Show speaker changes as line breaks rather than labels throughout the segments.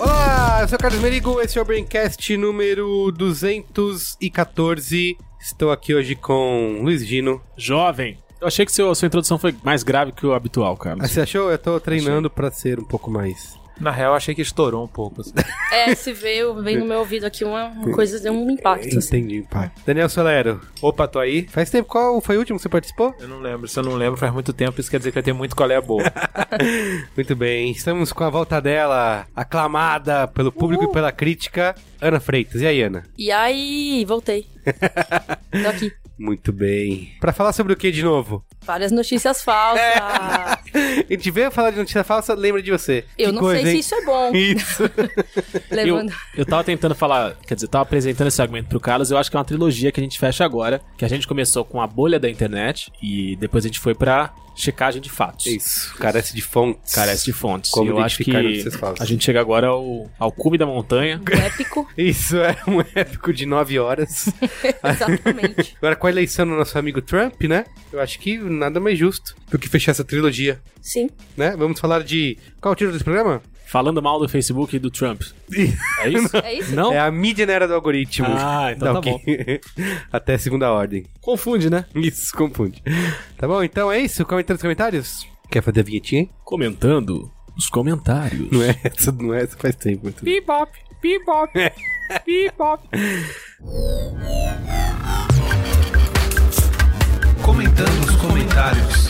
Olá, eu sou o Carlos Merigo, esse é o Braincast número 214. Estou aqui hoje com Luiz Gino.
Jovem. Eu achei que seu, sua introdução foi mais grave que o habitual,
Ah,
Carlos.
Você achou? Eu tô treinando pra ser um pouco mais.
Na real, achei que estourou um pouco. assim.
É, se veio, veio no meu ouvido aqui uma uma coisa, deu um impacto. assim.
Entendi, pai. Daniel Solero,
Opa, tô aí?
faz tempo, qual foi o último que você participou?
Eu não lembro. Se eu não lembro, faz muito tempo. Isso quer dizer que vai ter muito colé boa.
Muito bem, estamos com a volta dela, aclamada pelo público e pela crítica, Ana Freitas. E aí, Ana?
E aí, voltei. Tô aqui.
Muito bem. Pra falar sobre o que de novo?
Várias notícias falsas.
A gente veio falar de notícia falsa, lembra de você.
Eu
Que
não
coisa,
sei
hein?
se isso é bom.
Isso.
Eu,
Levando.
eu tava tentando falar, quer dizer, eu tava apresentando esse argumento pro Carlos, eu acho que é uma trilogia que a gente fecha agora, que a gente começou com a bolha da internet e depois a gente foi pra checagem de fatos.
Isso, carece de fontes.
Carece de fontes.
Como
E eu acho que
identificar notícias falsas.
a gente chega agora ao, ao cume da montanha.
O épico,
Isso é um épico de nove horas.
exatamente.
Agora, com a eleição do nosso amigo Trump, né? Eu acho que nada mais justo do que fechar essa trilogia,
Sim.
né? Vamos falar de. Qual é o título desse programa?
Falando mal do Facebook e do Trump. É isso?
É isso?
Não?
É a mídia na era do algoritmo.
Ah, então tá
ok. Até segunda ordem.
Confunde, né?
Isso, confunde. Tá bom, então é isso. Comenta nos comentários. Quer fazer a vinhetinha, hein?
Comentando os comentários.
Não é essa, não é essa faz tempo. mas tudo bem. É.
Bebop, bebop, bebop.
Comentando os comentários.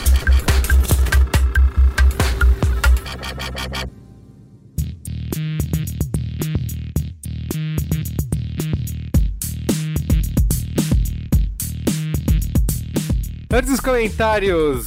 Antes dos comentários,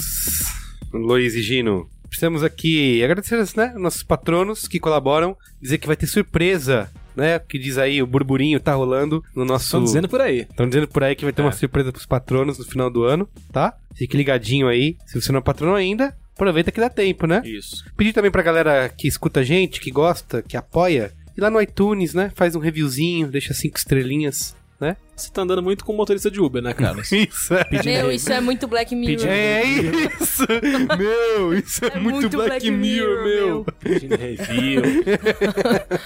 Luiz e Gino, precisamos aqui agradecer né, nossos patronos que colaboram, dizer que vai ter surpresa, né? Que diz aí, o burburinho tá rolando no nosso.
Estão dizendo por aí.
Estão dizendo por aí que vai ter uma
É.
surpresa pros patronos no final do ano, tá? Fique ligadinho aí. Se você não é patrono ainda, aproveita que dá tempo, né?
Isso.
Pedir também pra galera que escuta a gente, que gosta, que apoia, ir lá no iTunes, né? Faz um reviewzinho, deixa cinco estrelinhas, né?
Você tá andando muito com motorista de Uber, né, Carlos?
Isso, é.
Meu, isso é muito Black Mirror.
É isso! meu, isso é, muito, Black, Mirror, meu!
Pedindo review.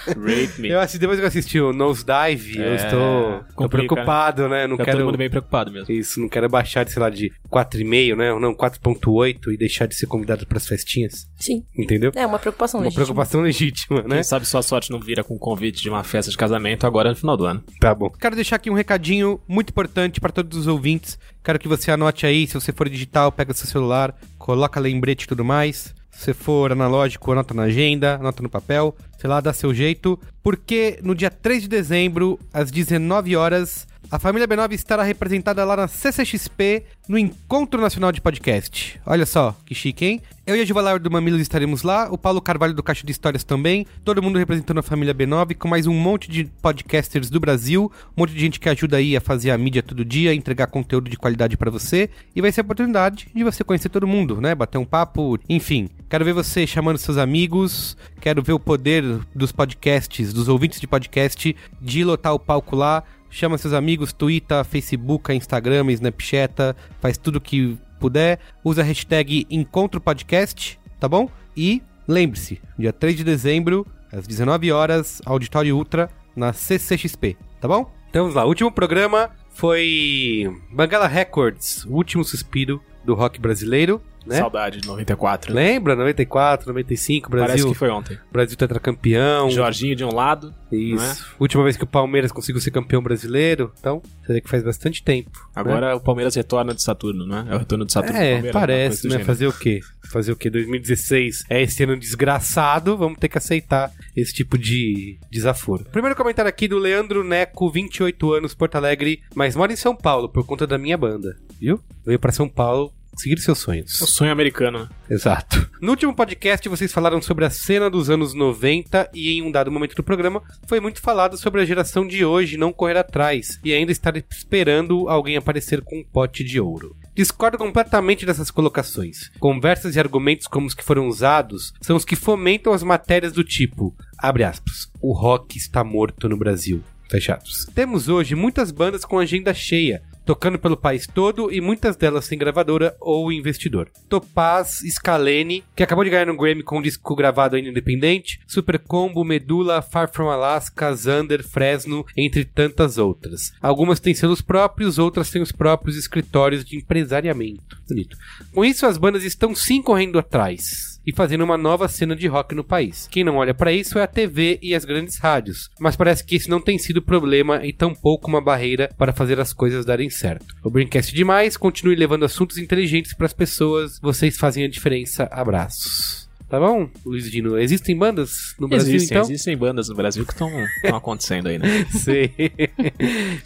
Rape me.
Eu acho que depois que eu assisti o Nosedive, eu
É,
estou tô
complica,
preocupado, né? Eu Não
Tá
quero.
todo mundo bem preocupado mesmo.
Isso, não quero baixar, sei lá, de 4,5, né? Ou não, 4,8 e deixar de ser convidado pras festinhas.
Sim.
Entendeu?
É uma preocupação,
Uma
legítima.
preocupação legítima, né?
Quem sabe sua sorte não vira com um convite de uma festa de casamento agora no final do ano.
Tá bom. Quero deixar aqui um recadinho muito importante para todos os ouvintes. Quero que você anote aí, se você for digital, pega seu celular, coloca lembrete e tudo mais. Se você for analógico, anota na agenda, anota no papel, sei lá, dá seu jeito. Porque no dia 3 de dezembro, às 19 horas, a família B9 estará representada lá na CCXP, no Encontro Nacional de Podcast. Olha só, que chique, hein? Eu e a Giva Lauer do Mamilos estaremos lá, o Paulo Carvalho do Caixa de Histórias também, todo mundo representando a família B9, com mais um monte de podcasters do Brasil, um monte de gente que ajuda aí a fazer a mídia todo dia, entregar conteúdo de qualidade pra você, e vai ser a oportunidade de você conhecer todo mundo, né? Bater um papo, enfim. Quero ver você chamando seus amigos, quero ver o poder dos podcasts, dos ouvintes de podcast, de lotar o palco lá, Chama seus amigos, Twitter, Facebook, Instagram, Snapchat, faz tudo que puder. Usa a hashtag Encontro Podcast, tá bom? E lembre-se, dia 3 de dezembro, às 19 horas, Auditório Ultra, na CCXP, tá bom? Então vamos lá, o último programa foi Bangala Records, o último suspiro do rock brasileiro, né?
Saudade de 94. né?
Lembra? 94, 95,
Parece
Brasil, Então-
que foi ontem.
Brasil tetracampeão.
Jorginho de um lado.
Isso. Última vez que o Palmeiras conseguiu ser campeão brasileiro, então, você vê que faz bastante tempo.
Agora o Palmeiras retorna de Saturno, né? É o retorno de Saturno.
Né? É,
do Palmeiras, uma coisa
parece,
do
né?
gênero.
Fazer o quê? Fazer o quê? 2016 é esse ano desgraçado, vamos ter que aceitar esse tipo de desaforo. Primeiro comentário aqui do Leandro Neco, 28 anos, Porto Alegre, mas mora em São Paulo por conta da minha banda, viu? Veio pra São Paulo seguir seus sonhos.
O É sonho americano, né?
Exato. No último podcast, vocês falaram sobre a cena dos anos 90 e em um dado momento do programa foi muito falado sobre a geração de hoje não correr atrás e ainda estar esperando alguém aparecer com um pote de ouro. Discordo completamente dessas colocações. Conversas e argumentos como os que foram usados são os que fomentam as matérias do tipo, abre aspas, o rock está morto no Brasil. Fechados. Temos hoje muitas bandas com agenda cheia, tocando pelo país todo e muitas delas sem gravadora ou investidor. Topaz, Scalene, que acabou de ganhar um Grammy com um disco gravado ainda independente, Super Combo, Medula, Far From Alaska, Xander, Fresno, entre tantas outras. Algumas têm selos próprios, outras têm os próprios escritórios de empresariamento. Bonito. Com isso, as bandas estão sim correndo atrás e fazendo uma nova cena de rock no país. Quem não olha para isso é a TV e as grandes rádios, mas parece que isso não tem sido problema e tampouco uma barreira para fazer as coisas darem certo. O Braincast demais, continue levando assuntos inteligentes para as pessoas, vocês fazem a diferença. Abraços. Tá bom, Luiz Dino? Existem bandas no Brasil,
existem,
então?
existem bandas no Brasil que estão acontecendo aí, né?
Sim.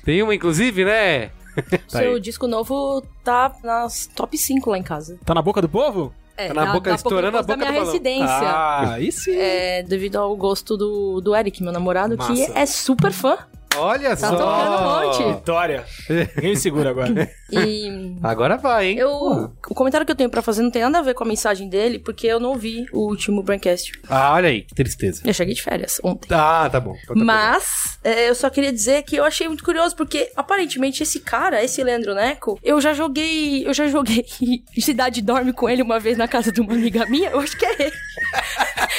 tem uma, inclusive, né? Tá aí.
Seu disco novo tá nas top 5 lá em casa.
Tá na boca do povo?
É,
Tá na boca,
pouco
estourando a boca
depois da
do
minha
balão.
residência.
Ah, aí sim.
É, devido ao gosto do, do Eric, meu namorado, que
Massa.
é super fã.
Olha
Tá
só!
tocando um monte.
Vitória. Ninguém me segura agora.
E
Agora vai, hein?
eu. O comentário que eu tenho pra fazer não tem nada a ver com a mensagem dele, porque eu não vi o último Braincast.
Ah, olha aí, que tristeza.
Eu cheguei de férias ontem.
Ah, tá bom. Então tá
Mas é, eu só queria dizer que eu achei muito curioso, porque aparentemente esse cara, esse Leandro Neco, eu já joguei. Eu já joguei Cidade Dorme com ele uma vez na casa de uma amiga minha. Eu acho que é ele.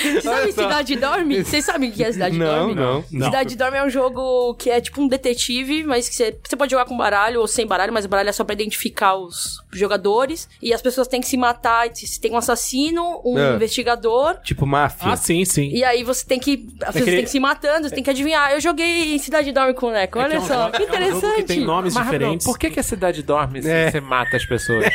Vocês sabem
Olha só.
Cidade Dorme? Vocês sabem o que é Cidade
Não,
Dorme?
não, não.
Cidade Dorme é um jogo que é tipo um detetive, mas que você, você pode jogar com baralho ou sem baralho, mas o baralho é só pra identificar os jogadores. E as pessoas têm que se matar. Se tem um assassino, um
É.
investigador
Tipo máfia.
Ah, sim, sim.
e aí você tem que.
É
As pessoas
que-
têm que se matando, você tem que adivinhar. Eu joguei Cidade Dorme com o Neco. Olha
É que é um
só,
jogo-
que
É um jogo que
interessante.
tem nomes
Mas, rapidão,
diferentes.
por que, que a cidade dorme se
É.
você mata as pessoas?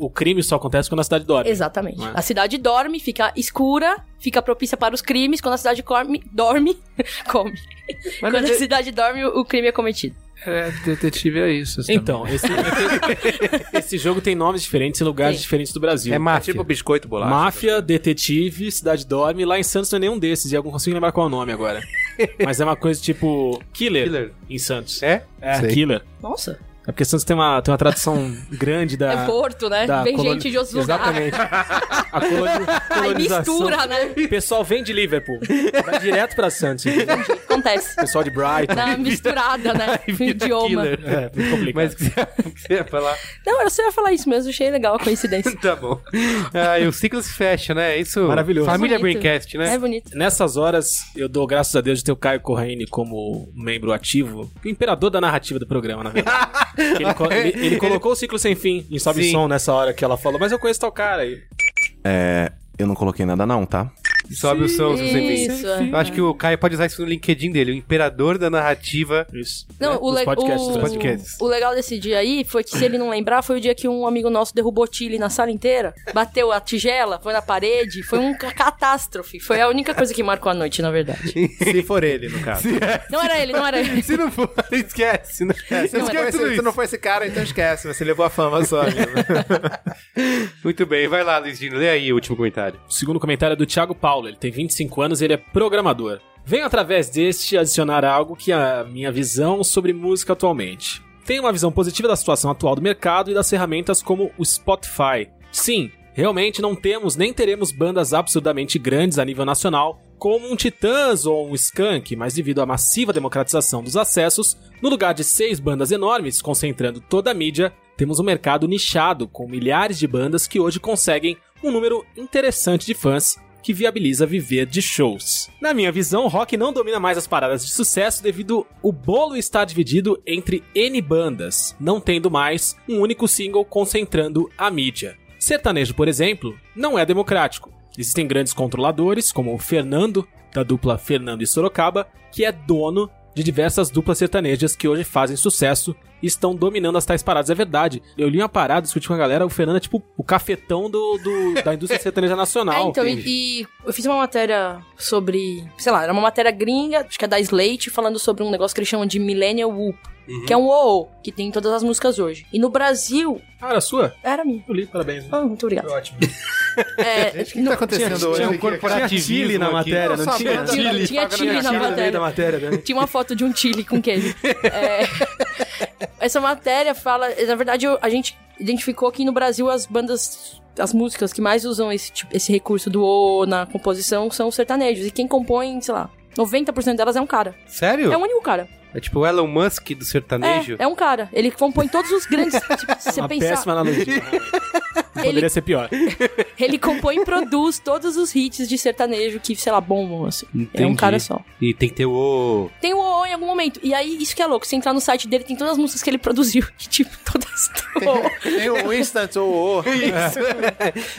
O crime só acontece quando a cidade dorme.
Exatamente.
Não é?
A cidade dorme, fica escura, fica propícia para os crimes. Quando a cidade come, dorme, come.
Mas
Quando a
dete-
cidade dorme, o crime é cometido.
é, detetive é isso. isso
Então, esse, esse jogo tem nomes diferentes em lugares
Sim.
diferentes do Brasil.
É
também.
máfia.
É tipo biscoito bolacha.
Máfia, Detetive, Cidade Dorme. Lá em Santos não é nenhum desses, e eu não consigo lembrar qual é o nome agora. Mas é uma coisa tipo Killer,
Killer.
em Santos.
É?
É,
Sei.
Killer.
Nossa.
É porque Santos tem uma, tem uma tradição grande da...
é Porto, né?
Ah, da
Vem
coloni-
gente de outros lugares.
Exatamente. A coloni-
Aí
colonização.
mistura, né?
O pessoal vem de Liverpool. Vai direto pra Santos. entendeu?
Acontece.
O pessoal de Brighton.
Na misturada, né? No idioma.
É, muito complicado.
Mas o que você o que você ia falar?
Não, eu só ia falar isso mesmo, achei legal a coincidência.
Tá bom. Ah, e o ciclo se fecha, né? É Isso.
Maravilhoso.
Família
Bonito.
Braincast, né?
É bonito.
Nessas horas, eu dou graças a Deus de ter o Caio Corraine como membro ativo, o imperador da narrativa do programa, na verdade. ele, co- ele- ele colocou o ciclo sem fim em Sobe
Sim.
Som nessa hora que ela falou, mas eu conheço tal cara aí.
Eu não coloquei nada não, tá?
Sobe o som, se você vê.
Isso, é.
Eu acho que o Caio pode usar isso no LinkedIn dele, o imperador da narrativa.
Isso.
Não,
né?
o,
Dos
le-
podcasts,
o-
dos podcasts.
podcasts.
o legal desse dia aí foi que, se ele não lembrar, foi o dia que um amigo nosso derrubou Chile na sala inteira, bateu a tigela, foi na parede, foi uma catástrofe. Foi a única coisa que marcou a noite, na verdade.
Se for ele, no caso. Se,
Não era ele, não era ele.
se não for, esquece, né?
É, você, não
Não,
foi
esquece tudo
esse, você
isso.
não foi esse cara, então esquece. Você levou a fama só. amigo.
Muito bem, vai lá, Luiz Dino, lê aí o último comentário.
O segundo comentário é do Thiago Paulo, ele tem 25 anos e ele é programador. Venho através deste adicionar algo que é a minha visão sobre música atualmente. Tenho uma visão positiva da situação atual do mercado e das ferramentas como o Spotify. Sim, realmente não temos nem teremos bandas absurdamente grandes a nível nacional, como um Titãs ou um Skank, mas devido à massiva democratização dos acessos, no lugar de seis bandas enormes concentrando toda a mídia, temos um mercado nichado com milhares de bandas que hoje conseguem um número interessante de fãs que viabiliza viver de shows. Na minha visão, o rock não domina mais as paradas de sucesso devido o bolo estar dividido entre N bandas, não tendo mais um único single concentrando a mídia. Sertanejo, por exemplo, não é democrático. Existem grandes controladores, como o Fernando, da dupla Fernando e Sorocaba, que é dono de diversas duplas sertanejas que hoje fazem sucesso e estão dominando as tais paradas. É verdade. Eu li uma parada, discuti com a galera, o Fernando é tipo o cafetão do, do- da indústria sertaneja
É,
nacional.
então, e, e eu fiz uma matéria sobre, sei lá, era uma matéria gringa, acho que é da Slate, falando sobre um negócio que eles chamam de Millennial Whoop, que é um OO, que tem em todas as músicas hoje. E no Brasil,
Ah, era sua?
era minha.
Eu li, parabéns. né?
Ah, muito obrigado.
Foi ótimo.
É,
Gente, o que tá acontecendo hoje?
tinha um
aqui?
corporativismo
Chile na
aqui.
matéria, né? não
Nossa,
tinha?
banda
Tinha-
tá
tinha
pagando
Chile na
Chile.
no meio da matéria, né?
Tinha uma foto de um Chile com queijo. É, essa matéria fala. Na verdade, eu- a gente identificou que no Brasil as bandas. As músicas que mais usam esse, tipo- esse recurso do O na composição são os sertanejos. E quem compõe, sei lá, 90% delas é um cara.
Sério?
É um único cara.
É tipo o Elon Musk do sertanejo.
É, é um cara. Ele compõe todos os grandes. Tipo, se você
Uma
pensar.
péssima analogia. Poderia
Ele,
ser pior.
ele compõe e produz todos os hits de sertanejo que, sei lá, bombam, assim. É um
Entendi.
cara só.
E tem que ter o...
Tem o O em algum momento. E aí, isso que é louco. Você entrar no site dele, tem todas as músicas que ele produziu. Que, tipo, todas.
Tem o Instant ou o.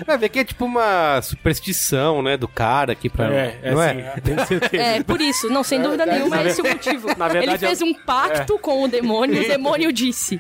Vai ver que é tipo uma superstição, né, do cara aqui pra...
É, é
não
assim.
é?
é. Tem certeza.
É, por isso. Não, sem dúvida nenhuma, é esse o motivo.
na verdade, é
ele fez um pacto com o demônio e o demônio disse: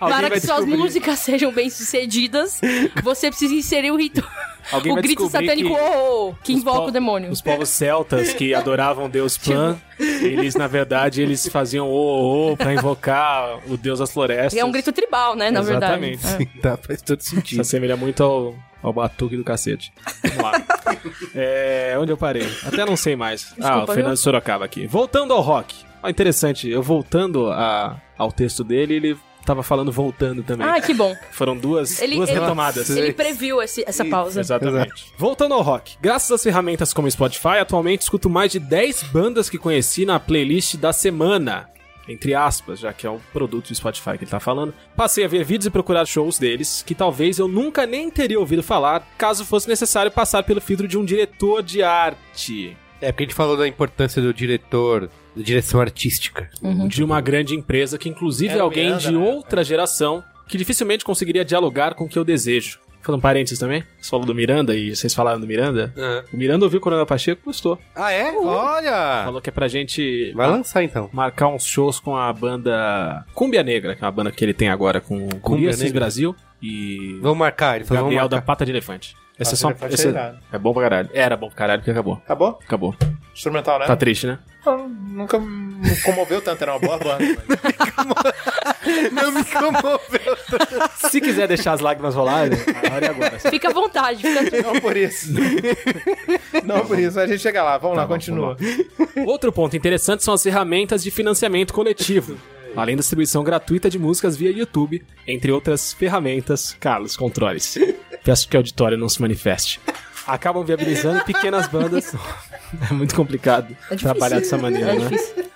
Alguém
Para
vai
que suas
descobrir.
músicas sejam bem-sucedidas, você precisa inserir o rito.
Alguém
o
vai
grito
descobrir
satânico
que
"Oh", que,
os
invoca
po-
o demônio.
Os povos celtas que adoravam deus
Tipo-
Pan, eles, na verdade, eles faziam o o pra invocar o deus das florestas.
É um grito tribal, né, na
Exatamente.
verdade. é.
Tá, faz todo
Se
sentido.
assemelha muito ao, ao batuque do cacete. Vamos lá. É, onde eu parei? Até não sei mais. ah, o
viu?
Fernando Sorocaba aqui. Voltando ao rock. Ó, interessante, eu voltando a- ao texto dele, ele tava falando voltando também.
Ah, que bom.
Foram duas,
Ele,
duas
ele-
retomadas.
ele previu esse- essa pausa.
Exatamente. Voltando ao rock. Graças às ferramentas como Spotify, atualmente escuto mais de 10 bandas que conheci na playlist da semana. Entre aspas, já que é um produto do Spotify que ele tá falando. Passei a ver vídeos e procurar shows deles, que talvez eu nunca nem teria ouvido falar, caso fosse necessário passar pelo filtro de um diretor de arte.
É, porque a gente falou da importância do diretor, da direção artística.
de uma grande empresa que inclusive é alguém de outra geração que dificilmente conseguiria dialogar com o que eu desejo. Falando parênteses também, você falou do Miranda e vocês falaram do Miranda. O Miranda ouviu o Coronel Pacheco e gostou.
Ah, é? Olha!
Falou que é pra gente
Vai lançar, então.
marcar uns shows com a banda Cumbia Negra, que é uma banda que ele tem agora com o
Cumbia
Cumbia Assis
Negra.
Brasil e
Vamos marcar, ele falou,
Gabriel
vamos
da
marcar.
Pata de Elefante. Essa é só
Elefante é
esse-
irado.
é bom pra caralho. Era bom pra caralho porque acabou.
Acabou?
Acabou.
Instrumental, né?
Tá triste, né?
Ah, Nunca me comoveu tanto, era uma boa banda.
Não me comoveu.
Se quiser deixar as lágrimas rolarem, a hora é agora.
Fica à vontade, fica
Não por isso. Não por isso, a gente chega lá. Vamos lá, continua.
Outro ponto interessante são as ferramentas de financiamento coletivo. Além da distribuição gratuita de músicas via YouTube, entre outras ferramentas, Carlos, controles. Peço que o auditório não se manifeste. Acabam viabilizando pequenas bandas. É muito complicado trabalhar dessa maneira, né?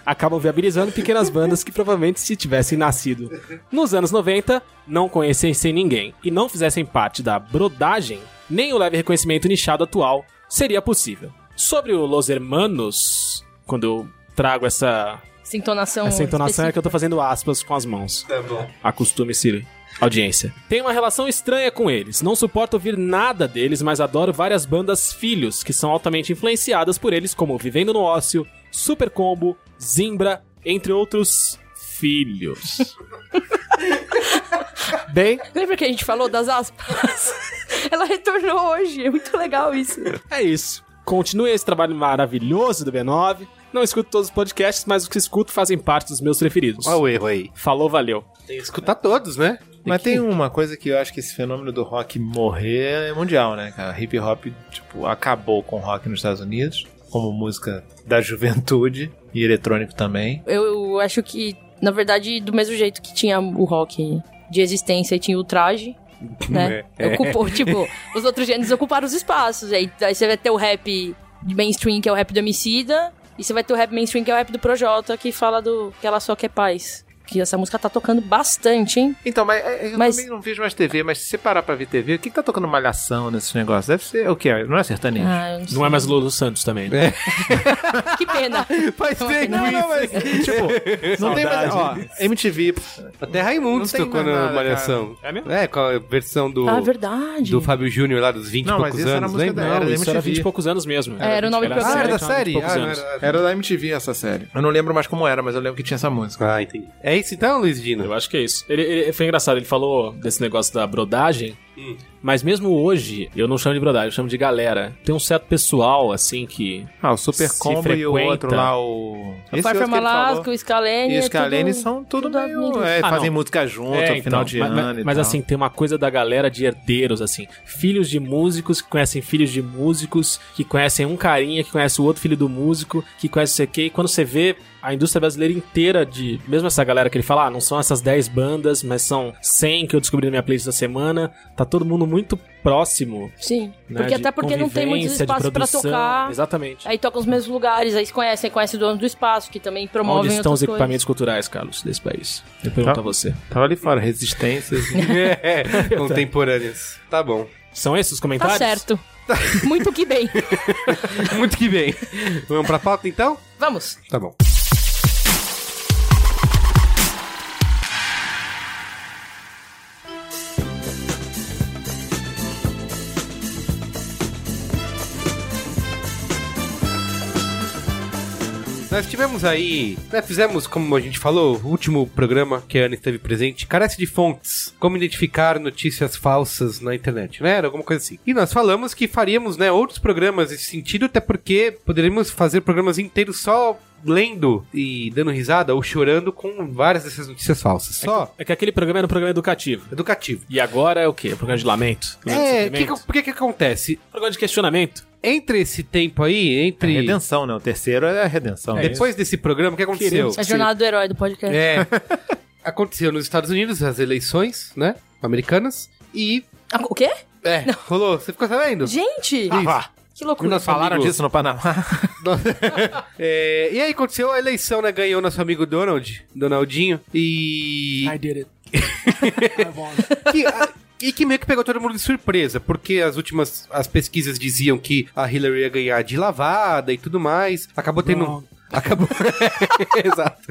Acabam viabilizando pequenas bandas que provavelmente, se tivessem nascido nos anos 90, não conhecessem ninguém e não fizessem parte da brodagem, nem o leve reconhecimento nichado atual seria possível. Sobre o Los Hermanos, quando eu trago essa,
essa entonação.
essa entonação é que eu tô fazendo aspas com as mãos.
Tá bom.
Acostume-se, audiência. Tenho uma relação estranha com eles. Não suporto ouvir nada deles, mas adoro várias bandas filhos que são altamente influenciadas por eles, como Vivendo no Ócio, Super Combo, Zimbra, entre outros filhos. Bem,
específica. Lembra que a gente falou das aspas? Ela retornou hoje, é muito legal isso.
é isso. Continue esse trabalho maravilhoso do B9. Não escuto todos os podcasts, mas os que escuto fazem parte dos meus preferidos.
Olha o erro aí.
Falou, valeu.
Tem que escutar todos, né?
Mas tem uma coisa que eu acho que esse fenômeno do rock morrer é mundial, né, cara? Hip hop, tipo, acabou com o rock nos Estados Unidos, como música da juventude e eletrônico também.
Eu acho que, na verdade, do mesmo jeito que tinha o rock de existência e tinha o traje, né?
É.
Ocupou, tipo, os outros gêneros ocuparam os espaços. Aí, aí você vai ter o rap de mainstream, que é o rap do Emicida, e você vai ter o rap mainstream, que é o rap do Projota, que fala do que ela só quer paz. Que essa música tá tocando bastante, hein?
Então, mas é, eu
Mas-
também não vejo mais TV, mas se você parar pra ver TV, o que, que tá tocando malhação nesses negócios? Deve ser o quê? Não é sertanejo?
Ah, eu não sei.
Não é mais Lulu Santos também. né?
é?
Que pena.
Faz
Não,
tempo
não,
isso.
mas, tipo, não tem mais. Ó, MTV.
Até Raimundo
Não tem
é tocou
mais nada,
na
cara.
Malhação.
É mesmo?
É, com a versão do,
Ah, verdade.
do Fábio Júnior lá dos 20 e
Não, mas
poucos
isso era
anos,
a música
lembra?
da Era
Não, isso era
MTV.
20 e poucos anos mesmo.
Era o nome do
Ah, era da série?
série, era 20 e poucos
Ah, não
anos.
era-
Era da MTV essa série. Eu não lembro mais como era, mas eu lembro que tinha essa música.
Ah, entendi. É isso então, Luiz Dino?
Eu acho que é isso. Ele, ele- foi engraçado, ele falou desse negócio da brodagem. Mas mesmo hoje, eu não chamo de brodagem, eu chamo de galera. Tem um certo pessoal, assim, que.
Ah, o Super
Se
Combo e o
frequenta.
outro lá, é o.
O Far
outro
From
que ele falou.
Alaska, o Scalene.
E os
é
Kalene
tudo-
são tudo,
tudo
meio.
amigos.
É,
Ah,
fazem
não.
música junto,
É,
no final
então,
de
mas,
ano.
mas-
e
mas
tal.
assim, tem uma coisa da galera de herdeiros, assim. Filhos de músicos que conhecem filhos de músicos, que conhecem um carinha, que conhece o outro filho do músico, que conhece o CQ. E quando você vê a indústria brasileira inteira de. Mesmo essa galera que ele fala, ah, não são essas 10 bandas, mas são 100 que eu descobri na minha playlist da semana. Tá todo mundo muito próximo.
Sim.
né,
Porque
de
até porque não tem
convivência,
muitos
de
espaços pra
produção.
tocar.
Exatamente.
Aí tocam os mesmos lugares, aí se conhecem, conhecem o dono do espaço, que também promovem
Onde estão os
outras coisas.
equipamentos culturais, Carlos, desse país? Eu pergunto
Tá.
a você.
Tava ali fora, resistências.
É, contemporâneas. Tá bom.
São esses os
Tá
comentários?
certo. Muito que bem.
Muito que bem. Vamos pra pauta então?
Vamos.
Tá bom. Nós tivemos aí, né, fizemos, como a gente falou, o último programa que a Ana esteve presente, carece de fontes, como identificar notícias falsas na internet, né? Era alguma coisa assim. E nós falamos que faríamos, né, outros programas nesse sentido, até porque poderíamos fazer programas inteiros só lendo e dando risada ou chorando com várias dessas notícias falsas. Só
É que aquele programa era um programa educativo.
educativo.
E agora é o quê? É um programa de lamento? Programa de
É, que
sofrimento?
que, eu- porque que acontece?
Programa de questionamento?
Entre esse tempo aí,
É
entre...
redenção, né? O terceiro é a redenção. né?
depois desse programa, o que aconteceu?
A jornada do herói do podcast.
É. Aconteceu nos Estados Unidos as eleições, né? Americanas. E.
Ah, o quê?
É, rolou. Você ficou sabendo?
Gente!
Ah, vá.
Que loucura.
Nosso
Falaram
amigo-
disso no Panamá.
É, e aí aconteceu a eleição, né? Ganhou nosso amigo Donald, Donaldinho. E.
did it.
que- a- e que meio que pegou todo mundo de surpresa, porque as últimas as pesquisas diziam que a Hillary ia ganhar de lavada e tudo mais. Acabou tendo.
Wrong.
Acabou. Exato.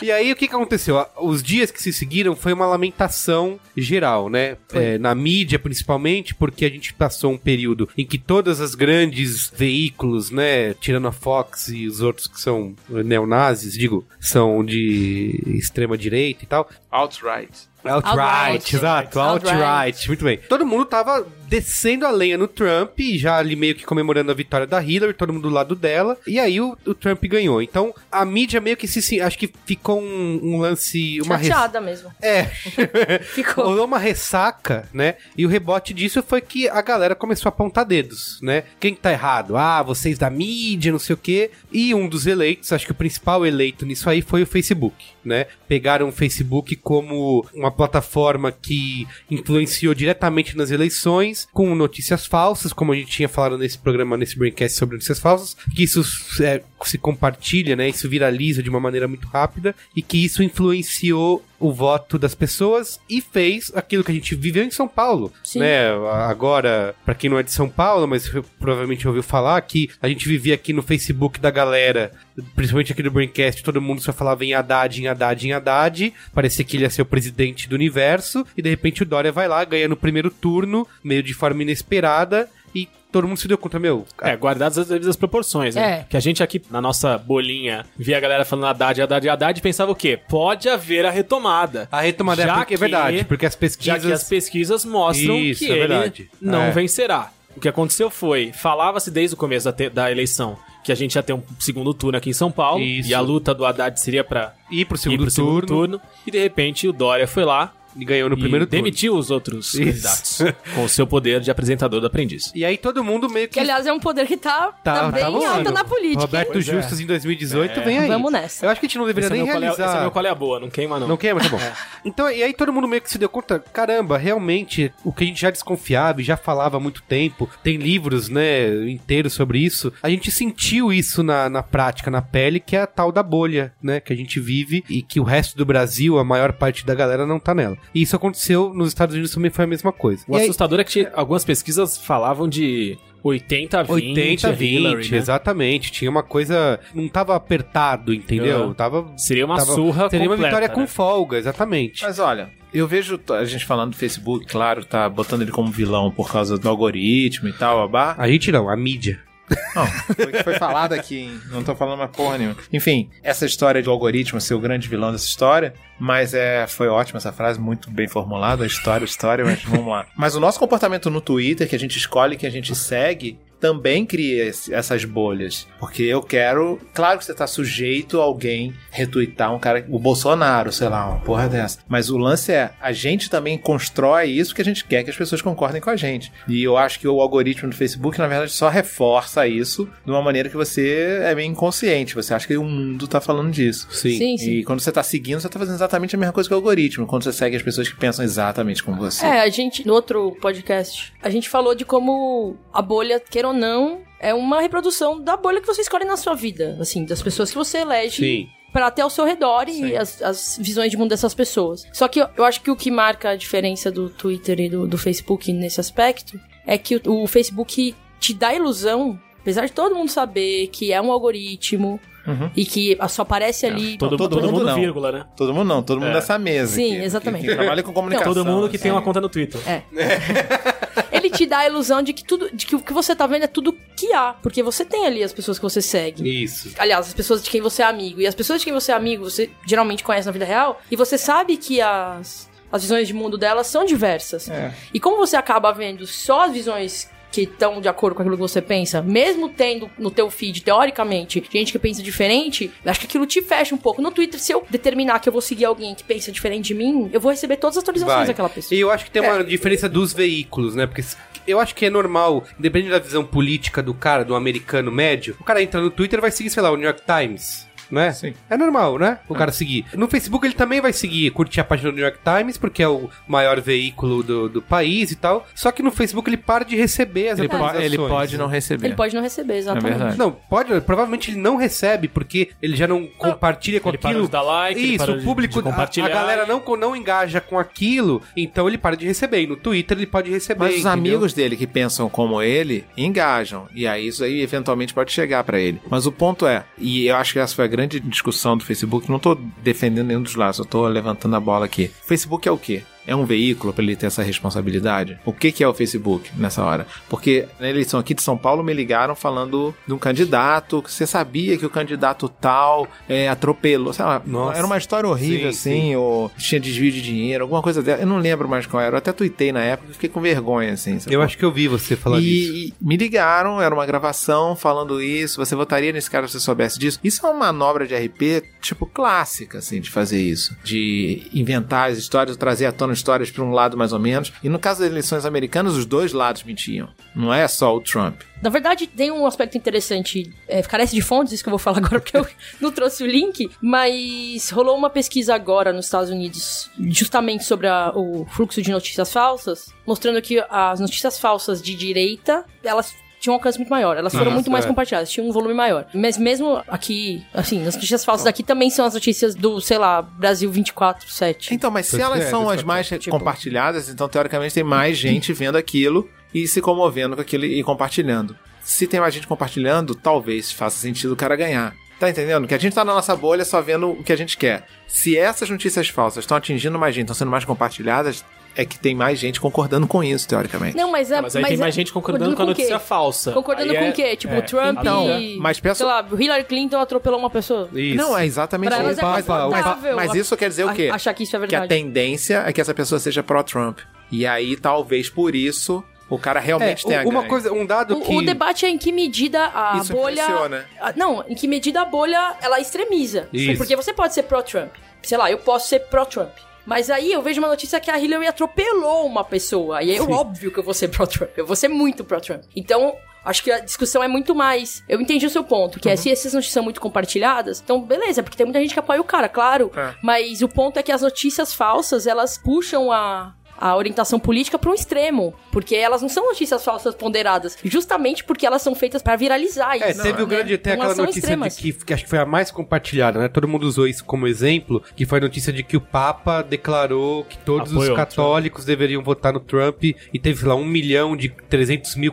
E aí, o que, que aconteceu? Os dias que se seguiram foi uma lamentação geral, né? É, na mídia, principalmente, porque a gente passou um período em que todas as grandes veículos, né? Tirando a Fox e os outros que são neonazis, digo, são de extrema-direita e tal,
Outright.
Outright,
Outright.
exato, outright.
Outright.
muito bem. Todo mundo tava descendo a lenha no Trump, e já ali meio que comemorando a vitória da Hillary, todo mundo do lado dela, e aí o, o Trump ganhou. Então, a mídia meio que se, se- acho que ficou um, um lance, uma res-
Chateada mesmo.
É,
Ficou.
rolou uma ressaca, né? E o rebote disso foi que a galera começou a apontar dedos, né? Quem tá errado? Ah, vocês da mídia, não sei o quê. E um dos eleitos, acho que o principal eleito nisso aí foi o Facebook, né? Pegaram o Facebook como uma plataforma que influenciou diretamente nas eleições, com notícias falsas, como a gente tinha falado nesse programa, nesse Braincast sobre notícias falsas, que isso é, se compartilha, né? Isso viraliza de uma maneira muito rápida e que isso influenciou o voto das pessoas e fez aquilo que a gente viveu em São Paulo,
Sim.
né? Agora, pra quem não é de São Paulo, mas provavelmente ouviu falar que a gente vivia aqui no Facebook da galera, principalmente aqui do Braincast, todo mundo só falava em Haddad, em Haddad, em Haddad, parecia que ele ia ser o presidente do universo e de repente o Dória vai lá, ganha no primeiro turno, meio de forma inesperada e todo mundo se deu conta, meu,
É, guardadas as devidas proporções, né?
É.
Que a gente aqui, na nossa bolinha, via a galera falando Haddad, Haddad, Haddad e pensava o quê? Pode haver a retomada.
a retomada é
Já
porque é
que-
verdade, porque as
Já que as
pesquisas
pesquisas mostram
Isso,
que
é
ele
verdade.
não
É.
vencerá. O que aconteceu foi, falava-se desde o começo da, te- da eleição que a gente ia ter um segundo turno aqui em São Paulo
Isso.
e a luta do Haddad seria pra
ir pro
ir
segundo,
pro segundo
turno,
turno. E de repente o Dória foi lá
e ganhou no
e
primeiro turno.
demitiu os outros
Isso.
candidatos com o seu poder de apresentador do aprendiz.
E aí todo mundo meio que
Que, aliás, é um poder que tá, tá,
Tá,
bem
tá rolando.
alta na política. hein?
Roberto Justus em 2018 vem aí.
Vamos nessa.
Eu acho que a gente não deveria
é. Esse é,
nem
meu qual é, esse
realizar.
é meu qual é a boa, não queima não.
Não queima, tá bom. Então, e aí todo mundo meio que se deu conta, caramba, realmente, o que a gente já desconfiava e já falava há muito tempo, tem livros, né, inteiros sobre isso, a gente sentiu isso na, na prática, na pele, que é a tal da bolha, né, que a gente vive e que o resto do Brasil, a maior parte da galera não tá nela. E isso aconteceu nos Estados Unidos também foi a mesma coisa.
O
E aí-
assustador é que tinha- algumas pesquisas falavam de 80 20,
80, 20,
né?
exatamente. Tinha uma coisa. Não tava apertado, entendeu?
Aham.
Tava.
Seria uma
tava-
surra
Seria uma
completa,
vitória com
né?
folga, exatamente.
Mas olha, eu vejo t- a gente falando do Facebook, claro, tá botando ele como vilão por causa do algoritmo e tal, babá.
A gente não, a mídia.
Não, foi o que foi falado aqui, hein? Não tô falando uma porra nenhuma. Enfim, essa história do algoritmo ser o grande vilão dessa história, mas é, foi ótima essa frase, muito bem formulada, a história, a história, mas vamos lá. Mas o nosso comportamento no Twitter, que a gente escolhe, que a gente segue, também cria esse- essas bolhas. Porque eu quero. Claro que você tá sujeito a alguém retweetar um cara. O Bolsonaro, sei lá, uma porra dessa. Mas o lance é, a gente também constrói isso porque a gente quer que as pessoas concordem com a gente. E eu acho que o algoritmo do Facebook, na verdade, só reforça isso de uma maneira que você é meio inconsciente. Você acha que o mundo tá falando disso.
Sim, sim.
E quando você tá seguindo, você tá fazendo exatamente a mesma coisa que o algoritmo. Quando você segue as pessoas que pensam exatamente como você.
É, a gente, no outro podcast, a gente falou de como a bolha, queira ou não, é uma reprodução da bolha que você escolhe na sua vida. Assim, das pessoas que você elege
Sim.
pra até ao seu redor
Sim.
e as, as visões de mundo dessas pessoas. Só que eu, eu acho que o que marca a diferença do Twitter e do, do Facebook nesse aspecto é que o, o Facebook te dá a ilusão, apesar de todo mundo saber que é um algoritmo
Uhum.
e que só aparece ali.
Todo,
Não, todo
todo
mundo
mundo,
não.
vírgula, né?
Todo mundo não, todo mundo
É.
nessa mesa.
Sim,
que- que-
exatamente. Então,
Que trabalha com comunicação.
Todo mundo que tem
assim.
uma conta no Twitter.
Ele te dá a ilusão de que tudo, de que o que você tá vendo é tudo que há, porque você tem ali as pessoas que você segue.
Isso.
Aliás, as pessoas de quem você é amigo. E as pessoas de quem você é amigo, você geralmente conhece na vida real. E você sabe que as, as visões de mundo delas são diversas.
É.
E como você acaba vendo só as visões que estão de acordo com aquilo que você pensa, mesmo tendo no teu feed, teoricamente, gente que pensa diferente, eu acho que aquilo te fecha um pouco. No Twitter, se eu determinar que eu vou seguir alguém que pensa diferente de mim, eu vou receber todas as atualizações
Vai.
daquela pessoa.
E eu acho que tem uma diferença dos veículos, né? Porque eu acho que é normal, independente da visão política do cara, do americano médio, o cara entra no Twitter e vai seguir, sei lá, o New York Times. Né?
Sim.
É normal, né? O cara seguir. No Facebook ele também vai seguir, curtir a página do New York Times, porque é o maior veículo do, do país e tal. Só que no Facebook ele para de receber as
Ele, po-
atualizações.
ele pode não receber.
Ele pode não receber, exatamente.
verdade.
Não, pode, provavelmente ele não recebe, porque ele já não compartilha com
Ele para
aquilo.
de dar like, ele
Isso,
para
o
de-
público,
de
a- a,
compartilhar.
galera não, co- não engaja com aquilo, então ele para de receber. E no Twitter ele pode receber.
Mas os
entendeu?
amigos dele que pensam como ele engajam. E aí isso aí eventualmente pode chegar pra ele. Mas o ponto é, e eu acho que essa foi a grande discussão do Facebook, não tô defendendo nenhum dos lados, eu tô levantando a bola aqui. Facebook é o quê? É um veículo pra ele ter essa responsabilidade? O que, que é o Facebook nessa hora? Porque na eleição aqui de São Paulo me ligaram falando de um candidato, que você sabia que o candidato tal é, atropelou, sei lá,
Nossa.
era uma história horrível
Sim,
assim, ou tinha desvio de dinheiro, alguma coisa dela. Eu não lembro mais qual era, eu até tuitei na época, fiquei com vergonha assim. sabe?
Eu acho que eu vi você falar
e,
disso.
e me ligaram, era uma gravação falando isso, você votaria nesse cara se você soubesse disso. Isso é uma manobra de RP, tipo, clássica, assim, de fazer isso. De inventar as histórias, trazer à tona histórias para um lado mais ou menos. E no caso das eleições americanas, os dois lados mentiam. Não é só o Trump.
Na verdade, tem um aspecto interessante. É, carece de fontes, isso que eu vou falar agora, porque eu não trouxe o link. Mas rolou uma pesquisa agora nos Estados Unidos, justamente sobre a- o fluxo de notícias falsas, mostrando que as notícias falsas de direita, elas tinham um alcance muito maior. Elas foram
Nossa,
muito mais
é.
compartilhadas, tinham um volume maior. Mas mesmo aqui, assim, as notícias falsas aqui também são as notícias do, sei lá, Brasil 24-7.
Então, mas se
Pois
elas
é,
são
pois
as
é.
mais compartilhadas, então teoricamente tem mais gente vendo aquilo e se comovendo com aquilo e compartilhando. Se tem mais gente compartilhando, talvez faça sentido o cara ganhar. Tá entendendo? Que a gente tá na nossa bolha só vendo o que a gente quer. Se essas notícias falsas estão atingindo mais gente, estão sendo mais compartilhadas, é que tem mais gente concordando com isso, teoricamente.
Não, mas é.
Ah, mas aí tem
é-
mais gente concordando com a
o quê?
notícia falsa.
Concordando
Aí
com
é-
o quê? Tipo,
é,
Trump
então,
e.
mas pensa-
Sei lá, Hillary Clinton atropelou uma pessoa.
Isso.
Não, é exatamente
Pra elas
isso.
é
Opa, opa.
confortável.
Mas isso quer dizer o
a-
quê?
Achar que isso é
que a
verdade.
tendência é que essa pessoa seja pró-Trump. E aí, talvez por isso, o cara
É,
realmente tenha
u- uma
ganho.
coisa, um dado que.
O, o debate é em que medida a
Isso né?
bolha.
influenciona.
a- Ah, não, em que medida a bolha ela extremiza.
Isso.
Porque você pode ser pró-Trump. Sei lá, eu posso ser pró-Trump. Mas aí eu vejo uma notícia que a Hillary atropelou uma pessoa. E é óbvio que eu vou ser pró-Trump. Eu vou ser muito pró-Trump. Então. Acho que a discussão é muito mais. Eu entendi o seu ponto, que é se essas notícias são muito compartilhadas, então beleza, porque tem muita gente que apoia o cara, claro.
É.
Mas o ponto é que as notícias falsas, elas puxam a, a orientação política para um extremo. Porque elas não são notícias falsas ponderadas. Justamente porque elas são feitas para viralizar
É,
isso.
teve o
né?
grande, tem
Então,
aquela
elas são
notícia
extremas.
de que, que acho que foi a mais compartilhada, né? Todo mundo usou isso como exemplo, que foi a notícia de que o Papa declarou que todos
Apoiou
os
o
católicos deveriam votar no Trump e teve, sei lá, um milhão de 300 mil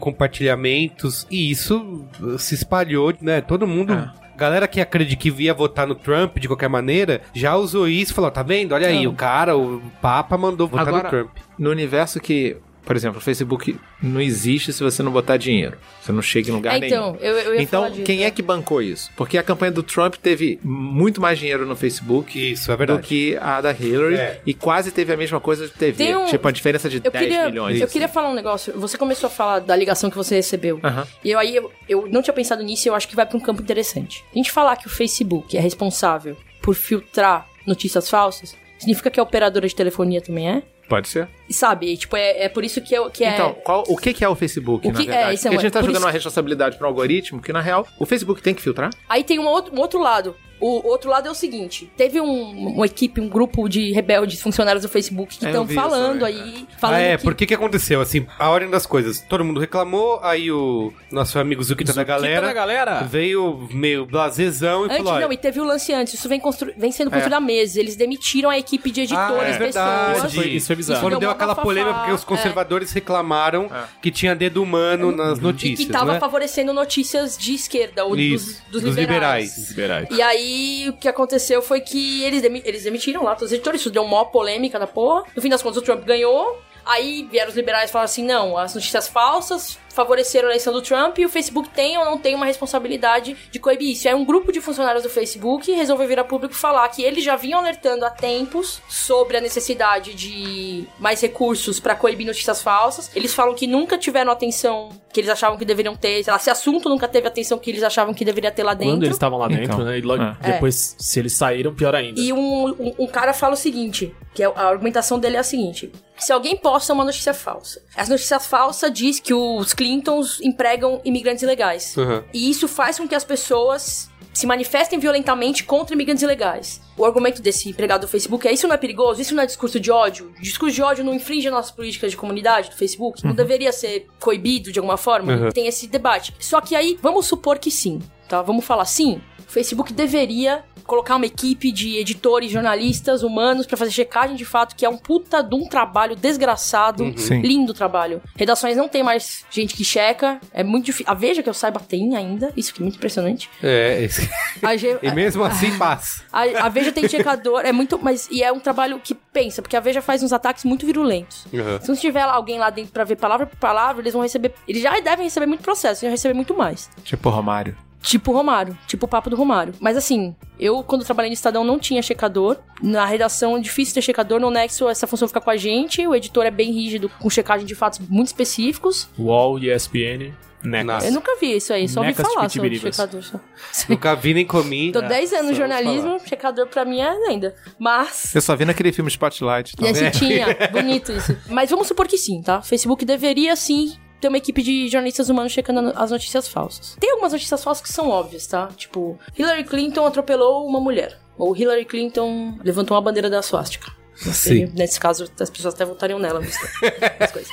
compartilhamentos e isso uh, se espalhou, né? Todo mundo... Galera que acredita que ia votar no Trump de qualquer maneira já usou isso e falou: tá vendo? Olha aí, o cara, o Papa mandou votar
Agora-
no Trump.
no universo que Por exemplo, o Facebook não existe se você não botar dinheiro. Você não chega em lugar
É,
nenhum.
então, eu, eu ia
Então,
falar disso. né?
quem é que bancou isso? Porque a campanha do Trump teve muito mais dinheiro no Facebook
Isso, é
do
verdade.
que a da Hillary
É.
e quase teve a mesma coisa de TV.
Tem um-
Tipo, a diferença de
Eu
10
queria,
milhões. assim.
eu queria falar um negócio. Você começou a falar da ligação que você recebeu.
Ah.
Aham.
E eu, aí eu, eu não tinha pensado nisso e eu acho que vai pra um campo interessante. A gente falar que o Facebook é responsável por filtrar notícias falsas, significa que a operadora de telefonia também é?
Pode ser.
E sabe, tipo, é, é por isso que, eu, que é...
Então, qual- o que que é o Facebook,
O
na
que-
verdade?
é, isso é
Porque a
uma-
gente tá
por
jogando
isso-
uma responsabilidade para o algoritmo que, na real, o Facebook tem que filtrar.
Aí tem um outro, um outro lado. O outro lado é o seguinte: teve um, uma equipe, um grupo de rebeldes, funcionários do Facebook que
É, eu
estão
vi isso
falando
também,
aí. Falando
ah, é,
que,
porque que aconteceu? Assim, a ordem das coisas. Todo mundo reclamou, aí o nosso amigo
tá
Zuquita da
Quinta
galera
da tá galera.
veio meio blasezão e
Antes,
falou:
não,
olha, É.
e teve o lance antes. Isso vem, constru- vem sendo construído há meses. Eles demitiram a equipe de editores,
Ah, é
pessoas.
verdade.
Isso foi, isso foi bizarro.
Isso
quando
deu
deu
uma
aquela
bafafá,
polêmica, porque os
é.
conservadores reclamaram que tinha dedo humano nas
E
notícias.
que tava
não
né?
é?
favorecendo notícias de esquerda, ou dos,
Isso,
dos liberais.
Liberais.
E aí, o que aconteceu foi que eles, demi- eles demitiram lá todos os editores, isso deu uma polêmica da porra. No fim das contas, o Trump ganhou. Aí vieram os liberais e falaram assim: não, as notícias falsas favoreceram a eleição do Trump e o Facebook tem ou não tem uma responsabilidade de coibir isso. E Aí um grupo de funcionários do Facebook resolveu vir a público falar que eles já vinham alertando há tempos sobre a necessidade de mais recursos pra coibir notícias falsas. Eles falam que nunca tiveram a atenção que eles achavam que deveriam ter, sei lá, se assunto nunca teve a atenção que eles achavam que deveria ter lá dentro.
Quando eles estavam lá dentro,
Então,
né? E logo
é.
depois, se eles saíram, pior ainda.
E um, um, um cara fala o seguinte, que é- a argumentação dele é a seguinte. Se alguém posta uma notícia falsa, essa notícia falsa diz que os Clintons empregam imigrantes ilegais.
Uhum.
E isso faz com que as pessoas se manifestem violentamente contra imigrantes ilegais. O argumento desse empregado do Facebook é isso não é perigoso, isso não é discurso de ódio. Discurso de ódio não infringe as nossas políticas de comunidade do Facebook, não deveria ser coibido de alguma forma.
Uhum.
Tem esse debate. Só que aí, vamos supor que sim, tá? Vamos falar sim. O Facebook deveria colocar uma equipe de editores, jornalistas, humanos pra fazer checagem de fato, que é um puta de um trabalho desgraçado.
Sim.
Lindo trabalho. Redações não tem mais gente que checa. É muito difícil. A Veja que eu saiba tem ainda. Isso que é muito impressionante.
É, esse-
A, Ge-
e mesmo assim
Ah.
passa.
a- a Veja tem checador. É muito. Mas. E é um trabalho que pensa, porque a Veja faz uns ataques muito virulentos.
Uhum.
Se não tiver lá alguém lá dentro pra ver palavra por palavra, eles vão receber. Eles já devem receber muito processo, eles vão receber muito mais.
Tipo Romário.
Tipo o Romário, tipo o papo do Romário. Mas assim, eu quando trabalhei no Estadão não tinha checador. Na redação é difícil ter checador, no Nexo essa função fica com a gente. O editor é bem rígido, com checagem de fatos muito específicos.
UOL, ESPN, Neca.
Nossa.
É, Eu nunca vi isso aí, só ouvi
Necas
falar sobre
pitibiribas.
checador. só.
Nunca vi nem comi.
Tô 10 anos no
É, só ouvi
jornalismo, checador pra mim é lenda. Mas.
Eu só vi naquele filme Spotlight.
E
Tá
Então.
assim tinha, bonito isso. Mas vamos supor que sim, tá? Facebook deveria sim ter uma equipe de jornalistas humanos checando no- as notícias falsas. Tem algumas notícias falsas que são óbvias, tá? Tipo, Hillary Clinton atropelou uma mulher. Ou Hillary Clinton levantou uma bandeira da swastika.
Sim.
Nesse caso, as pessoas até votariam nela. Mas, tá. as coisas.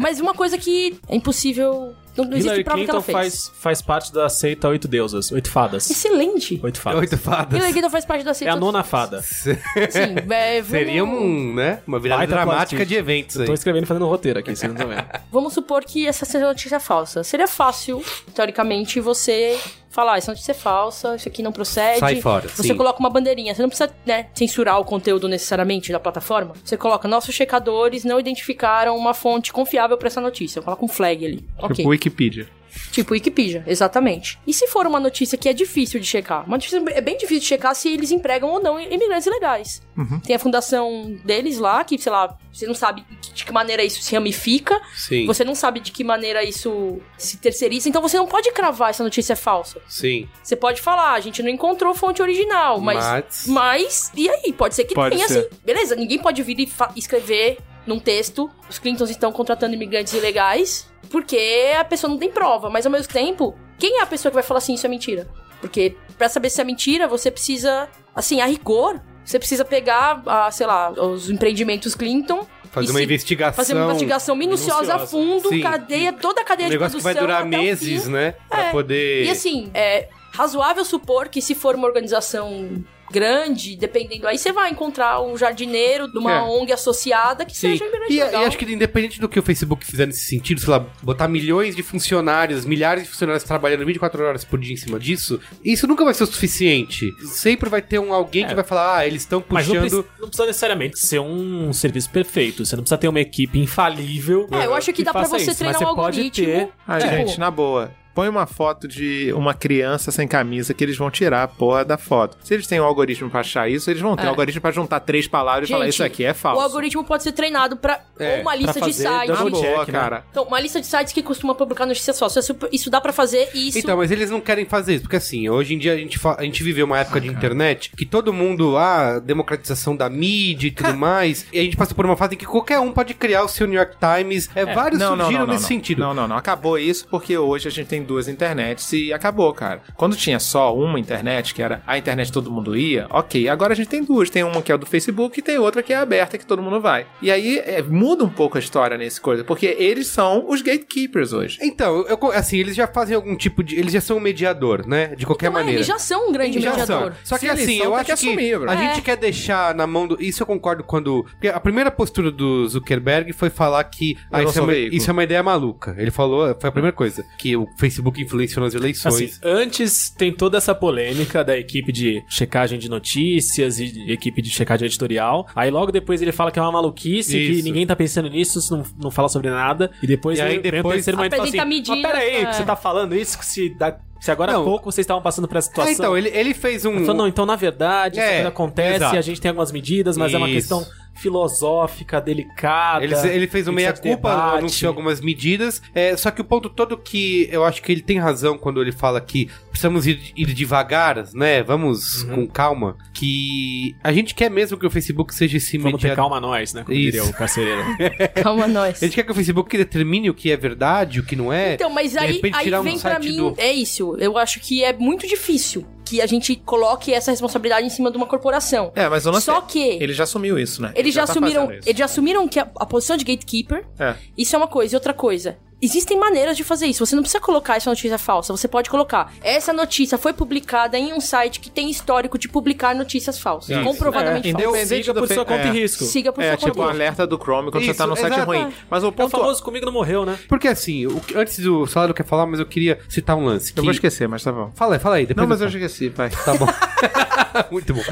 mas uma coisa que é impossível... Não, não existe
Hillary
prova que ela
Clinton
fez.
faz, faz parte da seita Oito Deusas, Oito Fadas.
Excelente.
Oito Fadas.
Oito fadas.
Hillary Clinton faz parte da
É
seita
a nona fada.
Sim, é, vamos,
Seria um, né, uma virada
Baita plot
dramática
twist.
de eventos aí.
Tô escrevendo e fazendo roteiro aqui, vocês não estão vendo.
vamos supor que essa seja uma notícia falsa. Seria fácil, teoricamente, você falar, "Ah, essa notícia é falsa, isso aqui não procede.
Sai fora,
Você
sim.
coloca uma bandeirinha, você não precisa, né, censurar o conteúdo necessariamente da plataforma. Você coloca, nossos checadores não identificaram uma fonte confiável para essa notícia. Coloca um flag ali. ok.
Tipo Wikipedia.
Tipo Wikipedia, exatamente. E se for uma notícia que é difícil de checar? Uma notícia é bem difícil de checar se eles empregam ou não imigrantes ilegais.
Uhum.
Tem a fundação deles lá, que, sei lá, você não sabe de que maneira isso se ramifica,
Sim,
você não sabe de que maneira isso se terceiriza, então você não pode cravar essa notícia é falsa.
sim.
Você pode falar, "Ah, a gente não encontrou fonte original, mas.
Mas-
Mas, e aí? Pode ser que
Pode
tenha
ser.
assim. Beleza, ninguém pode vir e fa- escrever num texto: os Clintons estão contratando imigrantes ilegais, porque a pessoa não tem prova, mas ao mesmo tempo, quem é a pessoa que vai falar assim, isso é mentira? Porque pra saber se é mentira, você precisa, assim, a rigor. Você precisa pegar, ah, sei lá, os empreendimentos Clinton,
Fazer
E
uma
se-
investigação.
fazer uma investigação minuciosa, a
minuciosa.
fundo,
Sim.
cadeia, toda a
Um
cadeia de
negócio que
produção.
vai durar
até o
meses,
fim.
né? Pra
É.
poder...
E assim, é razoável supor que se for uma organização grande, dependendo. Aí você vai encontrar um jardineiro de uma
É.
ONG associada que
Sim.
seja um grande
E, e
legal.
acho que independente do que o Facebook fizer nesse sentido, sei lá, botar milhões de funcionários, milhares de funcionários trabalhando 24 horas por dia em cima disso, isso nunca vai ser o suficiente. Sempre vai ter um alguém que vai falar, ah, eles estão
Mas não
puxando.
preci- não precisa necessariamente ser um serviço perfeito. Você não precisa ter uma equipe infalível.
É, eu acho que dá pra
faça
você
isso, mas
treinar um
você pode
algoritmo.
ter-
Ah,
Tipo-
gente, na boa. Põe uma foto de uma criança sem camisa que eles vão tirar a porra da foto. Se eles têm um algoritmo pra achar isso, eles vão ter um algoritmo pra juntar três palavras e falar
Gente,
isso aqui é
O
falso.
algoritmo pode ser treinado pra ou uma lista de
fazer
sites.
Na
double
boa,
check, né?
cara.
Então, uma lista de sites que costuma publicar notícia só. Se Isso, isso dá pra fazer e isso.
Então, mas eles não querem fazer isso, porque assim, hoje em dia a gente, fa- a gente viveu uma época de internet que todo mundo, ah, democratização da mídia e tudo mais, e a gente passou por uma fase em que qualquer um pode criar o seu New York Times, é, vários surgiram nesse
não.
sentido.
Não, não, não. Acabou isso porque hoje a gente tem duas internets e acabou, cara. Quando tinha só uma internet, que era a internet que todo mundo ia, ok. Agora a gente tem duas. Tem uma que é do Facebook e tem outra que é aberta, que todo mundo vai. E aí é, muda um pouco a história nesse coisa, porque eles são os gatekeepers hoje.
Então, eu co- assim, eles já fazem algum tipo de. Eles já são um mediador, né? De qualquer
Então, é,
maneira.
eles já são um grande
Eles já são.
mediador.
Só
Se
que
eles
assim,
são,
eu
tem
acho que,
que assumir, bro.
a
É.
gente quer deixar na mão do. Isso eu concordo quando. porque a primeira postura do Zuckerberg foi falar que. ah,
não
isso, é
sou
uma,
veículo.
isso é uma ideia maluca. Ele falou, foi a primeira coisa, que o Facebook influenciou nas eleições.
Assim, antes tem toda essa polêmica da equipe de checagem de notícias e de equipe de checagem editorial. Aí logo depois ele fala que é uma maluquice, que
Isso.
ninguém tá pensando nisso, isso não, não fala sobre nada. E depois
E aí
ele vem o
depois-
terceiro momento e fala assim,
Apresenta
mas peraí,
medidas,
que
é.
você tá falando isso, que se, dá- se agora há
Não.
pouco vocês estavam passando por essa
É,
situação.
então, ele, ele fez um.
Ele falou, não, então na verdade essa
É,
coisa acontece,
exato.
a gente tem algumas medidas, mas é uma
Isso.
questão filosófica, delicada.
Ele, ele fez
tem
uma
que ser
meia-culpa,
debate.
anunciou algumas medidas. É, só que o ponto todo que eu acho que ele tem razão quando ele fala que precisamos ir, ir devagar, né? Vamos com calma. Que a gente quer mesmo que o Facebook seja esse
Vamos ter
mediador.
calma nós, né? Como diria
Isso.
o carcereiro.
Calma, nós.
A gente quer que o Facebook determine o que é verdade, o que não é.
Então, mas
De
aí,
repente,
aí
tirar um
vem pra
site
mim.
do-
É isso. Eu acho que é muito difícil que a gente coloque essa responsabilidade em cima de uma corporação.
É, mas eu não
Só
sei.
que
Ele já assumiu isso, né? Ele
eles já,
tá
assumiram.
fazendo isso.
eles já assumiram que a, a posição de gatekeeper.
É.
Isso é uma coisa. E outra coisa. Existem maneiras de fazer isso. Você não precisa colocar essa notícia falsa. Você pode colocar. Essa notícia foi publicada em um site que tem histórico de publicar notícias falsas.
Isso.
Comprovadamente
É,
falsas.
entendeu?
Siga
Independente do
por
fe-
sua conta
é.
e risco.
Siga por
É,
sua
tipo o
conta.
alerta do Chrome quando
Isso,
você tá num site
exato.
ruim. Mas o
É o
ponto...
famoso comigo não morreu, né?
Porque assim, o que- antes do Salado quer falar, mas eu queria citar um lance.
Eu vou
que-
esquecer, mas tá bom.
Fala aí, fala aí. Depois
Não, mas eu
eu...
esqueci, pai.
Tá bom. Muito bom.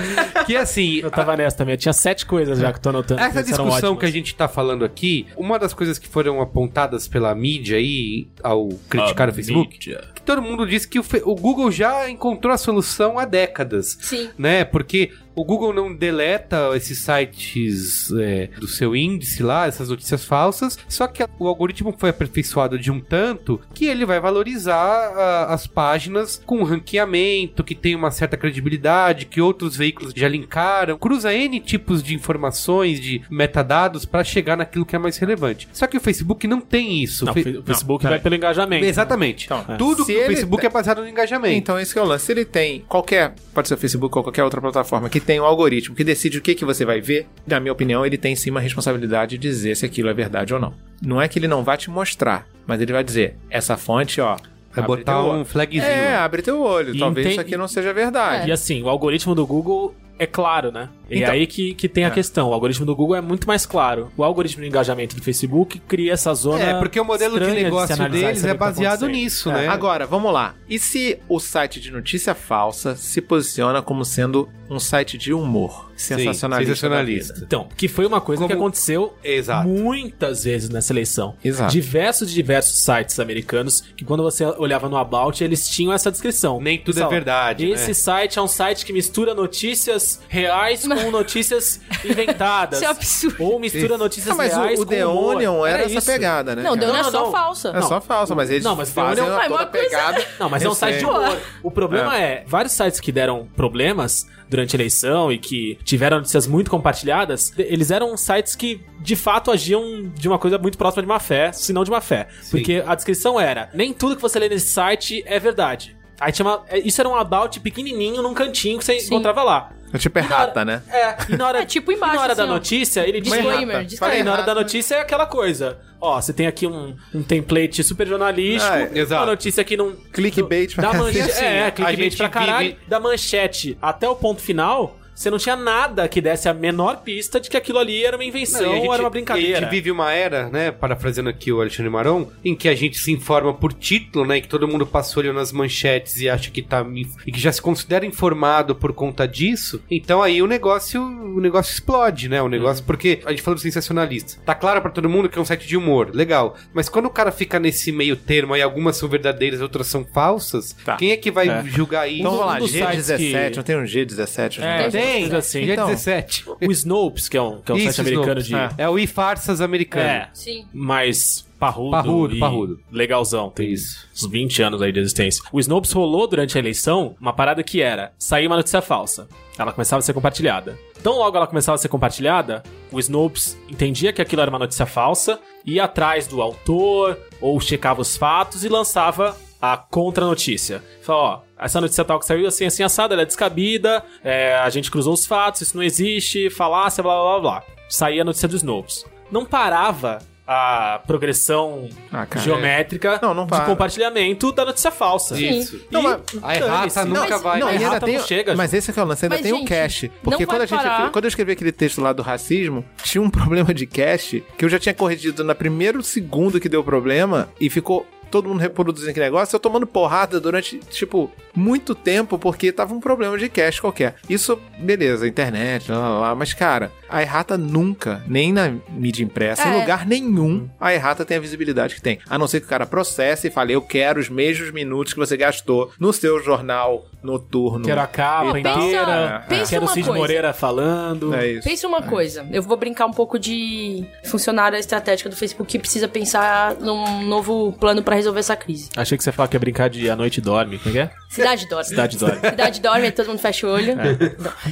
Que assim,
Eu tava nessa também. Eu tinha sete coisas já que eu tô anotando.
Essa
que eram
discussão
ótimas.
que a gente tá falando aqui, uma das coisas que foram apontadas pela mídia aí ao criticar o Facebook, que todo mundo diz que o, fe- o Google já encontrou a solução há décadas.
Sim.
Né? Porque o Google não deleta esses sites é, do seu índice lá, essas notícias falsas, só que o algoritmo foi aperfeiçoado de um tanto que ele vai valorizar ah, as páginas com ranqueamento, que tem uma certa credibilidade, que outros veículos já linkaram, cruza N tipos de informações, de metadados, para chegar naquilo que é mais relevante. Só que o Facebook não tem isso.
Não,
Fe-
o Facebook
Não,
vai
peraí.
pelo engajamento. né?
Exatamente.
Então,
Tudo
se
que o
ele-
Facebook é baseado no engajamento.
Então, esse que é o lance. Se ele tem qualquer, pode ser o Facebook ou qualquer outra plataforma, que tem um algoritmo que decide o que, que você vai ver, na minha opinião, ele tem sim uma responsabilidade de dizer se aquilo é verdade ou não. Não é que ele não vai te mostrar, mas ele vai dizer, essa fonte, ó...
Vai
abre
botar
teu
um
olho.
flagzinho.
Então, É, abre teu olho.
E
Talvez
enten-
isso aqui não seja verdade.
E assim, o algoritmo do Google é claro, né? E
Então-
aí que, que tem a
É.
questão. O algoritmo do Google é muito mais claro. O algoritmo de engajamento do Facebook cria essa zona.
É, porque o modelo de
estranha se
negócio
analisar e
deles é
saber o que tá
baseado
acontecendo.
nisso,
É,
né?
Agora, vamos lá. E se o site de notícia falsa se posiciona como sendo um site de humor? Sensacionalista.
sensacionalista.
da vida?
Então, que foi uma coisa
Como-
que aconteceu
Exato.
muitas vezes nessa eleição.
Exato.
Diversos, diversos sites americanos que quando você olhava no About, eles tinham essa descrição.
Nem tudo
Pessoal,
é
né?
verdade,
Esse site é um site que mistura notícias reais com notícias inventadas.
Isso é um absurdo.
Ou mistura
Ah,
notícias
mas
reais
o, o
com
The
humor.
Onion era, essa
isso.
pegada, né?
Não,
cara?
deu não é
Não,
só
não.
falsa.
É só falsa, mas eles
Não, mas
fazem
Onion- é um
uma
Ah,
toda
uma coisa-
pegada.
Não, mas é um
Eu
site de
sei.
humor. O problema é. vários sites que deram problemas durante a eleição e que tiveram notícias muito compartilhadas, eles eram sites que de fato agiam de uma coisa muito próxima de má fé, se não de má fé.
Sim.
Porque a descrição era: nem tudo que você lê nesse site é verdade. Aí tinha uma, é, isso era um about pequenininho num cantinho que você encontrava lá.
É tipo é rata, né?
É, e na hora,
É tipo embaixo,
e na hora da
assim, ó.
notícia, ele diz.
Disclaimer,
Mas é rata.
disclaimer.
Falei, na hora
Errado.
da notícia é aquela coisa. Ó, você tem aqui um, um template super jornalístico,
Ah, é,
exato.
uma notícia que não.
Clickbait pra
da
cacete.
manchete,
Assim,
É, é,
a
clickbait
gente
pra caralho.
vive-
Da manchete até o ponto final, você não tinha nada que desse a menor pista de que aquilo ali era uma invenção
Não, e a gente-
ou era
e
uma
A
brincadeira.
gente vive uma era, né, parafraseando aqui o Alexandre Maron, em que a gente se informa por título, né, e que todo mundo passa o olho nas manchetes e acha que tá inf- e que já se considera informado por conta disso. Então aí o negócio, o negócio explode, né? O negócio porque a gente falou do sensacionalista. Tá claro pra todo mundo que é um site de humor, legal. Mas quando o cara fica nesse meio termo aí algumas são verdadeiras, outras são falsas,
Tá.
quem é que vai julgar isso?
Então vamos lá,
Um dos sites
G17,
que-
não tem um G17? não
É,
tem?
né?
tem, assim.
Dia
então,
17.
o Snopes, que é um, que é um
Isso,
site americano
Snopes.
de.
É, é o e-farsas americano.
É,
Sim.
mais parrudo.
Parrudo,
e
parrudo.
Legalzão. Tem isso. uns 20 anos aí de existência. O Snopes rolou durante a eleição uma parada que era sair uma notícia falsa. Ela começava a ser compartilhada. Então logo ela começava a ser compartilhada, o Snopes entendia que aquilo era uma notícia falsa, ia atrás do autor, ou checava os fatos e lançava a contra-notícia. Fala, ó, essa notícia tal que saiu assim, assim, assada, ela é descabida, é, a gente cruzou os fatos, isso não existe, falácia, blá, blá, blá, blá. Saía a notícia dos Snopes. Não parava a progressão
Ah, cara.
geométrica
Não, não
de
para.
compartilhamento da notícia falsa.
Isso.
Não,
mas-
A errata
dane-se.
nunca
Mas-
vai.
Não,
A
e ainda
errata
tem,
não chega,
mas esse é que é o lance, ainda
Mas,
tem o
gente,
cache. Porque
não
quando,
vai
a gente,
parar.
quando eu escrevi aquele texto lá do racismo, tinha um problema de cache que eu já tinha corrigido na primeiro segundo que deu o problema e ficou todo mundo reproduzindo aquele negócio, eu tomando porrada durante, tipo, muito tempo porque tava um problema de cache qualquer. Isso, beleza, internet, lá, lá, lá, mas cara, a errata nunca, nem na mídia impressa, em
É.
lugar nenhum, a errata tem a visibilidade que tem. A não ser que o cara processe e fale, eu quero os mesmos minutos que você gastou no seu jornal noturno. É
Quero a capa
Ó, pensa-
inteira,
pensa
quero o
uma
Cid
coisa.
Moreira falando.
É isso.
Pensa uma coisa, eu vou brincar um pouco de funcionária estratégica do Facebook que precisa pensar num novo plano pra resolver essa crise.
Achei que você falava que ia brincar de A Noite Dorme, como é que é?
Cidade dorme.
Cidade Dorme.
Cidade dorme, todo mundo fecha o olho.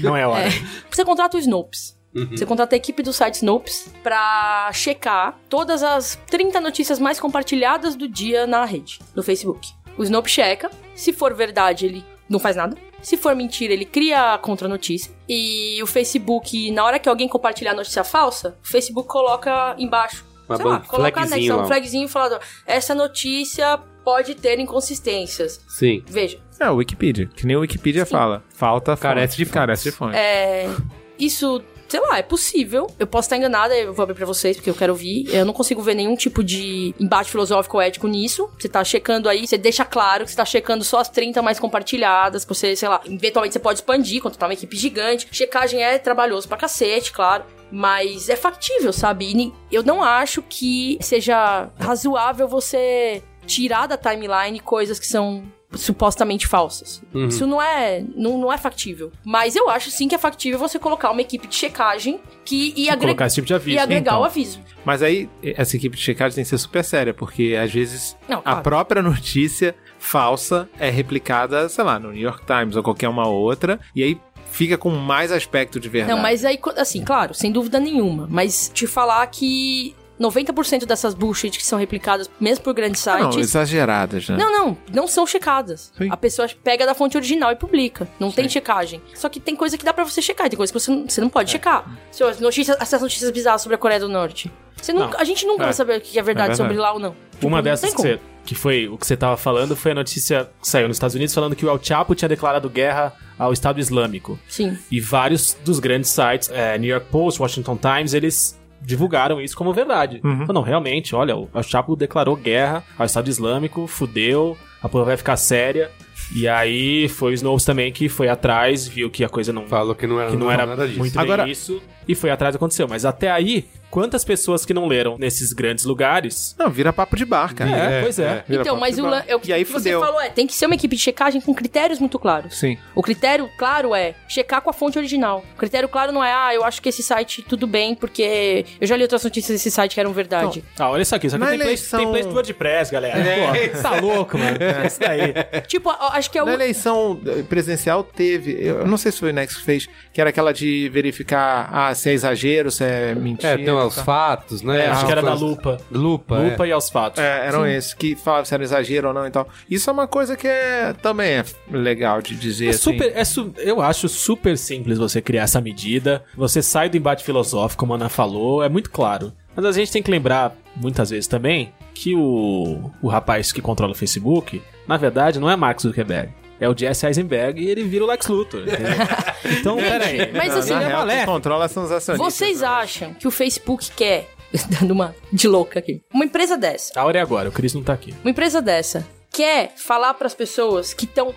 Não é hora.
É. Você contrata o Snopes.
Uhum.
Você contrata a equipe do site Snopes pra checar todas as 30 notícias mais compartilhadas do dia na rede, no Facebook. O Snopes checa. Se for verdade, ele não faz nada. Se for mentira, ele cria a contra-notícia. E o Facebook, na hora que alguém compartilhar a notícia falsa, o Facebook coloca embaixo.
Uma
sei lá,
ban-
coloca
flagzinho
anexo,
lá.
um flagzinho falando: essa notícia pode ter inconsistências.
Sim.
Veja,
É, o Wikipedia. Que nem o Wikipedia fala. Falta
Carece de fontes.
Carece de fonte.
É, isso, sei lá, é possível. Eu posso estar enganada, eu vou abrir pra vocês, porque eu quero ouvir. Eu não consigo ver nenhum tipo de embate filosófico ou ético nisso. Você tá checando aí, você deixa claro que você tá checando só as 30 mais compartilhadas, que você, sei lá, eventualmente você pode expandir, contratar uma equipe gigante. Checagem é trabalhoso pra cacete, claro. Mas é factível, sabe? E ni- eu não acho que seja razoável você tirar da timeline coisas que são supostamente falsas. Isso não é, não, não é factível. Mas eu acho sim que é factível você colocar uma equipe de checagem que e, agre-
Colocar esse tipo de aviso.
e agregar
então.
o aviso.
Mas aí, essa equipe de checagem tem que ser super séria, porque às vezes
Não,
a
claro.
própria notícia falsa é replicada, sei lá, no New York Times ou qualquer uma outra, e aí fica com mais aspecto de é verdade.
Não, mas aí, co- assim, claro, sem dúvida nenhuma. Mas te falar que 90% dessas bullshit que são replicadas, mesmo por grandes
Ah, não,
sites.
exageradas, né?
Não, não, não são checadas.
Sim.
A pessoa pega da fonte original e publica. Não tem checagem. Só que tem coisa que dá pra você checar, e tem coisa que você não, você não
É.
pode checar. Se as notícias, essas notícias bizarras sobre a Coreia do Norte. Você nunca-
Não.
A gente
É.
nunca vai saber o que é verdade,
É verdade.
sobre lá ou não. Tipo,
Uma
não
dessas
tem
que,
como.
você- que foi o que você tava falando foi a notícia que saiu nos Estados Unidos falando que o El Chapo tinha declarado guerra ao Estado Islâmico.
Sim.
E vários dos grandes sites, é, New York Post, Washington Times, eles divulgaram isso como verdade. Então, não, realmente, olha, o El Chapo declarou guerra ao Estado Islâmico, fudeu, a porra vai ficar séria. E aí foi o Snows também que foi atrás, viu que a coisa não,
Falou que não era,
que não era
nada disso.
muito
Agora-
bem isso, e foi atrás e aconteceu. Mas até aí, quantas pessoas que não leram nesses grandes lugares?
Não, vira papo de bar, cara.
É, pois é.
Vira
Então,
papo
mas
de
o,
bar.
lan- é o que
E aí
que você
fudeu.
falou é, tem que ser uma equipe de checagem com critérios muito claros.
Sim.
O critério claro é checar com a fonte original. O critério claro não é, ah, eu acho que esse site tudo bem, porque eu já li outras notícias desse site que eram verdade.
Ah, olha isso aqui, isso aqui
Na
tem place,
eleição-
tem place do WordPress, galera. Pô, tá louco, mano. Isso daí.
Tipo, a- acho que é o.
Na eleição eh, presidencial teve, eu eu não sei se foi o Nex que fez, que era aquela de verificar ah, se é exagero, se é mentira.
É, tem uma os fatos, né?
É, acho
Essas
que era da
coisas.
lupa.
Lupa, é.
Lupa e aos fatos.
É, eram esses que falavam se era exagero ou não e tal. Isso é uma coisa que é, também é legal de dizer.
É
assim.
super, é su- eu acho super simples você criar essa medida. Você sai do embate filosófico, como a Ana falou, é muito claro. Mas a gente tem que lembrar, muitas vezes também, que o, o rapaz que controla o Facebook, na verdade, não é Mark Zuckerberg. É o Jesse Eisenberg e ele vira o Lex Luthor. entendeu? então, peraí.
Mas assim,
Na
né,
real, quem
Valé?
controla são os acionistas. né?
Vocês acham que o Facebook quer, dando uma de louca aqui, uma empresa dessa,
A hora é agora, o Chris não tá aqui.
uma empresa dessa quer falar pras pessoas que estão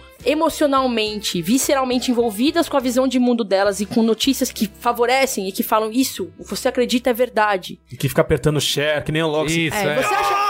emocionalmente, visceralmente envolvidas com a visão de mundo delas e com notícias que favorecem e que falam isso, você acredita é verdade.
E que fica apertando share, que nem o Lox.
Isso,
É,
é.
você acha...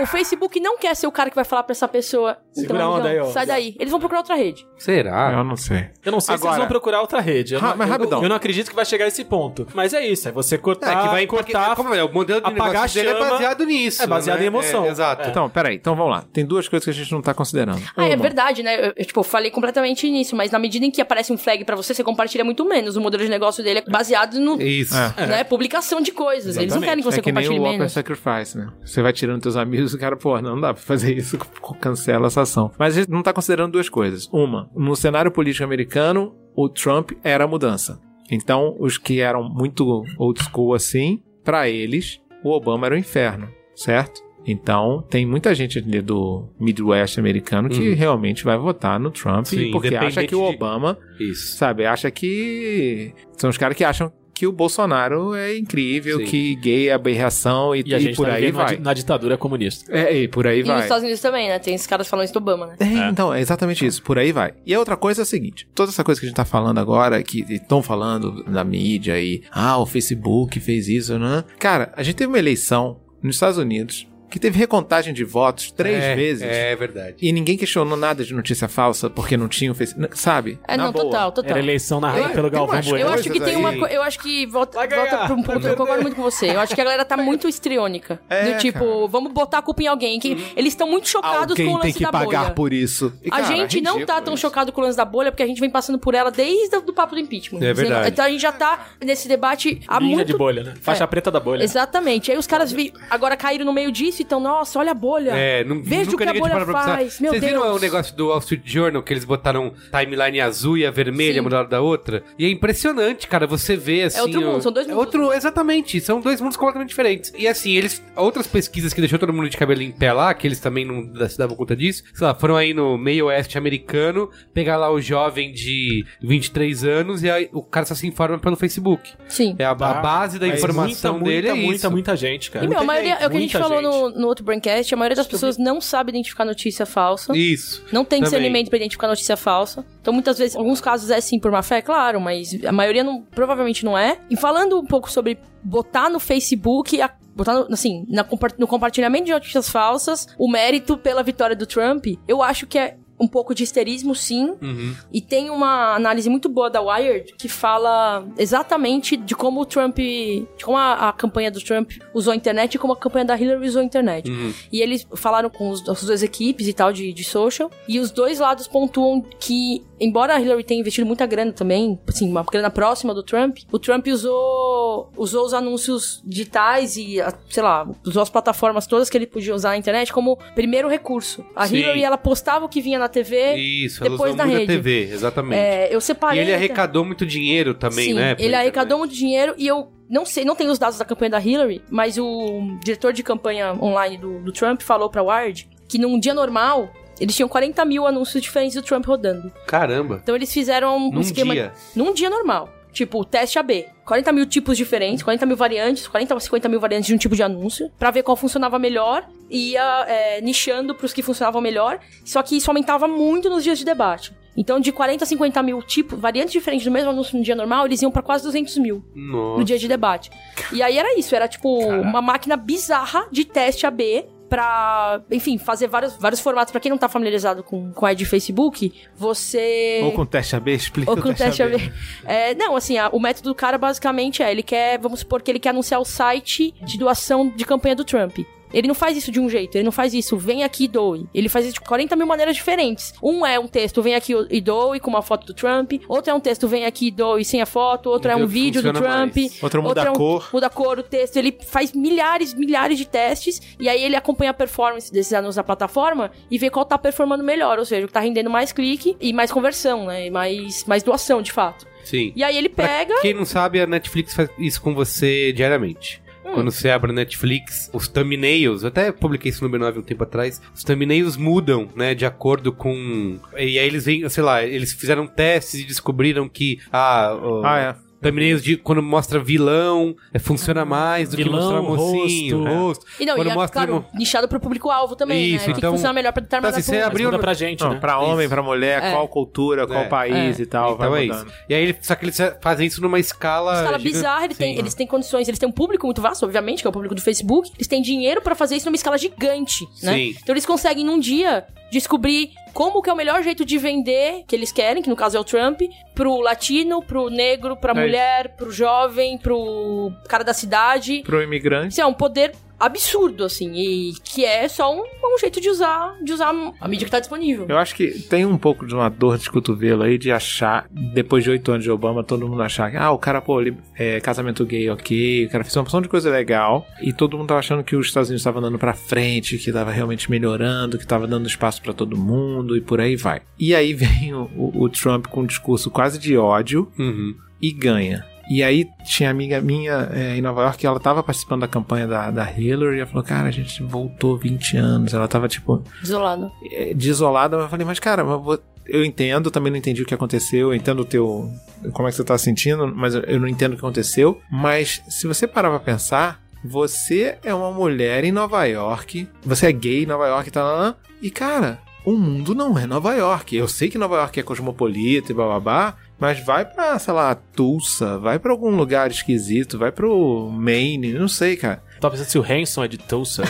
O Facebook não quer ser o cara que vai falar pra essa pessoa.
Segura a
amigão,
onda aí, ó.
Sai daí. Eles vão procurar outra rede.
Será?
Ah, Eu não sei.
Eu não sei se eles
Agora-
vão procurar outra rede. Eu,
Ra-
não,
mas
eu-
rapidão.
eu não acredito que vai chegar a esse ponto. Mas é isso, é você cortar,
É, que vai
cortar...
cortar. Como é, o modelo de
apagar
negócio dele
a chama.
é baseado nisso.
É baseado
né?
em emoção.
É, exato.
Então, peraí. Então vamos lá. Tem duas coisas que a gente não tá considerando.
Ah, é
Uma,
verdade, né? Eu, eu, tipo, falei completamente nisso, mas na medida em que aparece um flag pra você, você compartilha muito menos. O modelo de negócio dele é baseado no,
Isso.
É.
né, publicação de coisas. Eles não
Exatamente.
querem que você
é que nem
compartilhe
o Open
menos.
Sacrifice, né? Você vai tirando teus amigos e o cara, pô, não dá pra fazer isso, cancela essa ação. Mas a gente não tá considerando duas coisas. Uma, no cenário político americano, o Trump era a mudança. Então, os que eram muito old school assim, pra eles, o Obama era o inferno, certo? Então, tem muita gente ali do Midwest americano que realmente vai votar no Trump
Uhum. Sim,
porque acha
independente
que o
de-
Obama
Isso.
sabe? Acha que. São os caras que acham que o Bolsonaro é incrível,
Sim.
que gay é aberração e,
E a
e
gente
por
tá
aí
vivendo na
vai.
di- na ditadura comunista.
É, e por aí
E nos
vai.
Estados Unidos também, né? Tem esses caras falando isso do Obama, né?
É, Então, é exatamente isso, por aí vai. E a outra coisa é o seguinte: toda essa coisa que a gente tá falando agora, que estão falando na mídia e, ah, o Facebook fez isso, né? Cara, a gente teve uma eleição nos Estados Unidos que teve recontagem de votos três
É,
vezes.
É verdade.
E ninguém questionou nada de notícia falsa porque não tinha o Facebook. Sabe?
É,
Na
não,
boa.
total, total.
Era eleição narrada
É,
pelo
tem
Galvão
mais
Bueno.
Eu
coisas
acho que tem uma
aí.
co- Eu acho que volta,
Vai ganhar,
volta pra um ponto que eu concordo muito com você. Eu acho que a galera tá muito histriônica.
É,
do tipo,
cara.
vamos botar a culpa em alguém. Que Eles estão muito chocados com o lance da bolha.
por isso. E,
a
cara,
gente não tá
ridículo
tão
isso.
chocado com o lance da bolha, porque a gente vem passando por ela desde o papo do impeachment.
É verdade.
Então a gente já tá nesse debate há
Linha
muito
de bolha, né? Faixa
É.
preta da bolha.
Exatamente. Aí os caras vi- agora caíram no meio disso, então, nossa, olha a bolha.
É, nu-
Veja o
nunca
que a
ninguém tinha
bolha
parado pra pensar.
faz. Meu
Vocês viram o
Deus.
negócio do Wall Street Journal que eles botaram timeline azul e a vermelha
Sim.
uma do lado da outra? E é impressionante, cara, você vê assim.
outro
ó,
mundo, são dois
é
mundos.
outro, exatamente, são dois mundos completamente diferentes. E assim, eles. Outras pesquisas que deixou todo mundo de cabelo em pé lá, que eles também não se davam conta disso, sei lá, foram aí no meio oeste americano, pegar lá o jovem de 23 anos e aí o cara só se informa pelo Facebook.
Sim.
É a, a
Tá.
base da
Mas
informação
muita,
dele
muita,
é
muita,
isso.
muita gente, cara.
E, meu, a maioria, é o que a gente
Muita
falou no, no outro braincast, a maioria das pessoas não sabe identificar notícia falsa.
Isso.
Não tem
Também.
discernimento pra identificar notícia falsa. Então, muitas vezes, em alguns casos é sim por má fé, claro, mas a maioria não, provavelmente não é. E falando um pouco sobre botar no Facebook, a- botar no, assim, na compar- no compartilhamento de notícias falsas, o mérito pela vitória do Trump, eu acho que é um pouco de histerismo, sim.
Uhum.
E tem uma análise muito boa da Wired que fala exatamente de como o Trump. de como a, a campanha do Trump usou a internet e como a campanha da Hillary usou a internet.
Uhum.
E eles falaram com os, as duas equipes e tal de, de social. E os dois lados pontuam que, embora a Hillary tenha investido muita grana também, assim, uma grana próxima do Trump, o Trump usou, usou os anúncios digitais e, a- sei lá, usou as plataformas todas que ele podia usar na internet como primeiro recurso. A
Sim.
Hillary, ela postava o que vinha na TV.
Isso, ela
É, Depois
usou
da
muito a
rede.
TV, exatamente.
É, eu separei.
E ele
até-
arrecadou muito dinheiro também,
Sim,
né?
Ele arrecadou muito dinheiro e eu não sei, não tenho os dados da campanha da Hillary, mas o diretor de campanha online do, do Trump falou pra Wired que num dia normal eles tinham 40 mil anúncios diferentes do Trump rodando.
muito. Caramba.
Então eles fizeram um
Num
esquema.
dia.
Num dia normal. Tipo, teste AB. 40 mil tipos diferentes, 40 mil variantes, 40 ou 50 mil variantes de um tipo de anúncio, pra ver qual funcionava melhor e ia é, nichando pros que funcionavam melhor. Só que isso aumentava muito nos dias de debate. Então, de 40 a 50 mil tipos, variantes diferentes do mesmo anúncio no dia normal, eles iam pra quase 200 mil no
Nossa.
dia de debate. E aí era isso, era tipo uma máquina bizarra de teste AB pra, enfim, fazer vários, vários formatos. Pra quem não tá familiarizado com, com a de Facebook, você...
Ou com teste AB, explica
Ou com o teste AB. É, não, assim, a- o método do cara basicamente é, ele quer, vamos supor que ele quer anunciar o site de doação de campanha do Trump. Ele não faz isso de um jeito, ele não faz isso, vem aqui e doe. Ele faz isso de 40 mil maneiras diferentes. Um é um texto, vem aqui e doe, com uma foto do Trump. Outro é um texto, vem aqui e doe, sem a foto. Outro
Vê
é
o
um
que
vídeo do
funciona
Trump.
mais.
Outro muda
é
a
um-
cor.
Muda a cor, o texto. Ele faz milhares, milhares de testes. E aí ele acompanha a performance desses anúncios da plataforma e vê qual tá performando melhor. Ou seja, o que tá rendendo mais clique e mais conversão, né? E mais, mais doação, de fato.
Sim.
E aí ele pega.
Quem não sabe, a Netflix faz isso com você diariamente.
Hum.
Quando você abre a Netflix, os thumbnails, eu até publiquei isso no B9 um tempo atrás, os thumbnails mudam, né, de acordo com... E aí eles vêm, sei lá, eles fizeram testes e descobriram que, ah, o-
Ah, é.
thumbnails de quando mostra vilão, é,
Ah,
funciona mais do
Vilão,
que mostrar mocinho, né?
rosto.
rosto.
E não,
quando
e é,
mostra
claro,
emo-
nichado pro público-alvo também,
Isso,
né? O que que
então-
funciona melhor pra
Então,
determinada
assim, você
turma.
abriu-
Abriu pra gente,
Não,
né?
pra homem, pra mulher,
É.
qual cultura, qual
É.
país e tal.
Então
vai
é
mudando.
isso. E aí, ele- só que eles fazem isso numa escala...
escala
gigante-
bizarra, ele tem,
Sim.
eles têm condições, eles têm um público muito vasto, obviamente, que é o público do Facebook, eles têm dinheiro pra fazer isso numa escala gigante, né?
Sim.
Então eles conseguem num dia descobrir como que é o melhor jeito de vender que eles querem, que no caso é o Trump, pro latino, pro negro, pra
É
mulher, pro jovem, pro cara da cidade.
Pro imigrante.
Isso é um poder absurdo, assim, e que é só um, um jeito de usar, de usar a mídia que tá disponível.
Eu acho que tem um pouco de uma dor de cotovelo aí de achar, depois de oito anos de Obama, todo mundo achar que, ah, o cara, pô, ele, é, casamento gay, ok, o cara fez uma porção de coisa legal, e todo mundo tava achando que os Estados Unidos estavam andando pra frente, que tava realmente melhorando, que tava dando espaço pra todo mundo, e por aí vai. E aí vem o, o- o Trump com um discurso quase de ódio,
Uhum.
e ganha. E aí tinha amiga minha eh, em Nova York, ela tava participando da campanha da, da Hillary, e ela falou, cara, a gente voltou 20 anos. Ela tava, tipo,
Isolado.
eh, desolada, mas eu falei, mas cara, mas vo- eu entendo, também não entendi o que aconteceu, eu entendo o teu... como é que você tá sentindo, mas eu- eu não entendo o que aconteceu. Mas se você parar pra pensar, você é uma mulher em Nova York, você é gay em Nova York, tá lá, e cara... O mundo não é Nova York. Eu sei que Nova York é cosmopolita e blá blá blá, mas vai pra, sei lá, Tulsa, vai pra algum lugar esquisito, vai pro Maine, não sei, cara.
Tava pensando se o Hanson é de Tulsa.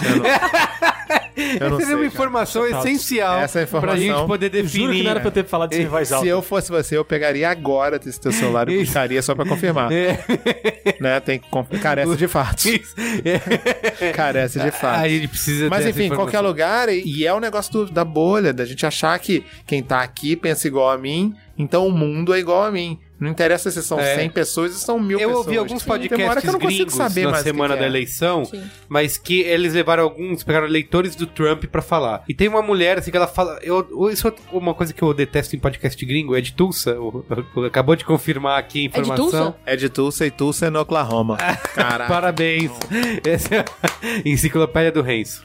Essa é
Eu não
uma
sei. cara.
informação essencial
Essa é a
pra gente
informação.
poder definir.
Juro que não era pra eu ter falado isso em voz
Se
alta.
eu fosse você, eu pegaria agora esse teu celular e
Isso.
buscaria só pra confirmar.
É.
né? Tem que conf- carece de fatos. Carece de fatos.
É. Aí ele precisa
né? Mas
ter essa
enfim, qualquer
informação.
lugar, e- e é o negócio do- da bolha, da gente achar que quem tá aqui pensa igual a mim, então o mundo é igual a mim. Não interessa se são
É.
100 pessoas ou são mil
Eu
pessoas.
ouvi alguns
Tem hora
podcasts
que eu não consigo
gringos
saber
na
mais o que
semana
que
da
é.
eleição,
Sim.
mas que eles levaram alguns, pegaram leitores do Trump pra falar. E tem uma mulher, assim, que ela fala... Eu, isso é uma coisa que eu detesto em podcast gringo, é de Tulsa. o- o- Acabou de confirmar aqui a
de
informação.
Tulsa?
É de Ah, Tulsa e Tulsa é no Oklahoma. Caraca.
Parabéns. Essa é a enciclopédia do Renzo.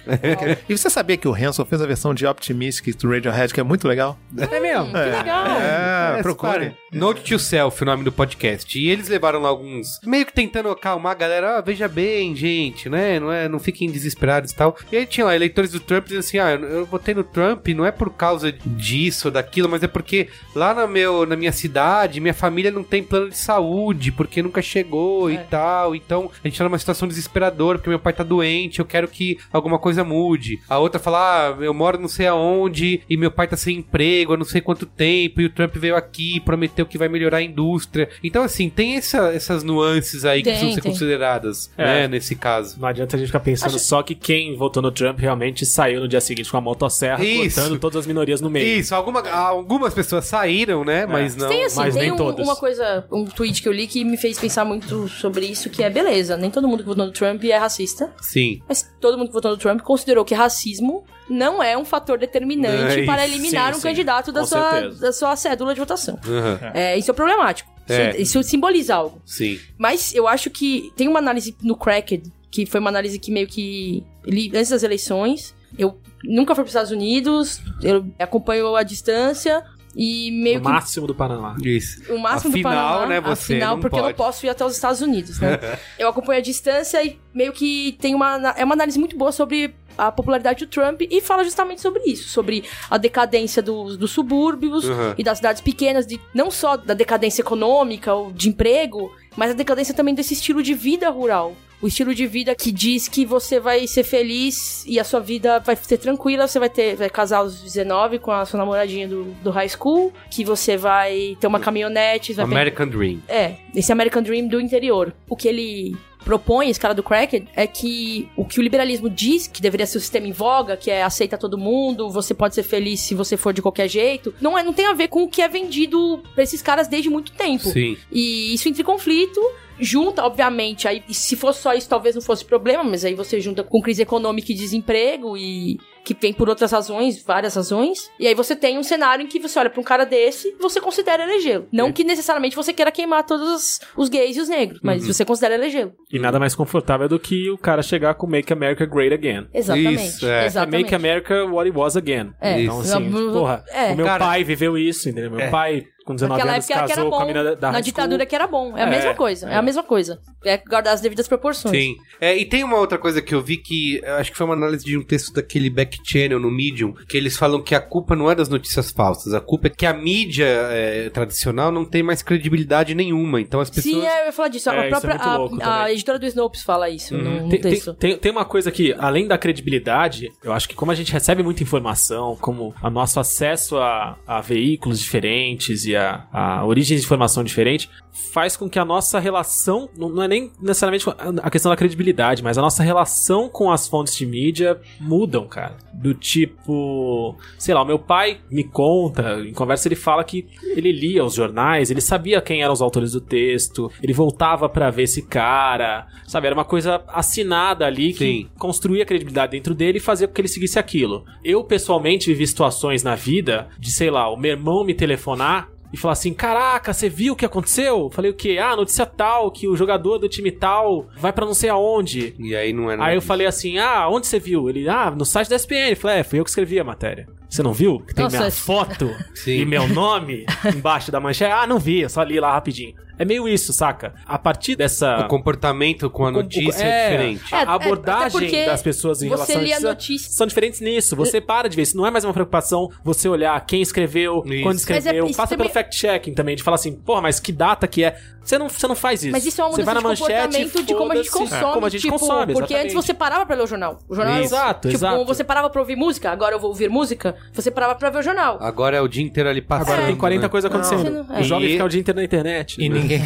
E você sabia que o Hanson fez a versão de Optimistic do Radiohead, que é muito legal?
É mesmo?
Que legal!
É,
procure. Note to Self, o nome do podcast. E eles levaram lá alguns, meio que tentando acalmar a galera. Ah, veja bem, gente, né? Não, é, não fiquem desesperados e tal. E aí tinha lá eleitores do Trump dizendo assim: ah, eu eu votei no Trump não é por causa disso ou daquilo, mas é porque lá na, meu, na minha cidade, minha família não tem plano de saúde, porque nunca chegou e
É.
tal. Então a gente tá numa situação desesperadora, porque meu pai tá doente, eu quero que alguma coisa mude. A outra fala: ah, eu moro não sei aonde e meu pai tá sem emprego há não sei quanto tempo, e o Trump veio aqui e prometeu que vai melhorar a indústria. Então, assim, tem essa- essas nuances aí que
Tem,
precisam ser
tem.
consideradas,
É.
né, nesse caso.
Não adianta a gente ficar pensando só que quem votou no Trump realmente saiu no dia seguinte com a motosserra,
Isso.
cortando todas as minorias no meio.
Isso, alguma- algumas pessoas saíram, né? Mas não.
Tem assim,
mas
tem
nem
um-
todas.
uma coisa, um tweet que eu li que me fez pensar muito sobre isso, que é beleza, nem todo mundo que votou no Trump é racista,
Sim.
mas todo mundo que votou no Trump considerou que racismo não é um fator determinante
É,
para
isso,
eliminar
sim,
um
sim,
candidato da
com
sua,
certeza.
da sua cédula de votação.
Aham,
É, isso é problemático. Isso-
É.
Isso, simboliza algo.
Sim.
Mas eu acho que tem uma análise no Cracked, que foi uma análise que meio que li antes das eleições. Eu nunca fui para os Estados Unidos, eu acompanho à distância e meio
O
que
máximo do Paraná.
Isso.
o máximo do
Afinal,
Panamá,
né, você
afinal,
não
porque eu não
pode.
posso ir até os Estados Unidos, né? eu acompanho a distância e meio que tem uma ana- é uma análise muito boa sobre a popularidade do Trump e fala justamente sobre isso, sobre a decadência dos, dos subúrbios
Uhum.
e das cidades pequenas, de, não só da decadência econômica ou de emprego, mas a decadência também desse estilo de vida rural. O estilo de vida que diz que você vai ser feliz e a sua vida vai ser tranquila, você vai ter vai casar aos 19 com a sua namoradinha do, do high school, que você vai ter uma caminhonete, vai ter-
American Dream.
é, esse American Dream do interior. O que ele propõe, esse cara do Cracked, é que o que o liberalismo diz, que deveria ser o sistema em voga, que é aceita todo mundo, você pode ser feliz se você for de qualquer jeito, não, é, não tem a ver com o que é vendido pra esses caras desde muito tempo.
Sim.
E isso entra em conflito. Junta, obviamente, aí se fosse só isso, talvez não fosse problema, mas aí você junta com crise econômica e desemprego e que vem por outras razões, várias razões. E aí você tem um cenário em que você olha pra um cara desse e você considera elegê-lo. Não
É.
que necessariamente você queira queimar todos os- os gays e os negros, mas
Uhum.
você considera elegê-lo.
E nada mais confortável do que o cara chegar com Make America Great Again.
Exatamente.
Isso, é.
Exatamente.
Make America What It Was Again.
É.
Então,
Isso.
assim,
Eu-
porra,
é.
o meu
Cara-
pai viveu isso, entendeu? Meu
É.
pai, com 19
Naquela
anos,
época era que era
casou com a
bom.
menina da, da high
Na
school.
ditadura que era bom. É a
É,
mesma coisa. É. a mesma coisa. É guardar as devidas proporções.
Sim. É, e tem uma outra coisa que eu vi que eh, acho que foi uma análise de um texto daquele back channel no Medium, que eles falam que a culpa não é das notícias falsas, a culpa é que a mídia eh, tradicional não tem mais credibilidade nenhuma. Então as pessoas.
Sim, é, eu ia falar disso.
É, isso
a
é
própria
muito louco
a- a,
também. Uhum.
editora do Snopes fala isso no, no
Tem, tem-
texto.
tem- tem uma coisa que, além da credibilidade, eu acho que como a gente recebe muita informação, como o nosso acesso a, a veículos diferentes e a, a origens de informação diferente, faz com que a nossa relação, não, não é nem necessariamente a questão da credibilidade, mas a nossa relação com as fontes de mídia mudam, cara. Do tipo, sei lá, o meu pai me conta, em conversa ele fala que ele lia os jornais, ele sabia quem eram os autores do texto, ele voltava pra ver esse cara, sabe? Era uma coisa assinada ali que
Sim.
construía a credibilidade dentro dele e fazia com que ele seguisse aquilo. Eu, pessoalmente, vivi situações na vida de, sei lá, o meu irmão me telefonar e falar assim: Caraca, você viu o que aconteceu? Falei o quê? Ah, notícia tal, que o jogador do time tal vai pra não sei aonde.
E aí não é nada
Aí eu
disso.
falei assim: Ah, onde você viu? Ele, ah, no site da SPN. Eu Falei, é, fui eu que escrevi a matéria. Você não viu? Que tem
Nossa,
minha
esse-
foto
Sim.
e meu nome embaixo da manchete. Ah, não vi, eu só li lá rapidinho. É meio isso, saca? A partir dessa.
O comportamento com a
Com-
notícia
é,
é diferente.
A
É, é, até
abordagem
porque
das pessoas Tipo assim, em
você
relação
lê a
isso
notícia.
são diferentes nisso. Você para de ver. Isso não é mais uma preocupação você olhar quem escreveu,
Isso.
quando
Mas é-
escreveu.
isso
Passa
também-
pelo fact-checking também, de falar assim, porra, mas que data que é. Você não, você não faz isso.
Mas isso é uma
Você vai
mudança
na
de
manchete, e
comportamento de como a gente
foda-se. É,
consome.
Como a gente
tipo,
consome,
Porque antes
exatamente.
você parava pra ler o jornal. O jornal era-
Exato,
tipo,
exato.
você parava pra ouvir música, agora eu vou ouvir música, você parava pra ver o jornal.
Ah,
Agora é o dia inteiro ali passando.
Agora tem 40
né?
coisas acontecendo.
Não, você não-
O jovem
é.
fica o dia inteiro na internet.
E
né?
ninguém,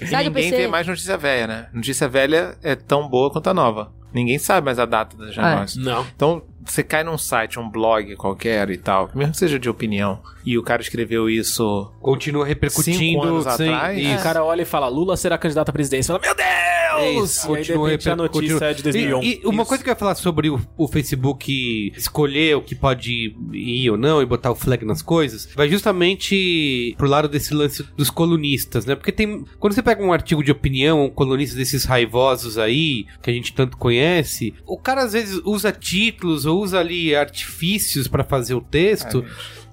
e
Sabe, eu
ninguém
pensei-
vê mais notícia velha, né? Notícia velha é tão boa quanto a nova. Ninguém sabe mais a data das jornais.
Não.
Então, você cai num site, um blog qualquer e tal, mesmo que seja de opinião, e o cara escreveu isso
Continua repercutindo.
Cinco anos
sem-
atrás?
Isso. É
E o cara olha e fala, Lula será candidato à presidência. Fala, meu Deus!
Isso,
Aí, de repente, a
reper-
notícia
continua.
é de 2001.
E, e uma
Isso.
coisa que eu ia falar sobre o, o Facebook escolher o que pode ir ou não e botar o flag nas coisas, vai justamente pro lado desse lance dos colunistas, né? Porque tem. Quando você pega um artigo de opinião, um colunista desses raivosos aí, que a gente tanto conhece, o cara às vezes usa títulos ou usa ali artifícios pra fazer o texto,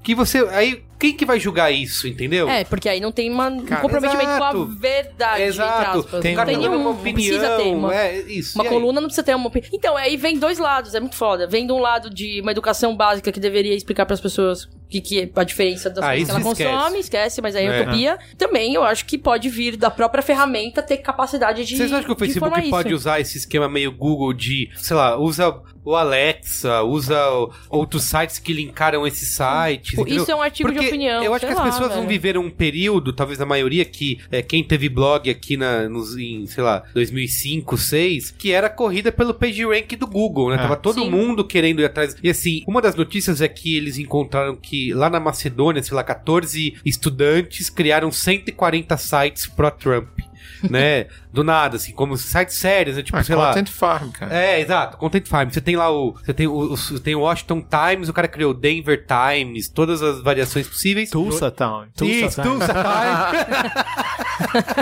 que você. Aí, quem que vai julgar isso, entendeu?
É, porque aí não tem uma- um
Cara,
comprometimento com
exato.
a verdade. entre
Exato,
aspas.
tem,
não tem
cada um
nenhum.
uma
não
opinião,
precisa ter uma.
é, isso.
Uma
e aí?
coluna não precisa ter uma opinião. Então, aí vem dois lados, é muito foda. Vem de um lado de uma educação básica que deveria explicar pras pessoas o que, que é a diferença das
Ah,
coisas que
isso
ela
esquece.
consome, esquece, mas aí é,
É.
utopia. Também eu acho que pode vir da própria ferramenta ter capacidade de.
Vocês acham que o
de informar
Facebook pode
isso.
usar esse esquema meio Google de, sei lá, usa o Alexa, usa o- outros sites que linkaram esses sites?
Pô,
entendeu?
Isso é um artigo de
Porque
opinião.
Eu acho
sei
que as
lá,
pessoas não
velho.
viveram um período, talvez a maioria, que é, quem teve blog aqui na, nos, em, sei lá, 2005, 2006, que era corrida pelo PageRank do Google, né?
É.
Tava todo
Sim.
mundo querendo ir atrás. E assim, uma das notícias é que eles encontraram que lá na Macedônia, sei lá, 14 estudantes criaram 140 sites pró-Trump. né? Do nada, assim, como sites sérios, né? Tipo,
ah,
sei lá.
content farm, cara.
É, exato, Content Farm. Você tem lá o. Você tem o, o- tem o Washington Times, o cara criou o Denver Times, todas as variações possíveis.
Tulsa Town.
Isso,
Tulsa Times.
Tulsa Times,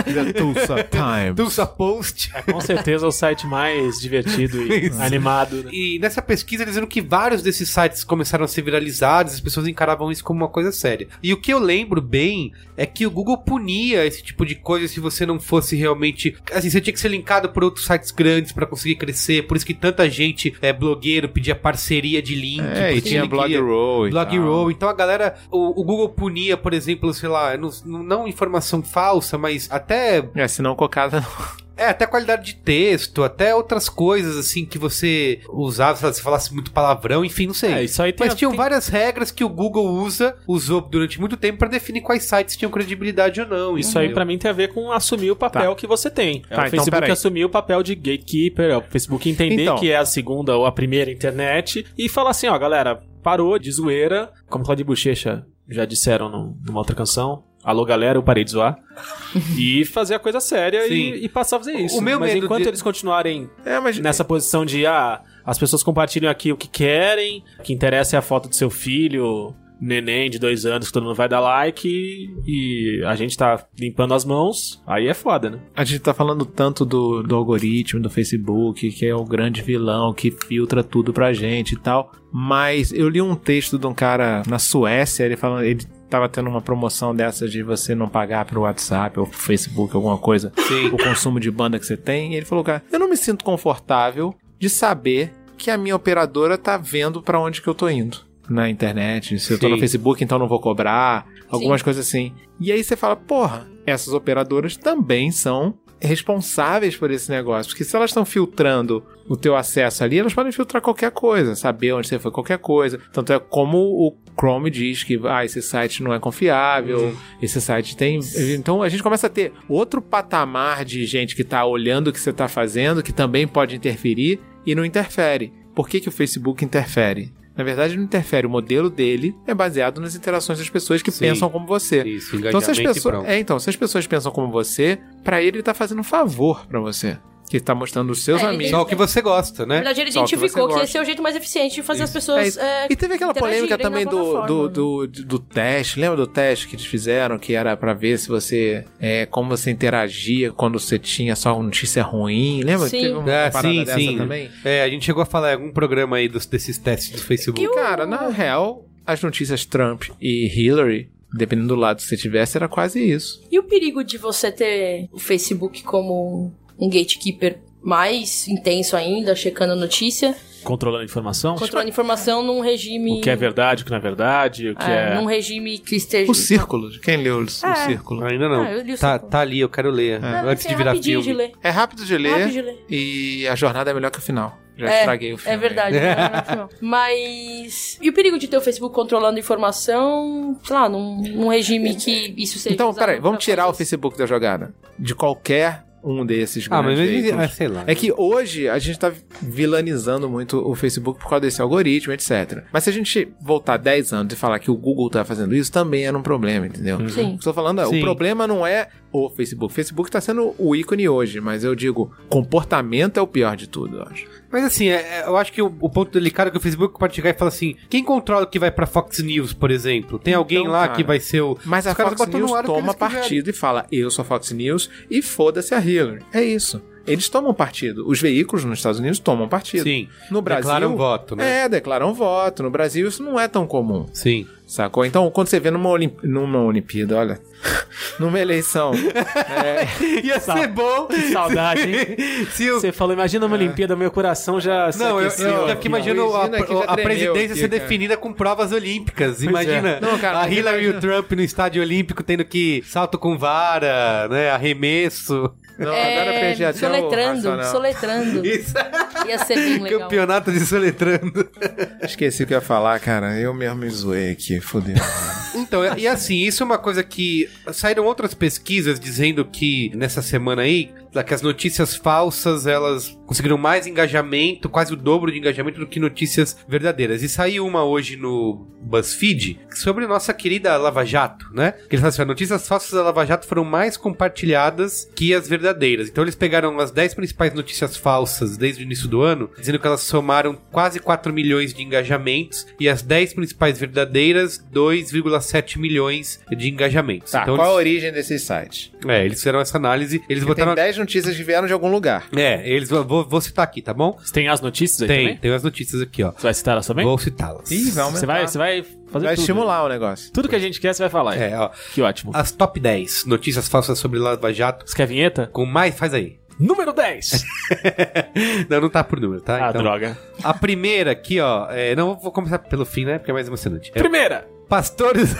The É Tulsa Time.
Tulsa Post.
Com certeza é o site mais divertido e
Isso.
animado. né?
E nessa pesquisa eles viram que vários desses sites começaram a ser viralizados, as pessoas encaravam isso como uma coisa séria. E o que eu lembro bem é que o Google punia esse tipo de coisa se você não fosse realmente. Assim, você tinha que ser linkado por outros sites grandes pra conseguir crescer, por isso que tanta gente é blogueiro pedia parceria de link.
É, e
porque
tinha
ele
Blog
queria-
Roll. e
Blog
tal.
Roll. Então a galera. O, o Google punia, por exemplo, sei lá, não, não informação falsa, mas até
É, senão cocada
É, até qualidade de texto, até outras coisas, assim, que você usava, sei lá, se falasse muito palavrão, enfim, não sei.
É, isso aí tem
Mas
a-
tinham
tem-
várias regras que o Google usa, usou durante muito tempo pra definir quais sites tinham credibilidade ou não.
Isso aí
entendeu?
pra mim tem a ver com assumir o papel que você tem. É
Uhum. Tá,
o
então,
Facebook
peraí.
assumir o papel de gatekeeper, é o Facebook entender
Então.
que é a segunda ou a primeira internet e falar assim, ó, galera, parou de zoeira, como Claudio Bochecha já disseram num- numa outra canção. Alô, galera, eu parei de zoar. e fazer a coisa séria
Sim.
e, e passar a fazer isso.
meu
Mas
medo
enquanto
de-
eles continuarem
É, mas
nessa posição de ah, as pessoas compartilham aqui o que querem, o que interessa é a foto do seu filho, neném de dois anos, que todo mundo vai dar like e, e a gente tá limpando as mãos, aí é foda, né?
a gente tá falando tanto do, do algoritmo do Facebook, que é o grande vilão que filtra tudo pra gente e tal. Mas eu li um texto de um cara na Suécia, ele falando, ele tava tendo uma promoção dessas de você não pagar pro WhatsApp ou pro Facebook, alguma coisa, o consumo de banda que você tem. E ele falou, cara, eu não me sinto confortável de saber que a minha operadora tá vendo pra onde que eu tô indo. Na internet, se eu tô
Sim.
no Facebook, então não vou cobrar, algumas coisas assim. E aí você fala, porra, essas operadoras também são responsáveis por esse negócio, porque se elas estão filtrando o teu acesso ali, elas podem filtrar qualquer coisa, saber onde você foi, qualquer coisa. Tanto é como o Chrome diz que ah, esse site não é confiável, esse site tem. Então a gente começa a ter outro patamar de gente que tá olhando o que você tá fazendo, que também pode interferir e não interfere. Por que, que o Facebook interfere? Na verdade, ele não interfere. O modelo dele é baseado nas interações das pessoas que
Sim.
pensam como você.
é
Isso,
Então, se as
engajamento e
pessoas,
pronto.
é, então, se as pessoas pensam como você, pra ele ele tá fazendo um favor pra você. Que ele tá mostrando os seus
É, ele-
amigos.
Só o que você gosta,
Na
né?
verdade, ele
Só o que
identificou
você
que,
gosta.
esse é o jeito mais eficiente de fazer as
É
pessoas.
isso.
é,
E teve aquela
interagirem
polêmica
na
também do, do,
plataforma,
do, do teste, lembra do teste que eles fizeram, que era pra ver se você. É, como você interagia quando você tinha só uma notícia ruim? Lembra? que
Sim.
Teve uma
É,
parada
sim,
dessa
sim.
também?
É, a gente chegou a falar em algum programa aí dos- desses testes do Facebook.
Cara, na real, as notícias Trump e Hillary, dependendo do lado que você tivesse, era quase isso.
E o perigo de você ter o Facebook como um gatekeeper mais intenso ainda, checando a notícia,
Controlando a informação,
controlando informação num regime.
o que é verdade, o que não é verdade, o que
é,
é...
num regime que esteja.
O círculo. Quem leu o,
É.
o círculo?
Ainda não.
Ah, eu li o
tá,
seu-
tá ali, eu quero ler.
Ah, mas
Antes
é
de virar
rapidinho
filme.
de ler.
É rápido de ler.
Rápido de ler.
E a jornada é melhor que o final. Já
É,
estraguei o final. né?
É verdade, não é nada não. Mas. E o perigo de ter o Facebook controlando informação, sei lá, num, num regime que isso seja.
Então,
usado
peraí, vamos
pra
tirar o
coisas-
Facebook da jogada. De qualquer um desses
Ah, mas,
grandes veículos.
ah, sei lá.
É que hoje a gente tá vilanizando muito o Facebook por causa desse algoritmo, etc. Mas se a gente voltar 10 anos e falar que o Google tá fazendo isso, também era um problema, entendeu?
Sim.
Estou falando, é, o
Hum. Sim.
problema não é o Facebook. O Facebook tá sendo o ícone hoje, mas eu digo, comportamento é o pior de tudo, eu acho.
Mas assim, é- é- eu acho que o, o ponto delicado é que o Facebook pode chegar e falar assim: quem controla o que vai pra Fox News, por exemplo? Tem alguém
Então,
lá
cara.
que vai ser o.
Mas
Os
a
caras
Fox
botam no
News
ar o que
toma
eles quiserem.
partido e fala, eu sou Fox News e foda-se a Hillary. É isso. Eles tomam partido. Os veículos nos Estados Unidos tomam partido.
Sim.
No Brasil...
Declaram voto, né?
É, declaram voto. No Brasil isso não é tão comum.
Sim.
Sacou? Então, quando você vê numa, Olim... numa Olimpíada, olha. numa eleição.
Ia
Sabe.
ser bom
Que saudade, hein?
se o.
Você falou, imagina uma Olimpíada, meu coração já se
Não, eu,
aqueceu
eu já
aqui,
fico imaginando a,
Luizinho aqui já
a
tremeu
presidência
aqui,
ser
cara. é.
definida com provas olímpicas. Imagina
Não, cara,
a
porque
Hillary e o
imagina-
Trump no estádio olímpico tendo que salto com vara, né? Arremesso.
Não, agora eu
É,
perdi até o
soletrando,
racional.
soletrando.
Isso.
é
Ia ser bem legal.
Campeonato de soletrando.
Esqueci o que eu ia falar, cara. Eu mesmo me zoei aqui, fodeu.
Então, e assim, isso é uma coisa que saíram outras pesquisas dizendo que nessa semana aí, que as notícias falsas, elas conseguiram mais engajamento, quase o dobro de engajamento do que notícias verdadeiras. E saiu uma hoje no BuzzFeed sobre nossa querida Lava Jato, né? Que eles falam assim, "Ó, notícias falsas da Lava Jato foram mais compartilhadas que as verdadeiras. Então eles pegaram as 10 principais notícias falsas desde o início do ano, dizendo que elas somaram quase 4 milhões de engajamentos e as 10 principais verdadeiras, 2,7 milhões de engajamentos.
Tá,
então
qual a
eles,
origem desses sites?
é, eles fizeram essa análise, eles
Porque
botaram...
Tem 10 notícias que vieram de algum lugar.
É, eles vou, vou citar aqui, tá bom?
Tem as notícias aí
Tem,
também?
tem as notícias aqui, ó.
Você vai citar elas também?
Vou citá-las.
Ih, vai aumentar.
Você vai, você vai fazer
Vai
tudo.
estimular o negócio.
Tudo que a gente quer, você vai falar.
É, ó.
Que ótimo.
As top 10 notícias falsas sobre Lava Jato
Você quer a vinheta?
com mais... Faz aí.
Número 10!
não, não tá por número, tá?
ah, droga.
A primeira aqui, ó. é, não vou começar pelo fim, né? Porque é mais emocionante. É,
Primeira!
pastor, us-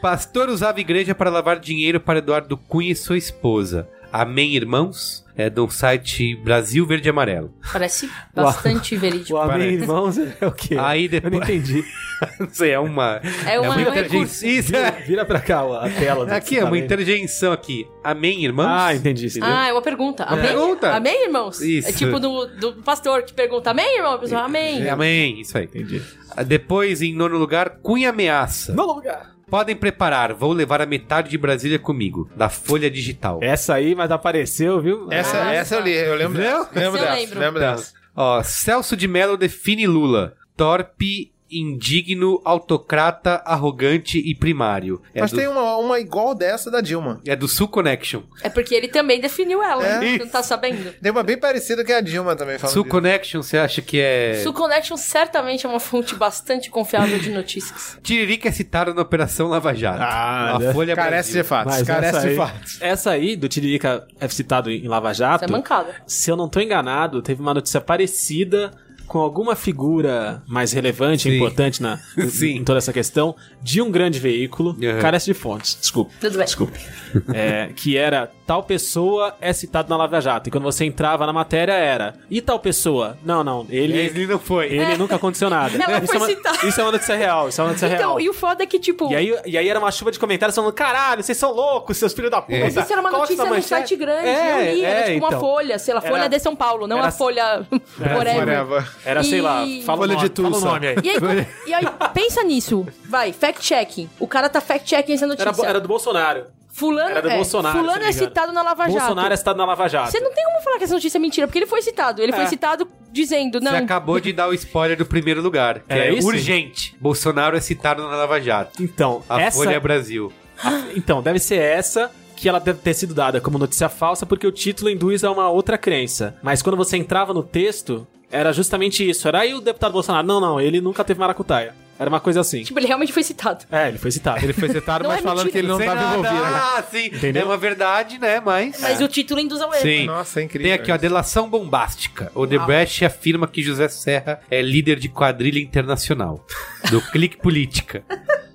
pastor usava igreja para lavar dinheiro para Eduardo Cunha e sua esposa. Amém Irmãos, é do site Brasil Verde e Amarelo.
Parece bastante verídico.
O Amém
Tipo, Parece. Ah,
Irmãos é o quê?
Aí
Eu não
depois.
entendi.
Não sei, é uma.
É uma,
muita
um recurso.
interjeição. Isso, é.
Vira pra cá ó, a tela. do que
Aqui
você
é
tá
uma
lendo.
interjeição aqui. Amém, irmãos?
Ah, entendi. entendeu?
Ah, é uma pergunta. Amém?
pergunta.
Amém, irmãos?
Isso.
É tipo do, do pastor que pergunta, amém, irmão? A pessoa, amém.
É, Amém, isso aí.
Entendi.
Ah, Depois, em nono lugar, Cunha Ameaça.
No lugar.
Podem preparar, vou levar a metade de Brasília comigo, da Folha Digital.
Essa aí, mas apareceu, viu?
é
Essa,
Ah,
essa eu li, eu lembro
Viu? Tá.
dela. Lembro
Essa eu
dela.
lembro.
Lembro dela.
Ó, Celso de Mello define Lula. Torpe, indigno, autocrata, arrogante e primário. É,
Mas
do,
tem uma, uma igual dessa da Dilma.
é do Sul Connection.
É porque ele também definiu ela,
É.
né? Você não tá sabendo?
Tem uma bem parecida que a Dilma também falando.
Sul
disso.
Connection, você acha que é...
Sul Connection certamente é uma fonte bastante confiável de notícias.
Tiririca é citado na Operação Lava Jato.
Ah,
a
né?
Folha
Carece
Brasil.
de fatos.
Mas
é
essa
carece
aí-
de fatos.
Essa aí, do Tiririca é citado em Lava
Isso
Jato.
é mancada.
se eu não tô enganado, teve uma notícia parecida com alguma figura mais relevante e
Sim.
importante na,
Sim.
em toda essa questão de um grande veículo,
Uhum.
carece de fontes, desculpa.
Tudo bem.
Desculpe. É, que era tal pessoa é citado na Lava Jato. E quando você entrava na matéria era. E tal pessoa? Não, não. Ele,
Ele não foi.
ele nunca aconteceu nada. isso,
Ela É. foi
é uma,
citada.
isso é uma notícia real. Isso é uma notícia
Então,
real.
e o foda é que, tipo,
E aí, e aí era uma chuva de comentários falando: caralho, vocês são loucos, seus filhos da puta.
É.
mas isso era uma
Corta
notícia
a
num
manchete."
site grande,
É,
eu li, era
é,
tipo uma
então.
folha, sei lá,
Era-
folha de São Paulo, não
era- É,
a folha whatever.
Whatever.
Era, sei lá,
E-
fala
Folha
o nome,
de
fala o
Tulsa.
nome aí.
E aí, e aí, pensa nisso. Vai, fact-checking. O cara tá fact-checking essa notícia.
Era, bo- era do Bolsonaro.
fulano,
era do
é,
Bolsonaro, se
Fulano
não me
é
engano.
citado na Lava Jato.
Bolsonaro é citado na Lava Jato.
Você não tem como falar que essa notícia é mentira, porque ele foi citado. Ele
É.
foi citado dizendo, não.
Você acabou de dar o spoiler do primeiro lugar. Que
É
é,
isso?
urgente. Bolsonaro é citado na Lava Jato.
Então,
A
essa...
Folha Brasil.
a- Então, deve ser essa que ela deve ter sido dada como notícia falsa, porque o título induz a uma outra crença. Mas quando você entrava no texto, era justamente isso. Era aí o deputado Bolsonaro. Não, não, ele nunca teve maracutaia. Era uma coisa assim.
Tipo, ele realmente foi citado.
É, ele foi citado.
Ele foi citado,
Não mas é falando mentira. que ele
Sem nada. Ah, sim.
Entendeu?
É uma verdade, né? Mas.
É.
Mas o título induz ao erro.
Sim.
Nossa, é incrível.
Tem aqui, ó, delação bombástica. Odebrecht afirma que José Serra é líder de quadrilha internacional. Do clique política.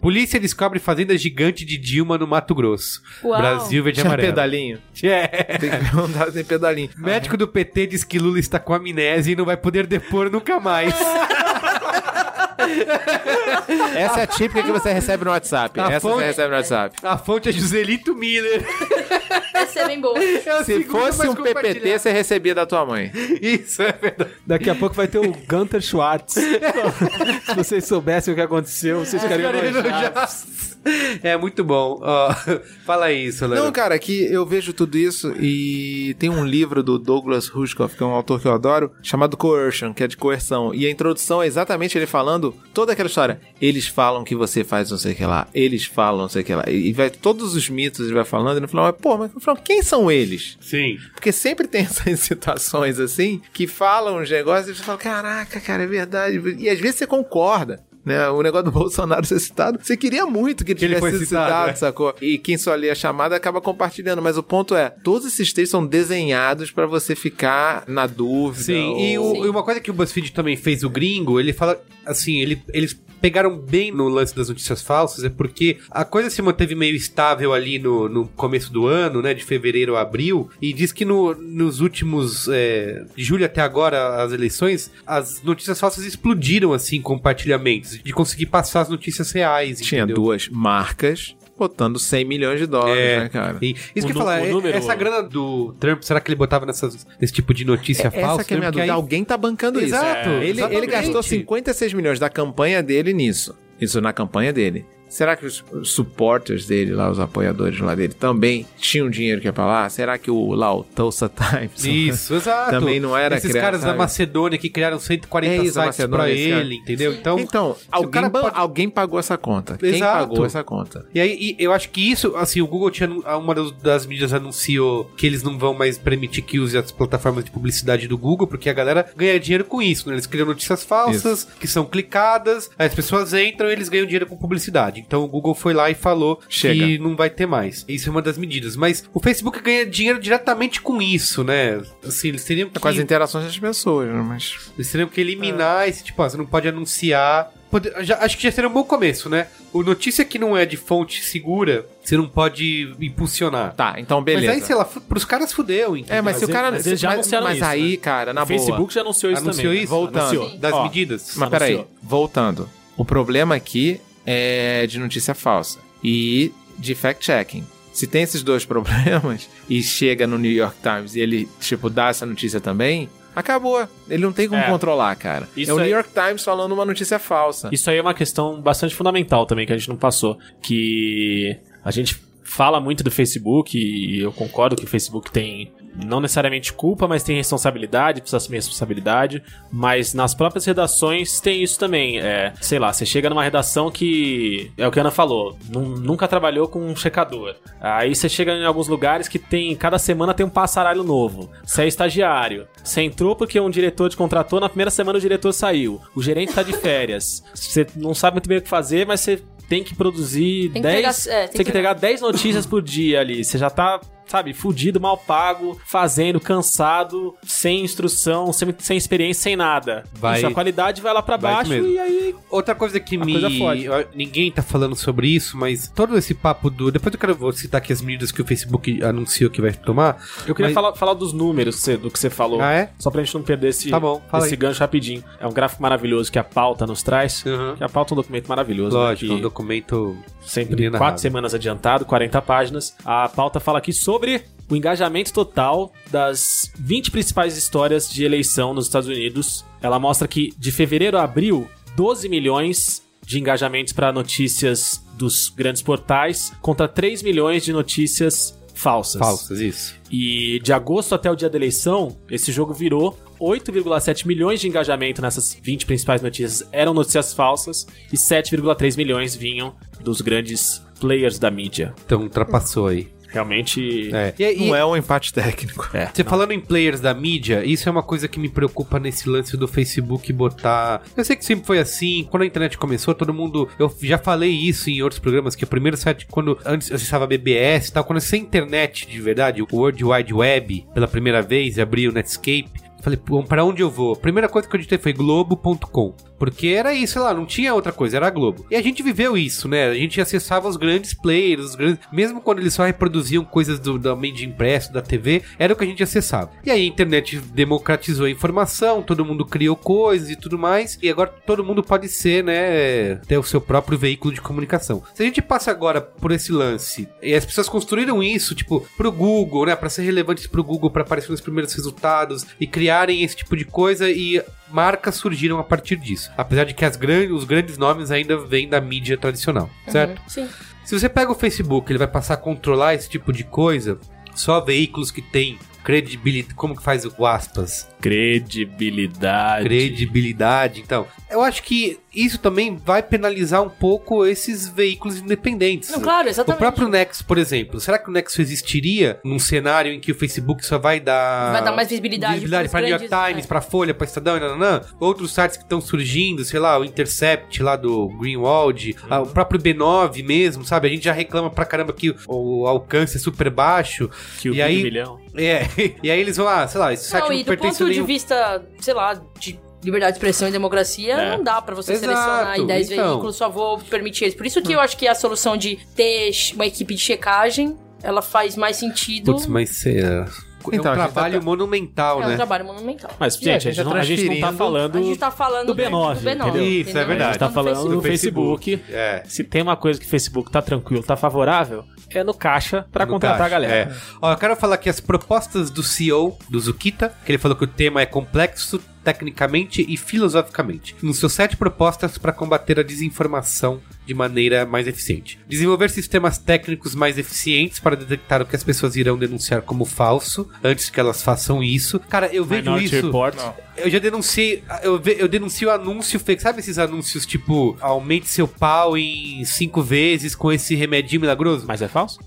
Polícia descobre fazenda gigante de Dilma no Mato Grosso.
Uau.
Brasil verde e
Tinha
amarelo.
pedalinho.
É.
Tem que perguntar se tem pedalinho.
Médico do PT diz que Lula está com amnésia e não vai poder depor nunca mais.
Essa é a típica que você recebe no WhatsApp.
A
Essa
fonte-
você recebe no WhatsApp.
A fonte é Joselito Miller.
Essa é bem boa.
É a
Se
segunda
fosse
mais
um PPT,
compartilhada.
você recebia da tua mãe.
Isso, é verdade.
Daqui a pouco vai ter o Gunter Schwartz. Se vocês soubessem o que aconteceu, vocês ficariam
Ficarei
enojados.
enojado. É muito bom. Ó, fala isso, Léo.
Não,
Não,
cara, que eu vejo tudo isso e tem um livro do Douglas Rushkoff, que é um autor que eu adoro, chamado Coercion, que é de coerção. E a introdução é exatamente ele falando toda aquela história. Eles falam que você faz não sei o que lá, eles falam não sei o que lá. E vai todos os mitos ele vai falando, e no final, mas pô, mas no final, quem são eles?
Sim.
Porque sempre tem essas situações assim que falam uns negócios e você fala: Caraca, cara, é verdade. E às vezes você concorda. Né, o negócio do Bolsonaro ser citado, você queria muito que ele
Que ele
tivesse
foi
sido
citado,
citado,
é.
sacou? E quem só lê a chamada acaba compartilhando, mas o ponto é, todos esses textos são desenhados pra você ficar na dúvida.
Sim, e, o-
ou-
e uma coisa que o BuzzFeed também fez, o gringo, ele fala assim, ele- eles pegaram bem no lance das notícias falsas, é porque a coisa se manteve meio estável ali no, no começo do ano, né, de fevereiro a abril, e diz que no- nos últimos, é, de julho até agora, as eleições, as notícias falsas explodiram, assim, compartilhamentos, de conseguir passar as notícias reais,
Tinha
entendeu?
duas marcas botando 100 milhões de dólares,
É.
né, cara?
E isso
O
que eu ia
nu-
falar,
o
é-
número-
essa grana do Trump, será que ele botava nessas- nesse tipo de notícia falsa?
Essa que é a minha
Porque
dúvida.
aí-
Alguém tá bancando isso.
Exato,
É.
Ele- Ele,
exatamente.
gastou 56 milhões da campanha dele nisso. Isso na campanha dele. Será que os supporters dele lá, os apoiadores lá dele, também tinham dinheiro que ia pra lá? Será que o lá, o Tulsa Times...
Isso, exato.
Também não era
Esses
criado,
caras da
sabe?
Macedônia que criaram 140
É isso, a
sites pra
Macedônia, esse cara.
ele, entendeu? Então,
Então, alguém,
cara
ba-
pode-
alguém pagou essa conta. Quem
Exato.
pagou essa conta?
E aí, e eu acho que isso, assim, o Google tinha, anu- uma das- das mídias anunciou que eles não vão mais permitir que use as plataformas de publicidade do Google, porque a galera ganha dinheiro com isso, né? Eles criam notícias falsas, que são clicadas, aí as pessoas entram e eles ganham dinheiro com publicidade. Então o Google foi lá e falou
Chega.
que não vai ter mais. Isso é uma das medidas. Mas o Facebook ganha dinheiro diretamente com isso, né? Assim, eles
É Tá
teriam que...
Com as interações das pessoas, né? mas...
Eles teriam que eliminar esse tipo, ó, você não pode anunciar Ah. pode- já- acho que já seria um bom começo, né? O notícia que não é de fonte segura, você não pode impulsionar.
Tá, então beleza.
Mas aí, sei lá, fu- pros caras fudeu, entendeu?
É, mas, se o
Mas
cara.
ele- mas eles já
mas,
anunciaram
mas
isso,
aí,
né?
cara, na
o Facebook
bola.
já anunciou isso
Anunciou
também. né?
isso?
Voltando.
Anunciou.
das
Ó,
medidas.
Mas peraí,
anunciou.
voltando. O problema aqui é de notícia falsa e de fact-checking. Se tem esses dois problemas e chega no New York Times e ele, tipo, dá essa notícia também, acabou. Ele não tem como
É.
controlar, cara.
Isso
é o
aí-
New York Times falando uma notícia falsa.
Isso aí é uma questão bastante fundamental também que a gente não passou, que a gente fala muito do Facebook e eu concordo que o Facebook tem não necessariamente culpa, mas tem responsabilidade, precisa assumir responsabilidade, mas nas próprias redações tem isso também, é, sei lá, você chega numa redação que é o que a Ana falou, nun- nunca trabalhou com um checador. Aí você chega em alguns lugares que tem cada semana tem um passaralho novo. Você é estagiário, você entrou porque um diretor te contratou, na primeira semana o diretor saiu. O gerente tá de férias. Você não sabe muito bem o que fazer, mas você tem que produzir
Tem que
10,
entregar- é,
você tem
tem
que
que
entregar 10 notícias por dia ali. Você já tá, sabe, fudido, mal pago, fazendo, cansado, sem instrução, sem, sem experiência, sem nada.
Vai-
Isso, a qualidade vai lá pra
vai
baixo
mesmo.
e aí
Outra coisa que me.
coisa fode.
eu- ninguém tá falando sobre isso, mas todo esse papo do. Depois eu quero vou citar aqui as medidas que o Facebook anunciou que vai tomar.
Eu queria
Mas-
falar, falar dos números que você- do que você falou.
Ah, é?
Só pra gente não perder esse,
Tá bom, fala
esse
aí.
gancho rapidinho. É um gráfico maravilhoso que a pauta nos traz.
Uhum.
Que a pauta é um documento maravilhoso. né,
Lógico,
que
um documento.
sempre
inenarrável.
quatro semanas adiantado, 40 páginas. A pauta fala aqui sobre o engajamento total das 20 principais histórias de eleição nos Estados Unidos. Ela mostra que de fevereiro a abril, 12 milhões de engajamentos para notícias dos grandes portais contra 3 milhões de notícias falsas.
Falsas, é isso.
E de agosto até o dia da eleição, esse jogo virou 8,7 milhões de engajamento nessas 20 principais notícias eram notícias falsas e 7,3 milhões vinham dos grandes players da mídia.
Então ultrapassou aí.
Realmente
É. E, e-
Não é um empate técnico.
Você falando em players da mídia, isso é uma coisa que me preocupa nesse lance do Facebook botar. Eu sei que sempre foi assim, quando a internet começou, todo mundo. Eu já falei isso em outros programas, que o primeiro site, quando antes eu acessava BBS e tal, quando eu acessei a internet de verdade, o World Wide Web, pela primeira vez, e abri o Netscape. Falei, "Pô, pra onde eu vou? A primeira coisa que eu digitei foi globo.com. Porque era isso, sei lá, não tinha outra coisa, era a Globo. E a gente viveu isso, né? A gente acessava os grandes players, os grandes... mesmo quando eles só reproduziam coisas do, do meio de impresso, da TV, era o que a gente acessava. E aí a internet democratizou a informação, todo mundo criou coisas e tudo mais, e agora todo mundo pode ser, né, ter o seu próprio veículo de comunicação. Se a gente passa agora por esse lance, e as pessoas construíram isso, tipo, pro Google, né, pra ser relevantes pro Google, pra aparecer nos primeiros resultados e criarem esse tipo de coisa e marcas surgiram a partir disso. Apesar de que as gran- os grandes nomes ainda vêm da mídia tradicional,
Uhum.
certo?
Sim.
Se você pega o Facebook, ele vai passar a controlar esse tipo de coisa, só veículos que têm credibilidade, como que faz o aspas?
credibilidade.
credibilidade. Então, eu acho que isso também vai penalizar um pouco esses veículos independentes.
Não, claro,
O
exatamente.
próprio Nexo, por exemplo, será que o Nexo existiria num cenário em que o Facebook só vai dar.
Vai dar mais visibilidade
ah, Visibilidade
pros
pra New York
grandes,
Times,
é.
pra Folha, pra Estadão e nananã. Outros sites que estão surgindo, sei lá, o Intercept lá do Greenwald, ah, o próprio B9 mesmo, sabe? A gente já reclama pra caramba que o, o alcance é super baixo.
Que o
E
Big
aí-
Milhão.
É, e aí eles vão, ah, sei lá, esse site
Não,
não,
e do
pertence
ponto
a
de
nenhum
vista, sei lá, de liberdade de expressão e democracia,
É.
não dá pra você
Exato,
selecionar em 10
então.
veículos, só vou permitir eles. Por isso que eu acho que a solução de ter uma equipe de checagem, ela faz mais sentido.
Putz, mas é, é
Então,
um
a gente
trabalho
tá-
monumental,
é um
né?
trabalho monumental.
Mas, gente,
a
a
gente
gente,
tá
não, a gente não tá
transferindo-
falando.
A gente tá falando
do B9,
do B9
Isso,
entendeu?
é
entendeu? Então,
verdade.
A gente tá
do
falando do
Facebook.
Facebook.
É.
Se tem uma coisa que o Facebook tá tranquilo, tá favorável, é no caixa pra
No
contratar
caixa,
a galera.
é. Ó, eu quero falar aqui as propostas do CEO, do Zukita, que ele falou que o tema é complexo tecnicamente e filosoficamente. Nos seus sete propostas para combater a desinformação de maneira mais eficiente. Desenvolver sistemas técnicos mais eficientes para detectar o que as pessoas irão denunciar como falso antes que elas façam isso. Cara, eu vejo
Minority
isso.
Report.
Eu já denunciei, eu, ve- eu denuncio anúncio fake. Sabe esses anúncios tipo, aumente seu pau em cinco vezes com esse remedinho milagroso?
Mas é falso?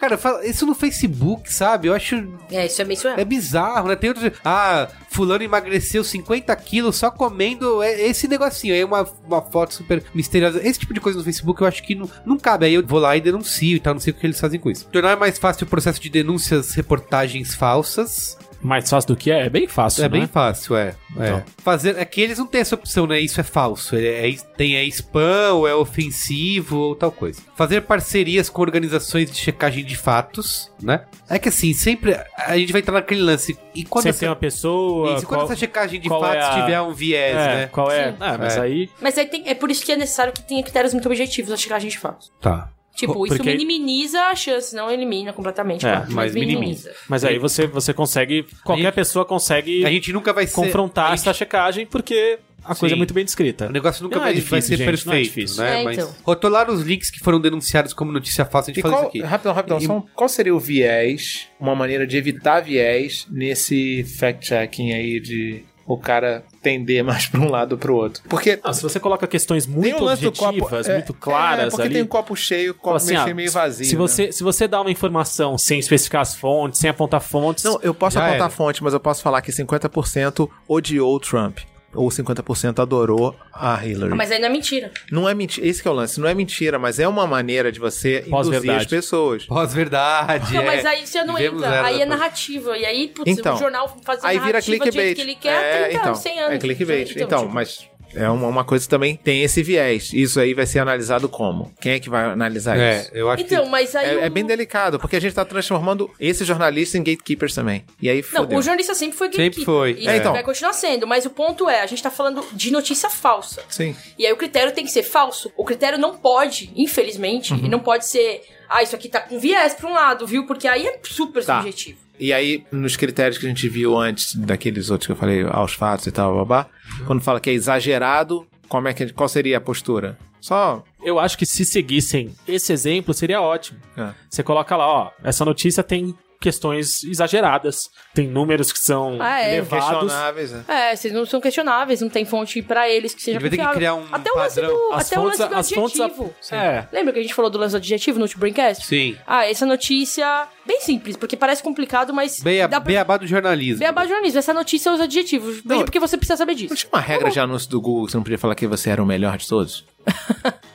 Cara, fala- isso no Facebook, sabe? Eu acho.
É, isso é bem surreal.
É bizarro, né? Tem outro. Ah, Fulano emagreceu 50 quilos só comendo e- esse negocinho. Aí uma, uma foto super misteriosa. Esse tipo de coisa no Facebook eu acho que não, não cabe. Aí eu vou lá e denuncio e tal. Não sei o que eles fazem com isso. Tornar mais fácil o processo de denúncias, reportagens falsas.
Mais fácil do que é? É bem fácil,
É
né?
bem fácil, é.
Então.
é. Fazer, é que eles não têm essa opção, né? Isso é falso. É, é- tem é spam, ou é ofensivo, ou tal coisa. Fazer parcerias com organizações de checagem de fatos, né? É que assim, sempre a gente vai entrar naquele lance. E quando,
Sempre
essa,
tem uma pessoa...
isso, quando
qual-
essa checagem de
qual é
fatos
a-
tiver um
é,
viés, né?
qual é?
Sim.
Ah, mas
É.
aí...
Mas aí tem, é por isso que é necessário que tenha critérios muito objetivos na checagem de fato.
Tá.
Tipo,
Por-
isso
porque-
minimiza a chance, não elimina completamente.
É,
claro,
mas minimiza.
Mas aí você, você consegue... Qualquer
gente-
pessoa consegue
A gente nunca vai ser.
confrontar
a gente-
essa checagem porque a coisa é
Sim.
muito bem descrita.
O negócio nunca
Não
vai,
é
vai
difícil,
ser
gente,
perfeito,
não é difícil.
né?
É,
Mas
então.
rotular os links que foram denunciados como notícia falsa, a gente
E
fala
qual,
isso aqui.
rapidão, rapidão,
E-
só um- qual seria o viés, uma maneira de evitar viés nesse fact-checking aí de o cara tender mais pra um lado ou pro outro? Porque
Ah, se você coloca questões
tem
muito
o lance do copo...
objetivas,
é,
muito claras
É, porque
ali...
tem um copo cheio, copo
assim,
meio,
ah,
cheio, meio vazio.
Se
né?
você, se você dá uma informação sem especificar as fontes, sem apontar fontes,
Não, eu posso
Já
apontar
era.
a fonte, mas eu posso falar que 50% odiou o Trump. Ou 50% adorou a Hillary.
Ah, mas aí não é mentira.
Não é mentira. Esse que é o lance. Não é mentira, mas é uma maneira de você induzir
Pós-verdade.
as pessoas.
Pós-verdade.
Não,
é.
mas aí você não
Vivemos
entra.
era
Aí
da
é narrativa. E aí, putz,
Então,
o jornal faz a
Aí vira
narrativa do jeito
clickbait.
que ele quer há 30 anos, 100 anos.
É clickbait. Então,
tipo,
mas é uma, uma coisa que também tem esse viés. Isso aí vai ser analisado como? Quem é que vai analisar
É,
isso?
eu acho
Então,
que.
mas aí... o-
É, é bem delicado, porque a gente tá transformando esse jornalista em gatekeepers também. E aí,
Não,
fudeu.
o jornalista sempre foi gatekeeper.
Sempre foi,
E
é. Então.
vai continuar sendo. Mas o ponto é, a gente tá falando de notícia falsa.
Sim.
E aí o critério tem que ser falso. O critério não pode, infelizmente,
Uhum.
e não pode ser... Ah, isso aqui tá com viés pra um lado, viu? Porque aí é super
Tá.
subjetivo.
E aí, nos critérios que a gente viu antes, daqueles outros que eu falei, aos fatos e tal, babá, quando fala que é exagerado, como é que, qual seria a postura? Só.
eu acho que se seguissem esse exemplo, seria ótimo.
É.
Você coloca lá, ó, essa notícia tem questões exageradas, tem números que são
Ah, é.
elevados.
Questionáveis, né?
É, vocês não são questionáveis, não tem fonte pra eles que seja
Ele vai ter que
confiável.
criar um
até o lance
padrão.
do,
As
Tipo, até
fontes,
o lance do
as fontes,
adjetivo.
é,
Lembra que a gente falou do lance do adjetivo no último Braincast?
Sim.
Ah, essa notícia bem simples, porque parece complicado, mas
Beia-
dá pra...
Beabá do jornalismo.
Beabá jornalismo, essa notícia é os adjetivos. Veja
Não,
porque você precisa saber disso.
Não tinha uma regra de anúncio do Google que você não podia falar que você era o melhor de todos?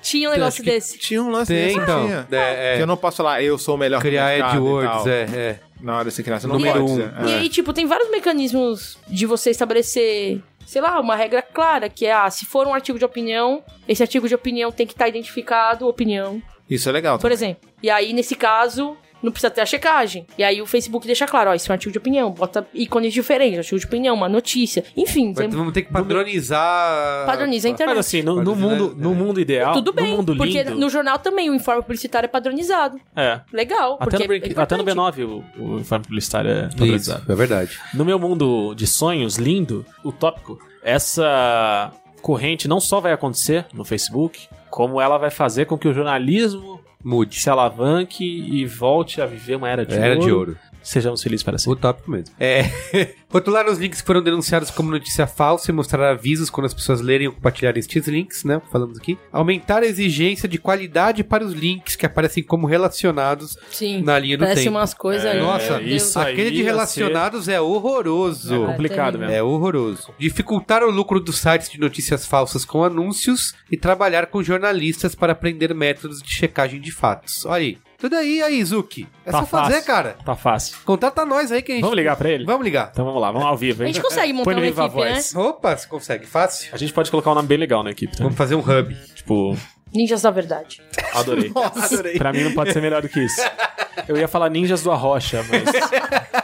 Tinha um negócio desse.
Tinha um lance
Tem,
desse, não
então.
tinha?
É, é.
Que eu não posso falar, eu sou o melhor
Criar
do mercado e
AdWords,
tal.
é, é.
Na hora de você criar, você não
Número
pode É.
um.
dizer.
E aí, tipo, tem vários mecanismos de você estabelecer, sei lá, uma regra clara, que é, ah, se for um artigo de opinião, esse artigo de opinião tem que estar identificado, opinião,
Isso é legal.
por exemplo. E aí, nesse caso, não precisa ter a checagem. E aí o Facebook deixa claro, ó, isso é um artigo de opinião, bota ícones diferentes, artigo de opinião, uma notícia, enfim.
Vai-
tem-
Vamos ter que padronizar.
Padroniza a internet.
Mas assim, no,
Pode
no
dizer,
mundo,
né?
no mundo ideal,
Então, Tudo bem,
no mundo
porque
lindo,
no jornal também o informe publicitário é padronizado.
é.
Legal,
Até
porque
no, Brink-
é
até no
importante.
B9 o, o informe publicitário é
Isso,
padronizado.
é verdade.
No meu mundo de sonhos lindo, utópico, essa corrente não só vai acontecer no Facebook, como ela vai fazer com que o jornalismo
Mude.
se alavanque e volte a viver uma era de
Era
ouro.
de ouro.
Sejamos felizes para sempre.
O tópico mesmo. É. Rotular os links que foram denunciados como notícia falsa e mostrar avisos quando as pessoas lerem ou compartilharem estes links, né? Falamos aqui. Aumentar a exigência de qualidade para os links que aparecem como relacionados
Sim.
na linha do
Parece
tempo.
umas coisas aí.
Nossa,
é, meu Deus.
É, isso aí
aquele de
ia
relacionados é horroroso.
É
Complicado mesmo.
É horroroso. Dificultar o lucro dos sites de notícias falsas com anúncios e trabalhar com jornalistas para aprender métodos de checagem de fatos. Olha aí. Tudo aí, aí, Zuki. É
Tá
só fazer,
fácil.
cara.
Tá fácil.
Contrata nós aí que a gente.
Vamos ligar pra ele?
Vamos ligar.
Então vamos lá, vamos ao vivo.
A
hein?
gente consegue montar
Põe no
uma
Viva
equipe, né?
Voz.
Opa, se consegue. Fácil.
A gente pode colocar um nome bem legal na equipe, tá?
Vamos fazer um hub.
Tipo,
Ninjas da Verdade.
adorei.
Adorei.
Pra mim não pode ser melhor do que isso. Eu ia falar ninjas do Arrocha, mas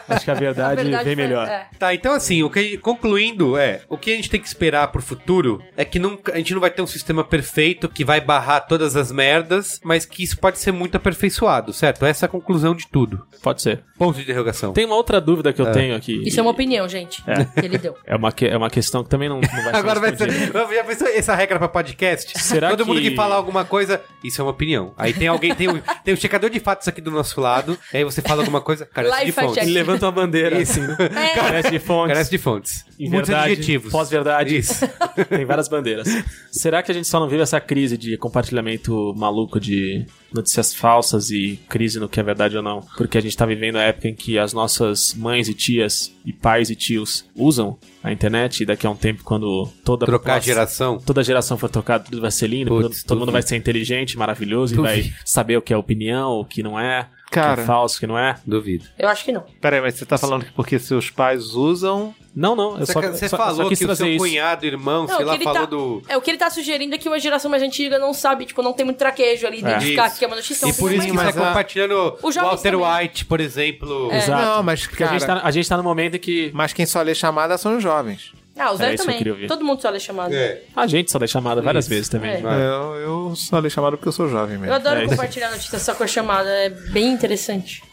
acho que a
Na
verdade, vem
foi-
melhor.
é.
Tá, então assim, o que, concluindo, é, o que a gente tem que esperar pro futuro é que nunca, a gente não vai ter um sistema perfeito que vai barrar todas as merdas, mas que isso pode ser muito aperfeiçoado, certo? Essa é a conclusão de tudo.
Pode ser.
Ponto de interrogação.
Tem uma outra dúvida que eu tenho aqui.
Isso é uma opinião, gente, que ele deu.
É uma, que- é uma questão que também não, não vai ser
Agora vai ser.
respondida.
Já pensou essa regra pra podcast?
Será
Todo mundo
que
que falar alguma coisa, isso é uma opinião. Aí tem alguém, tem um, tem um checador de fatos aqui do nosso lado, aí você fala alguma coisa, carece de
Life fact
fontes.
check.
Ele levanta uma bandeira,
Isso.
assim, né? Carece de fontes.
Carece de fontes.
em
Muitos
verdade,
adjetivos.
Pós-verdade.
Isso.
Tem várias bandeiras. Será que a gente só não vive essa crise de compartilhamento maluco de notícias falsas e crise no que é verdade ou não? Porque a gente tá vivendo a época em que as nossas mães e tias e pais e tios usam a internet e daqui a um tempo quando toda a
Trocar a
população-
geração.
toda geração foi trocada, tudo vai ser lindo,
Putz,
todo, todo
tudo.
mundo vai ser inteligente, maravilhoso
Tudo.
e vai saber o que é opinião, o que não é. Que é
Cara,
falso, que não é?
Duvido.
Eu acho que não.
peraí, mas você tá falando que porque seus pais usam.
Não, não. Eu
Você,
só,
você
só- só
falou
quis
que o
trazer
seu
isso.
cunhado, irmão,
Não,
sei
que
lá,
ele
falou
tá-
do...
É, o que ele tá sugerindo é que uma geração mais antiga não sabe, tipo, não tem muito traquejo ali, identificar
Isso.
que é uma notícia.
E por
ruim,
isso que
mas-
você
mas
tá
a-
compartilhando
Os
o
jovens
Walter
também. É.
White, por exemplo.
Exato.
Não, mas,
Porque a, gente
cara-
tá, a gente tá no momento em que
Mas quem só lê chamada são os jovens.
Ah, os
É,
velhos
isso eu queria
também.
ouvir.
Todo mundo só lê chamada.
a gente só é chamada várias vezes também.
É.
Ah.
Eu, eu só leio chamada porque eu sou jovem
Eu
mesmo.
adoro
É isso.
compartilhar notícias só com a chamada, é bem interessante.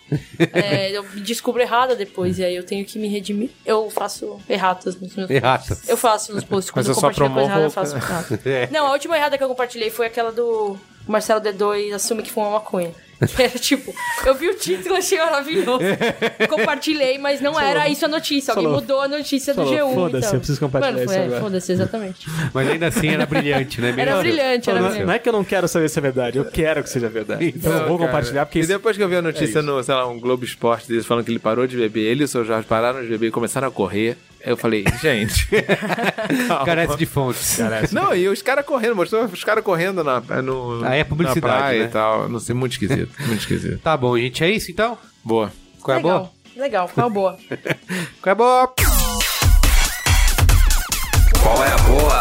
É, eu me descubro errada depois, e aí eu tenho que me redimir. Eu faço erratas nos meus
Errata.
Eu faço nos posts. Quando
Mas eu só
compartilho coisa errada, eu faço
promovo-
errado.
É.
Não, a última errada que eu compartilhei foi aquela do Marcelo D2 assume que fuma maconha. Que era tipo, eu vi o título, achei maravilhoso. Compartilhei, mas não era isso a notícia. Alguém mudou a notícia do
falou,
G1.
"Foda-se,
então.
eu preciso compartilhar
Mano,
isso
é,
agora."
Foda-se, exatamente.
Mas ainda assim era brilhante, né?
Era brilhante, era
Não,
brilhante.
não é que eu não quero saber se é verdade, eu quero que seja verdade. Então eu vou
Cara,
compartilhar porque
E
isso
depois que eu vi a notícia no, sei lá, um Globo Esporte deles falando que ele parou de beber, ele e o seu Jorge pararam de beber e começaram a correr. Eu falei, gente.
Carece de fontes.
Não, e os caras correndo, mostrou os caras correndo na. No,
Ah, é publicidade,
na praia
né?
e tal. Não sei, muito esquisito. Muito esquisito.
Tá bom, gente. É isso então?
Boa.
Qual é a
legal,
boa?
legal, qual boa?
Qual é a boa?
Qual é a boa?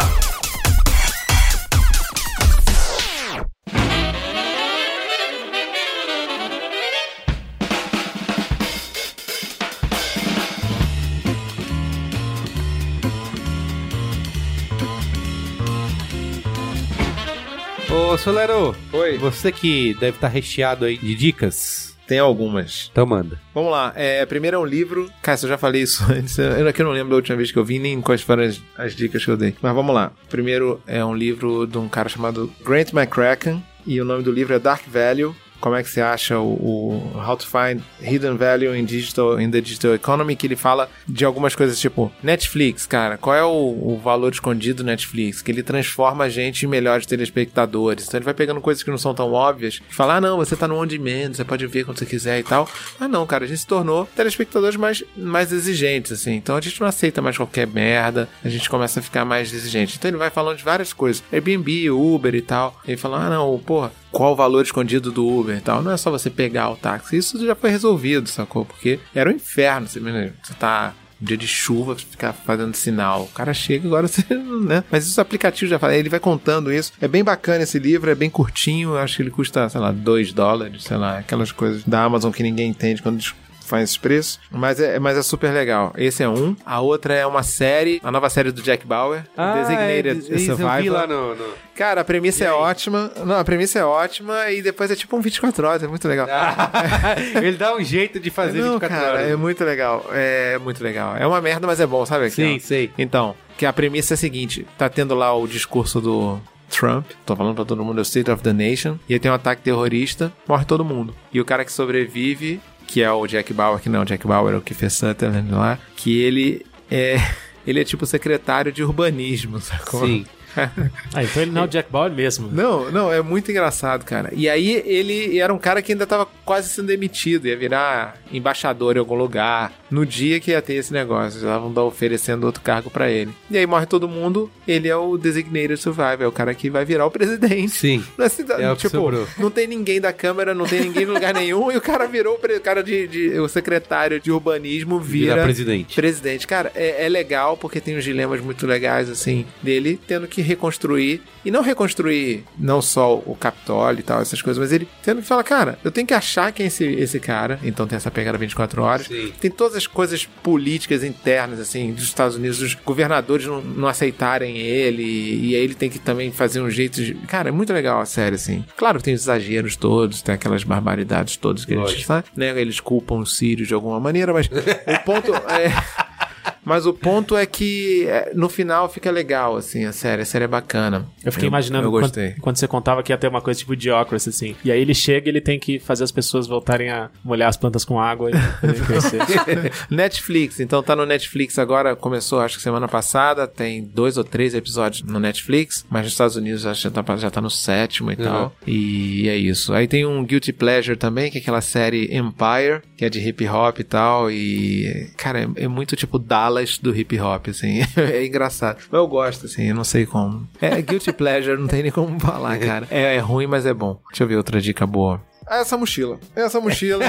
Ô, Solero.
Oi.
Você que deve estar recheado aí de dicas.
Tem algumas.
Então manda.
Vamos lá. É, primeiro é um livro. Cara, se eu já falei isso antes. Eu aqui não lembro da última vez que eu vi, nem quais foram as, as dicas que eu dei. Mas vamos lá. Primeiro é um livro de um cara chamado Grant McCracken. E o nome do livro é Dark Value. Como é que se acha o, o How to Find Hidden Value in, digital, in the Digital Economy, que ele fala de algumas coisas tipo Netflix, cara, qual é o, o valor escondido do Netflix? Que ele transforma a gente em melhores telespectadores. Então ele vai pegando coisas que não são tão óbvias e fala: ah, não, você tá no on demand, você pode ver quando você quiser e tal. Ah, não, cara, a gente se tornou telespectadores mais, mais exigentes, assim. Então a gente não aceita mais qualquer merda, a gente começa a ficar mais exigente. Então ele vai falando de várias coisas: Airbnb, Uber e tal. Ele fala: ah, não, porra qual o valor escondido do Uber e tal. Não é só você pegar o táxi. Isso já foi resolvido, sacou? Porque era um inferno. Você, você tá um dia de chuva, você fica fazendo sinal. O cara chega agora, você, né? Mas isso o aplicativo já fala. Ele vai contando isso. É bem bacana esse livro, é bem curtinho. Eu acho que ele custa, sei lá, 2 dólares, sei lá, aquelas coisas da Amazon que ninguém entende quando des- faz esse preço. Mas é, mas é super legal. Esse é um. A outra é uma série, a nova série do Jack Bauer, Designated
é, Eu vi
Survivor.
lá no... no-
Cara, a premissa é ótima. Não, a premissa é ótima e depois é tipo um 24 horas, é muito legal.
Ele dá um jeito de fazer
Não,
24
cara,
horas.
é muito legal. É muito legal. É uma merda, mas é bom, sabe?
Sim,
aquela?
sei.
Então, que a premissa é a seguinte: tá tendo lá o discurso do Trump, tô falando pra todo mundo, é o State of the Nation, e aí tem um ataque terrorista, morre todo mundo. E o cara que sobrevive, que é o Jack Bauer, que não, o Jack Bauer é o Kiefer Sutherland lá, que ele é. Ele é tipo secretário de urbanismo, sacou?
Sim.
Ah, então ele não é o Jack Bauer mesmo.
Não, não, é muito engraçado, cara. E aí ele era um cara que ainda tava quase sendo demitido, ia virar embaixador em algum lugar. No dia que ia ter esse negócio, já estavam dar- oferecendo outro cargo pra ele. E aí morre todo mundo, ele é o designated survivor, é o cara que vai virar o presidente.
Sim.
Na cidade,
É o que
tipo,
sobrou.
não tem ninguém da Câmara, não tem ninguém em lugar nenhum, e o cara virou o pre- o cara de, de- o secretário de urbanismo
Vira,
vira
presidente.
presidente. Cara, é, é legal porque tem uns dilemas muito legais, assim, dele tendo que reconstruir. E não reconstruir não só o Capitólio e tal, essas coisas, mas ele tendo que falar, cara, eu tenho que achar quem é esse, esse cara. Então tem essa pegada 24 horas. Tem todas as coisas políticas internas, assim, dos Estados Unidos, os governadores não, não aceitarem ele. E aí ele tem que também fazer um jeito de. Cara, é muito legal a série, assim. Claro que tem os exageros todos, tem aquelas barbaridades todas que eles, sabe? Né? eles culpam os sírios de alguma maneira, mas o ponto. é- Mas o ponto é que é, no final fica legal, assim, a série. A série é bacana.
Eu fiquei imaginando
Eu gostei.
quando, quando você contava que ia ter uma coisa tipo Diocracy, assim. E aí ele chega e ele tem que fazer as pessoas voltarem a molhar as plantas com água e poder crescer.
Netflix, então tá no Netflix agora, começou acho que semana passada, tem dois ou três episódios no Netflix, mas nos Estados Unidos acho que já tá, já tá no sétimo e tal. E é isso. Aí tem um Guilty Pleasure também, que é aquela série Empire, que é de hip hop e tal, e cara, é, é muito tipo Dallas do hip hop, assim, é engraçado. Mas eu gosto, assim, eu não sei como. É Guilty Pleasure, não tem nem como falar, cara. É, é ruim, mas é bom. Deixa eu ver outra dica boa. Essa mochila. Essa mochila é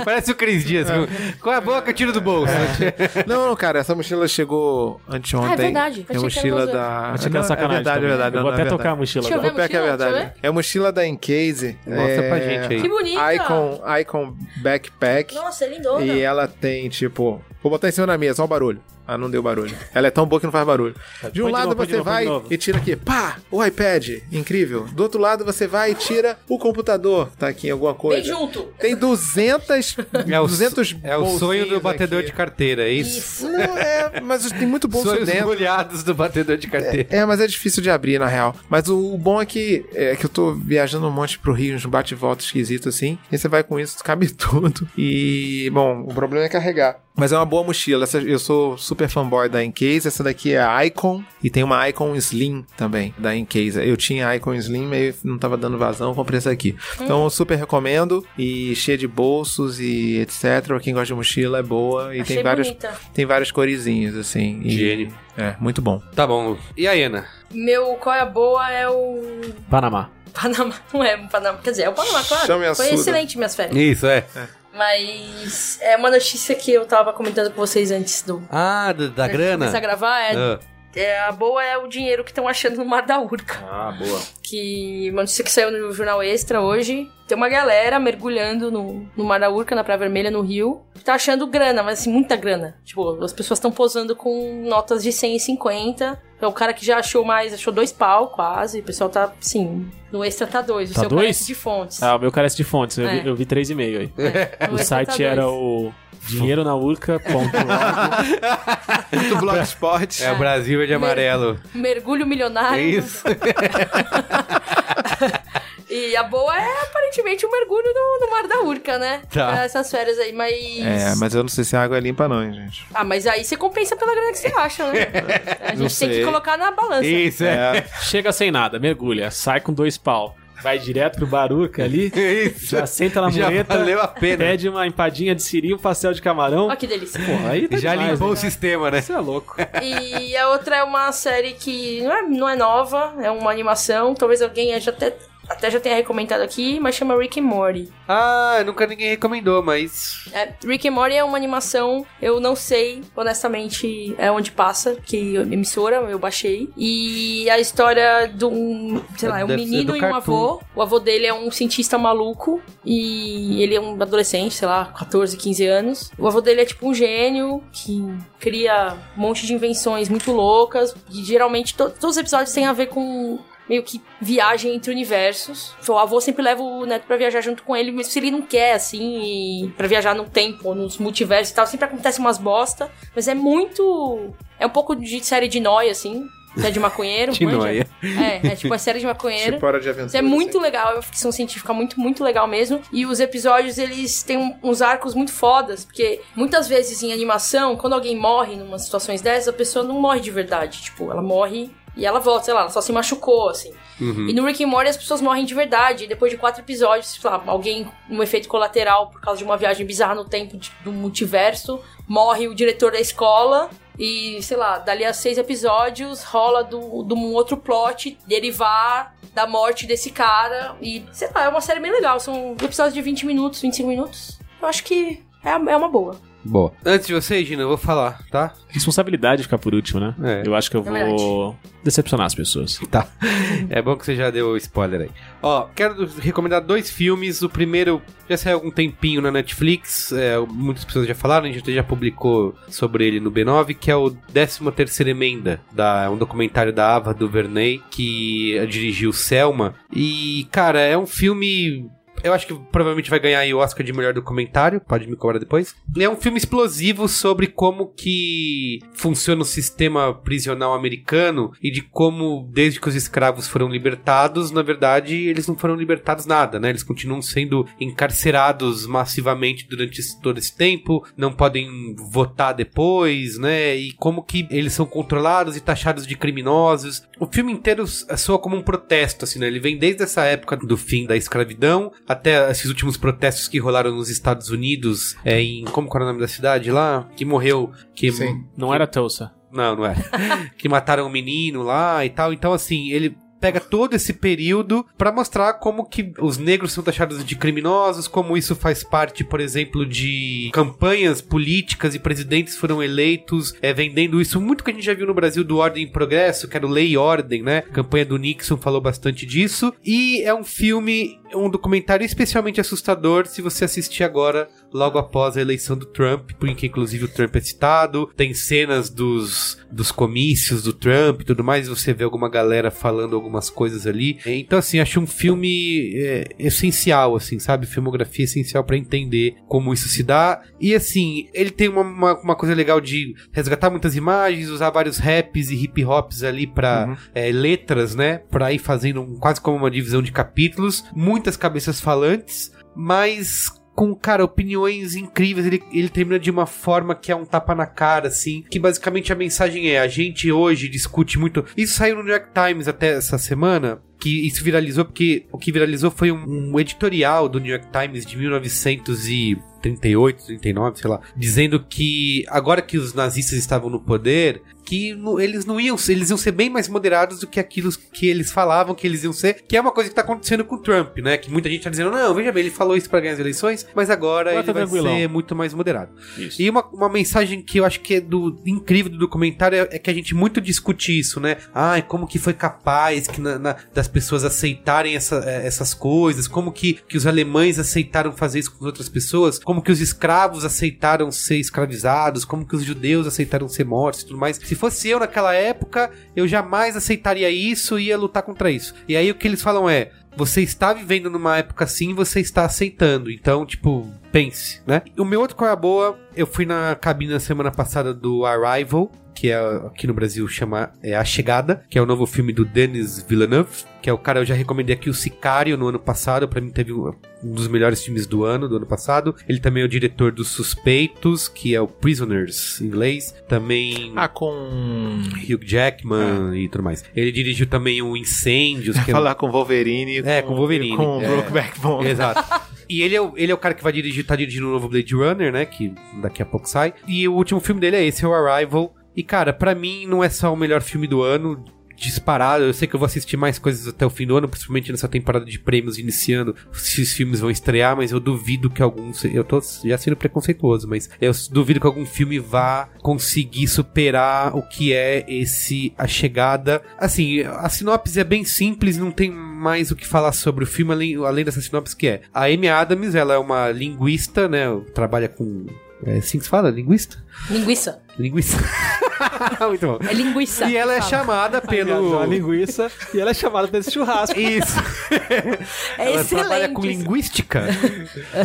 Parece o Cris Dias.
É.
com- Com a boca, tiro do bolso. É.
Não, não, cara, essa mochila chegou anteontem.
Ah, é verdade.
É
Achei
a mochila
que era
da.
Achei que
Não,
era sacanagem.
É verdade, é
também.
verdade.
Eu
não,
vou
é
até
verdade.
tocar a mochila
Deixa eu
agora.
ver.
Vou pegar que é
mochila, deixa eu
verdade. É a mochila da Encase.
Mostra
é...
pra gente aí.
Que bonita.
Icon, Icon Backpack.
Nossa, é lindona.
E ela tem, tipo. Vou botar em cima da mesa, só o barulho. Ah, não deu barulho. Ela é tão boa que não faz barulho. De um
Tá, Põe de
lado
novo, põe de
você
novo, põe
vai
de novo.
e tira aqui, pá, o iPad, incrível. Do outro lado você vai e tira o computador, tá aqui alguma coisa.
Bem junto.
Tem 200,
É o,
200
é o sonho do
bolsinhos
batedor
aqui.
de carteira, é isso?
Isso.
Não, é, mas tem muito bolso
Sonhos
dentro.
molhados do batedor de carteira.
É, mas é difícil de abrir, na real. Mas o, o bom é que, é que eu tô viajando um monte pro Rio, uns bate-volta esquisito assim. E você vai com isso, cabe tudo. E, bom, o problema é carregar. Mas é uma boa mochila. Essa- eu sou super fanboy da Encase. Essa daqui é a Icon. E tem uma Icon Slim também, da Encase. Eu tinha a Icon Slim, meio não tava dando vazão, eu comprei essa aqui. Então eu super recomendo. E cheia de bolsos e etc. Pra quem gosta de mochila é boa. E
Achei
tem várias,
bonita.
tem várias coresinhas, assim. E-
Higiene.
É, muito bom.
Tá bom. E a Ana?
Meu qual é a boa é o
Panamá.
Panamá. Não é o Panamá. Quer dizer, é o Panamá, claro.
Chame Né? a
Foi
Suda.
excelente minhas férias.
Isso, é.
Mas é uma notícia que eu tava comentando com vocês antes do.
Ah, da, da grana?
Começar a gravar é,
Ah.
é, a boa é o dinheiro que estão achando no Mar da Urca.
Ah, boa.
que uma notícia que saiu no jornal Extra hoje. Tem uma galera mergulhando no, no Mar da Urca, na Praia Vermelha, no Rio. Tá achando grana, mas assim, muita grana. Tipo, as pessoas estão posando com notas de 100 e 50. Então, o cara que já achou mais, achou dois pau quase. O pessoal tá, sim, no Extra tá dois. O
Tá
seu
dois?
parece de fontes.
Ah, o meu carece de fontes. Eu,
É.
vi, eu vi 3,5 aí.
É, no
O
Extra
site
tá
era
dois.
o dinheiro na urca.
Do Blogspot.
Ah. É o Brasil verde e amarelo.
Mergulho
É
milionário.
isso.
E a boa é aparentemente o mergulho no, no Mar da Urca, né?
Tá.
Pra Essas férias aí, mas.
É, mas eu não sei se a água é limpa, não, hein, gente.
Ah, mas aí você compensa pela grana que você acha, né? A gente
Não
tem que
sei.
colocar na balança.
Isso, é.
Chega sem nada, mergulha, sai com dois pau. Vai direto pro Baruca ali,
Isso.
já senta na
Já
mureta,
valeu a pena.
pede uma empadinha de siri, um pastel de camarão.
Olha que delícia.
Porra, aí tá
Já
demais,
limpou
né?
o sistema, né?
Isso é louco.
E a outra é uma série que não é, não é nova, é uma animação. Talvez alguém já até, até já tenha recomendado aqui, mas chama Rick and Morty.
Ah, nunca ninguém recomendou, mas.
É, Rick and Morty é uma animação, eu não sei, honestamente, é onde passa, que emissora eu baixei. E a história de um, sei lá, é um
Deve ser
menino
do
e um
Cartoon.
avô. O avô dele é um cientista maluco e ele é um adolescente, sei lá, 14, 15 anos. O avô dele é tipo um gênio que cria um monte de invenções muito loucas. E geralmente to- todos os episódios têm a ver com meio que viagem entre universos. Então, o avô sempre leva o neto pra viajar junto com ele, mas se ele não quer, assim, e pra viajar no tempo, nos multiversos e tal, sempre acontece umas bosta, mas é muito... É um pouco de série de nóia, assim, série de maconheiro.
De
manja?
nóia.
É, é tipo uma série de maconheiro.
Tipo hora de aventura.
Isso é muito legal, é uma ficção científica muito, muito legal mesmo. E os episódios, eles têm um- uns arcos muito fodas, porque muitas vezes em animação, quando alguém morre numas situações dessas, a pessoa não morre de verdade. Tipo, ela morre e ela volta, sei lá, ela só se machucou, assim.
Uhum.
E no Rick and Morty as pessoas morrem de verdade. E depois de quatro episódios, sei lá, alguém, um efeito colateral por causa de uma viagem bizarra no tempo de- do multiverso, morre o diretor da escola. E, sei lá, dali a seis episódios rola de do, do um outro plot derivar da morte desse cara. E, sei lá, é uma série bem legal. São episódios de 20 minutos, 25 minutos. Eu acho que é, é uma boa.
Boa. Antes de você, Gina, eu vou falar, tá?
Responsabilidade de ficar por último, né?
É.
Eu acho que eu
É verdade.
vou decepcionar as pessoas.
Tá. É bom que você já deu o spoiler aí. Ó, quero recomendar dois filmes. O primeiro já saiu há algum tempinho na Netflix. é, muitas pessoas já falaram, a gente já publicou sobre ele no B9, que é o 13ª Emenda, da, é um documentário da Ava DuVernay, que é, dirigiu Selma. E, cara, é um filme... Eu acho que provavelmente vai ganhar aí o Oscar de melhor documentário, pode me cobrar depois. E É um filme explosivo sobre como que funciona o sistema prisional americano e de como, desde que os escravos foram libertados, na verdade, eles não foram libertados nada, né? Eles continuam sendo encarcerados massivamente durante esse- todo esse tempo, não podem votar depois, né? E como que eles são controlados e taxados de criminosos. O filme inteiro soa como um protesto, assim, né? Ele vem desde essa época do fim da escravidão até esses últimos protestos que rolaram nos Estados Unidos, é, em. Como que era o nome da cidade lá? Que morreu. Que
Sim.
Não era Tulsa.
um não, não é. que mataram o menino lá e tal. Então, assim, ele pega todo esse período pra mostrar como que os negros são taxados de criminosos, como isso faz parte, por exemplo, de campanhas políticas e presidentes foram eleitos é, vendendo isso. Muito que a gente já viu no Brasil do Ordem e Progresso, que era o Lei e Ordem, né? A campanha do Nixon falou bastante disso. E é um filme, um documentário especialmente assustador se você assistir agora, logo após a eleição do Trump, porque inclusive o Trump é citado, tem cenas dos, dos comícios do Trump e tudo mais, você vê alguma galera falando algumas coisas ali. Então, assim, acho um filme é, essencial, assim, sabe? Filmografia essencial pra entender como isso se dá. E, assim, ele tem uma, uma, uma coisa legal de resgatar muitas imagens, usar vários raps e hip hops ali pra é, letras, né? Pra ir fazendo um- quase como uma divisão de capítulos. Muitas cabeças falantes, mas com, cara, opiniões incríveis. Ele, ele termina de uma forma que é um tapa na cara, assim. Que basicamente a mensagem é: a gente hoje discute muito. Isso saiu no New York Times até essa semana. Que isso viralizou, porque o que viralizou foi um, um editorial do New York Times de 1938, 39, sei lá, dizendo que agora que os nazistas estavam no poder, que no- eles não iam, ser- eles iam ser bem mais moderados do que aquilo que eles falavam que eles iam ser, que é uma coisa que tá acontecendo com o Trump, né? Que muita gente tá dizendo, não, veja bem, ele falou isso pra ganhar as eleições, mas agora
Agora
ele
tá
vai
tranquilão."
ser muito mais moderado.
Isso.
E uma, uma mensagem que eu acho que é do incrível do documentário é, é que a gente muito discute isso, né? Ai, como que foi capaz que na- na- das pessoas aceitarem essa- eh, essas coisas, como que, que os alemães aceitaram fazer isso com as outras pessoas, como que os escravos aceitaram ser escravizados, como que os judeus aceitaram ser mortos e tudo mais. Se fosse eu naquela época, eu jamais aceitaria isso e ia lutar contra isso. E aí o que eles falam é. Você está vivendo numa época assim, você está aceitando. Então, tipo, pense, né? O meu outro qual é a boa, eu fui na cabine na semana passada do Arrival, que é aqui no Brasil chama é A Chegada, que é o novo filme do Denis Villeneuve, que é o cara eu já recomendei aqui o Sicário no ano passado, pra mim teve um um dos melhores filmes do ano, do ano passado. Ele também é o diretor dos Suspeitos, que é o Prisoners em inglês, também
Ah, com.
Hugh Jackman e tudo mais. Ele dirigiu também o Incêndios, que é
Falar com Wolverine.
É, com Wolverine,
Com
é.
Brokeback Mountain.
Exato. E ele é, o, ele é o cara que vai dirigir, tá dirigindo o novo Blade Runner, né? Que daqui a pouco sai. E o último filme dele é esse, é o Arrival. E, cara, pra mim não é só o melhor filme do ano, disparado. Eu sei que eu vou assistir mais coisas até o fim do ano, principalmente nessa temporada de prêmios iniciando. Se os filmes vão estrear, mas eu duvido que algum. se- Eu tô já sendo preconceituoso, mas eu duvido que algum filme vá conseguir superar o que é esse A Chegada. Assim, a sinopse é bem simples, não tem mais o que falar sobre o filme além, além dessa sinopse que é. A Amy Adams, ela é uma linguista, né? Trabalha com. É assim que se fala? Linguista?
Linguiça.
Linguista. Muito bom.
É linguiça.
E ela é
Fala.
chamada pelo.
É Uma linguiça e ela é chamada pra esse churrasco.
Isso.
É
ela
excelente.
trabalha com
isso.
linguística.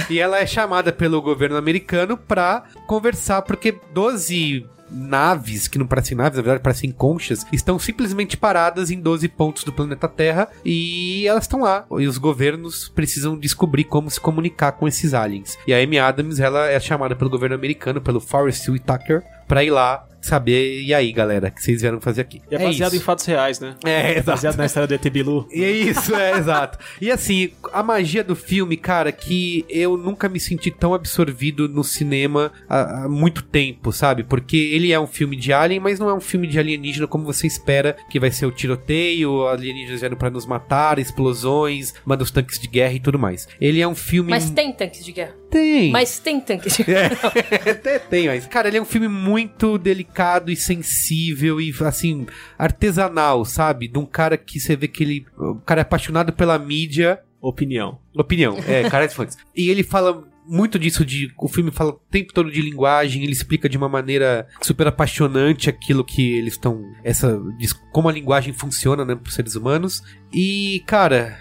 e ela é chamada pelo governo americano pra conversar, porque 12 naves, que não parecem naves, na verdade parecem conchas, estão simplesmente paradas em 12 pontos do planeta Terra e elas estão lá. E os governos precisam descobrir como se comunicar com esses aliens. E a Amy Adams, ela é chamada pelo governo americano, pelo Forrest Whitaker, pra ir lá saber, e aí galera, o que vocês vieram fazer aqui?
E é baseado
isso.
em fatos reais, né?
É, exato.
Baseado na história do ET Bilu.
E é isso, é, exato. E assim, a magia do filme, cara, que eu nunca me senti tão absorvido no cinema há, há muito tempo, sabe? Porque ele é um filme de alien, mas não é um filme de alienígena como você espera, que vai ser o tiroteio, alienígenas vieram pra nos matar, explosões, manda os tanques de guerra e tudo mais. Ele é um filme...
Mas tem tanques de guerra.
tem.
Mas tem tanques de guerra.
Até tem, mas. Cara, ele é um filme muito delicado e sensível e, assim, artesanal, sabe? De um cara que você vê que ele. O cara é apaixonado pela mídia
Opinião.
Opinião, é, cara de fãs. E ele fala muito disso de. O filme fala o tempo todo de linguagem, ele explica de uma maneira super apaixonante aquilo que eles estão. Essa. diz- como a linguagem funciona, né, pros seres humanos. E, cara.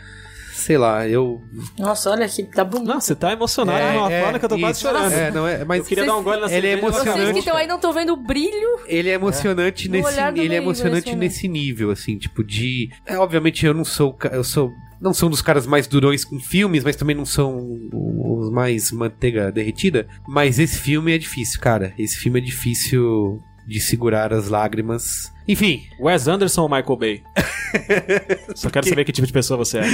Sei lá, eu. É,
Nossa, olha aqui, tá bonito.
Não, você tá emocionado de uma forma que eu tô quase
isso.
chorando.
É, não é,
Eu
mas
queria dar um gole na
Ele é
cerveja, mas-
Vocês que
emocionante.
estão aí não estão vendo o brilho.
ele é emocionante
No
nesse
olhar do
ele é
leigo,
emocionante
assim, né?
nesse nível assim tipo de é, obviamente eu não sou o ca- eu sou não sou um dos caras mais durões com filmes mas também não sou um, os mais manteiga derretida mas esse filme é difícil cara esse filme é difícil de segurar as lágrimas Enfim,
Wes Anderson ou Michael Bay? Só quero saber que tipo de pessoa você é.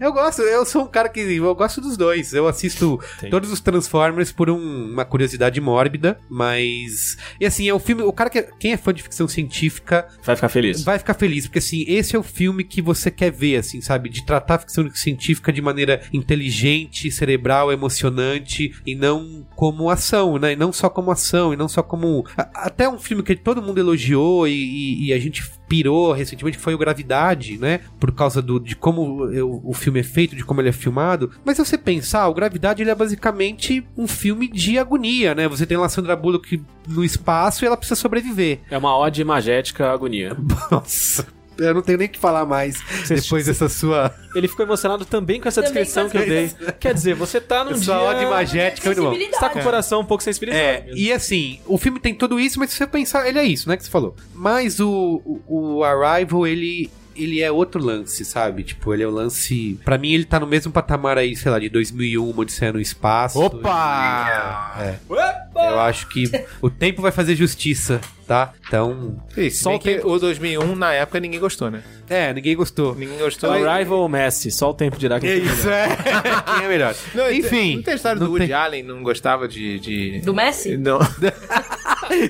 eu gosto, eu sou um cara que. Eu gosto dos dois. Eu assisto
Entendi.
todos os Transformers por um- uma curiosidade mórbida, mas. E assim, é o filme. O cara que. é- Quem é fã de ficção científica
Vai ficar feliz.
Vai ficar feliz, porque assim, esse é o filme que você quer ver, assim, sabe? De tratar a ficção científica de maneira inteligente, cerebral, emocionante, e não como ação, né? E não só como ação, e não só como. a- Até um filme que todo mundo elogiou e, e- e a gente pirou recentemente que foi o Gravidade, né? Por causa do, de como eu- o filme é feito, de como ele é filmado. Mas se você pensar, o Gravidade ele é basicamente um filme de agonia, né? Você tem lá a Sandra Bullock no espaço e ela precisa sobreviver.
É uma ode magética à agonia.
Nossa, eu não tenho nem o que falar mais depois dessa sua.
Ele ficou emocionado também com essa
Também
descrição
com
que eu dei. Quer dizer, você tá num
sua ode
dia...
magética, irmão.
Sensibilidade.
Está com o coração um pouco sensibilizado.
É,
mesmo.
e assim, o filme tem tudo isso, mas se você pensar, ele é isso, né, que você falou. Mas o, o, o Arrival, ele. Ele é outro lance, sabe? Tipo, ele é o lance. Pra mim, ele tá no mesmo patamar aí, sei lá, de 2001, Odisseia no Espaço. É.
Opa!
Eu acho que o tempo vai fazer justiça, tá? Então.
Só
Só que o 2001, na época, ninguém gostou, né?
É, ninguém gostou.
Ninguém gostou. e-
Arrival ou Messi? Só o tempo dirá que
é. Quem é melhor?
Não,
Enfim.
Não tem a história do
não
Woody
tem.
Allen, não gostava de... de...
Do Messi?
Não,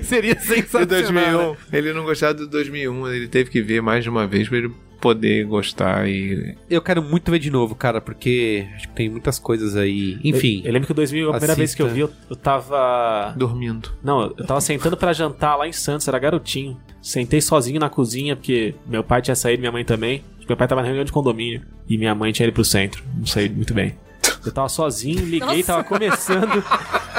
Seria
do
sensacional.
2001.
né?
Ele não gostava do 2001, ele teve que ver mais de uma vez pra ele poder gostar e...
Eu quero muito ver de novo, cara, porque acho que tem muitas coisas aí. Enfim.
Eu, eu lembro que em 2000, a primeira vez que eu vi, eu, eu tava...
Dormindo.
Não, eu tava sentando pra jantar lá em Santos, era garotinho. Sentei sozinho na cozinha, porque meu pai tinha saído, minha mãe também. Meu pai tava na reunião de condomínio e minha mãe tinha ido pro centro. Não sei muito bem. Eu tava sozinho, liguei,
Nossa.
tava começando.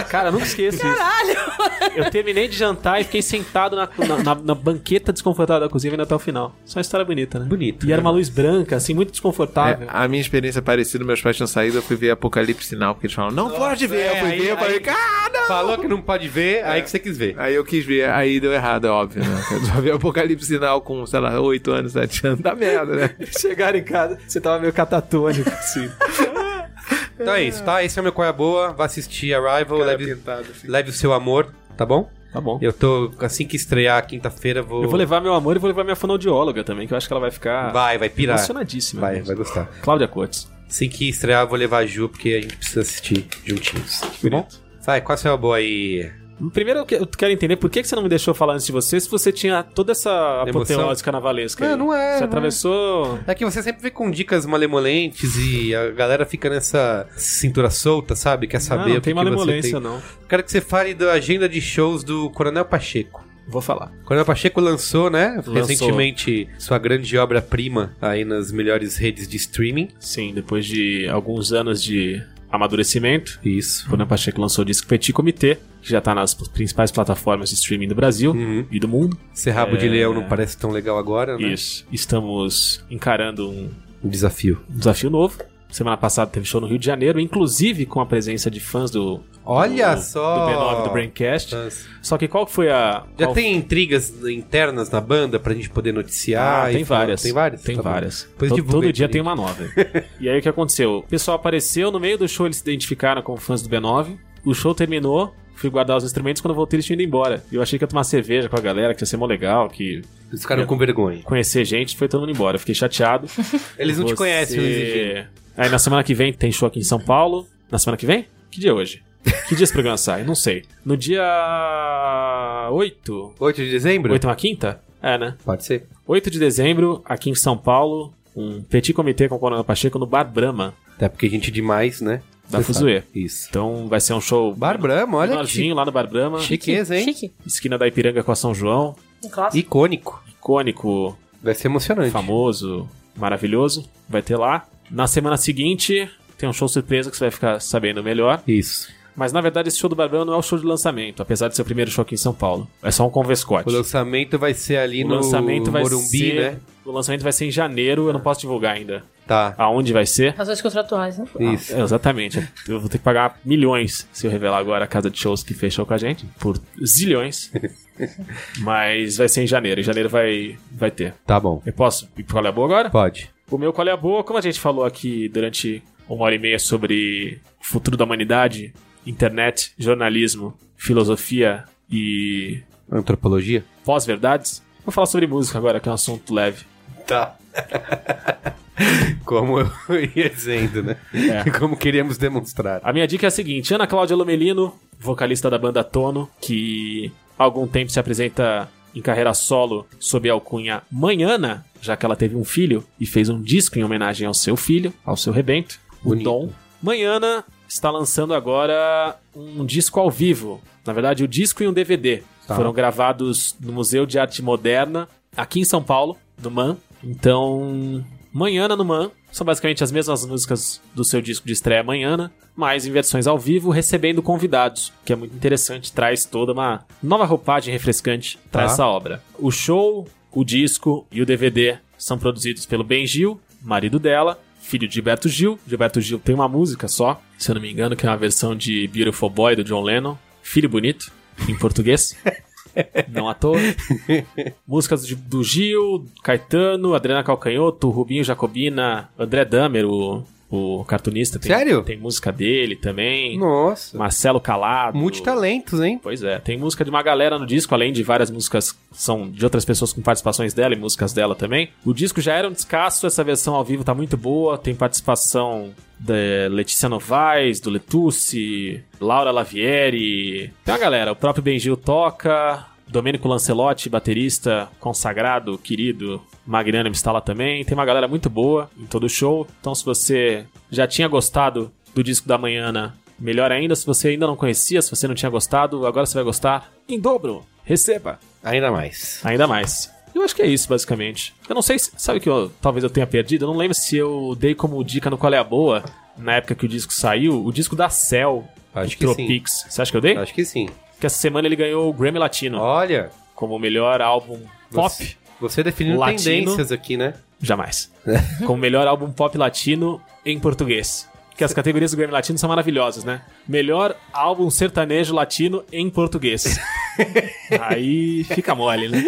Cara, eu nunca esqueço isso. Eu terminei de jantar e fiquei sentado na, na, na- na banqueta desconfortável da cozinha vendo até o final. Só uma história bonita, né?
Bonito,
E era uma luz branca, assim, muito desconfortável.
É, a minha experiência parecida, meus pais tinham saído, eu fui ver Apocalipse Sinal, porque eles falam, não pode ver, eu fui
é,
aí-
ver, eu falei,
aí-
cara...
Falou que não pode ver, aí que você quis ver.
É.
Aí eu quis ver, aí deu errado, é óbvio, né? Eu só vi Apocalipse Sinal com, sei lá, 8 anos, 7 anos, dá merda, né?
Chegaram em casa, você tava meio catatônico, assim.
Então é isso, tá? Esse é o meu Qual é a Boa. Vá assistir Arrival, leve, leve o seu amor, tá bom?
Tá bom.
Eu tô, assim que estrear quinta-feira, vou...
Eu vou levar meu amor e vou levar minha fonoaudióloga também, que eu acho que ela vai ficar
Vai, vai pirar.
emocionadíssima.
Vai, vai gostar.
Cláudia Cotes.
Assim que estrear, eu vou levar a Ju, porque a gente precisa assistir juntinhos. Tá bom? Sai, qual é a sua boa aí?
Primeiro eu que- eu quero entender por que que você não me deixou falar antes de você se você tinha toda essa
Emoção?
apoteose carnavalesca.
Não,
aí.
não é,
Você
não
atravessou.
É que você sempre vem com dicas malemolentes e a galera fica nessa cintura solta, sabe? Quer
Ah,
saber
não
o que,
tem
que você tem.
malemolência, não.
Quero que você fale da agenda de shows do Coronel Pacheco.
Vou falar.
Coronel Pacheco lançou, né, recentemente sua grande obra-prima aí nas melhores redes de streaming.
Sim, depois de alguns anos de amadurecimento,
Isso.
Conan Pacheco lançou o disco Petit Comitê, que já tá nas principais plataformas de streaming do Brasil
Uhum.
e do mundo.
Ser rabo de leão não parece tão legal agora, né?
É. Isso. Estamos encarando um
Um desafio.
um desafio novo. Semana passada teve show no Rio de Janeiro, inclusive com a presença de fãs do.
Olha
do-
só! Ah.
Do B9 do Braincast. Só que qual que foi a.
Já
qual-
tem intrigas internas na banda pra gente poder noticiar?
Ah,
e
tem
falar?
várias.
Tem várias?
Tem
Tá bom.
várias.
Depois
To-
divulga aí
todo dia
pra
tem
gente.
uma nova. e aí o que aconteceu? O pessoal apareceu, no meio do show eles se identificaram como fãs do B9. O show terminou, fui guardar os instrumentos, quando eu voltei eles tinham ido embora. E eu achei que ia tomar cerveja com a galera, que ia ser mó legal, que
Eles ficaram com vergonha.
conhecer gente, foi todo mundo embora. Eu Fiquei chateado.
Eles não
Você-
te conhecem, Luiz e Gino.
Aí na semana que vem tem show aqui em São Paulo. Na semana que vem? Que dia é hoje? Que dia esse programa sai? Não sei. No dia 8?
8 de dezembro?
8 é uma quinta? É, né?
Pode ser.
8 de dezembro, aqui em São Paulo, um petit comitê com o Coronel Pacheco no Bar Brahma,
Até porque gente demais, né?
da
Você
Fuzue.
sabe. Isso.
Então vai ser um show
Bar Brahma, olha que
menorzinho lá no Bar Brahma,
chique- chiqueza, hein?
Chique.
esquina da Ipiranga com a São João,
Um clássico.
Icônico.
icônico,
Vai ser emocionante.
famoso, maravilhoso, vai ter lá. Na semana seguinte tem um show surpresa que você vai ficar sabendo melhor.
Isso.
Mas na verdade esse show do Bar Brahma não é o show de lançamento, apesar de ser o primeiro show aqui em São Paulo. É só um converscote.
O lançamento vai ser ali
O
no
lançamento vai
Morumbi,
ser...
né?
O lançamento vai ser em janeiro, eu não posso divulgar ainda
Tá.
aonde vai ser.
Razões contratuais, né?
Isso.
É, exatamente. Eu vou ter que pagar milhões se eu revelar agora a casa de shows que fechou com a gente. Por zilhões. Mas vai ser em janeiro. Em janeiro vai, vai ter.
Tá bom.
Eu posso ir pro Qual é a Boa agora?
Pode.
O meu Qual é a Boa, como a gente falou aqui durante uma hora e meia sobre o futuro da humanidade, internet, jornalismo, filosofia e
Antropologia?
pós-verdades, Vou falar sobre música agora, que é um assunto leve.
Tá. Como eu ia dizendo, né?
É.
Como queríamos demonstrar.
A minha dica é a seguinte: Ana Cláudia Lomelino, vocalista da banda Tono, que há algum tempo se apresenta em carreira solo sob a alcunha Manhana, já que ela teve um filho e fez um disco em homenagem ao seu filho, ao seu rebento,
Bonito.
o Dom. Manhana está lançando agora um disco ao vivo. Na verdade, o disco e um DVD.
Tá.
Foram gravados no Museu de Arte Moderna, aqui em São Paulo, no MAN. Então, Manhana no Man são basicamente as mesmas músicas do seu disco de estreia Manhana, mas em versões ao vivo, recebendo convidados, que é muito interessante, traz toda uma nova roupagem refrescante para
Tá.
essa obra. O show, o disco e o DVD são produzidos pelo Ben Gil, marido dela, filho de Gilberto Gil. Gilberto Gil tem uma música só, se eu não me engano, que é uma versão de Beautiful Boy do John Lennon, Filho Bonito, em português. Não à toa. Músicas de- do Gil, Caetano, Adriana Calcanhoto, Rubinho Jacobina, André Damer, o, o cartunista. Tem,
Sério?
Tem música dele também.
Nossa.
Marcelo Calado.
Multitalentos, hein?
Pois é, tem música de uma galera no disco, além de várias músicas que são de outras pessoas com participações dela e músicas dela também. O disco já era um descasso, essa versão ao vivo tá muito boa, tem participação da Letícia Novaes, do Letucci, Laura Lavieri, tem uma galera, o próprio Benjil toca, Domênico Lancelotti, baterista consagrado, querido, Magnânimo está lá também, tem uma galera muito boa em todo o show, então se você já tinha gostado do disco da Manhana Melhor ainda, se você ainda não conhecia, se você não tinha gostado, agora você vai gostar em dobro. Receba!
Ainda mais.
Ainda mais. Eu acho que é isso, basicamente. Eu não sei se. Sabe o que eu, talvez eu tenha perdido? Eu não lembro se eu dei como dica no Qual é a Boa, na época que o disco saiu, o disco da Cell,
Acho
do
que sim.
Tropics. Você acha que eu dei?
Acho que sim.
Que essa semana ele ganhou o Grammy Latino
Olha,
como o melhor álbum
Você-
pop.
você definindo
Latino.
tendências aqui, né?
Jamais. Como melhor álbum pop latino em português. Que as categorias do Grammy Latino são maravilhosas, né? Melhor álbum sertanejo latino em português. Aí fica mole, né?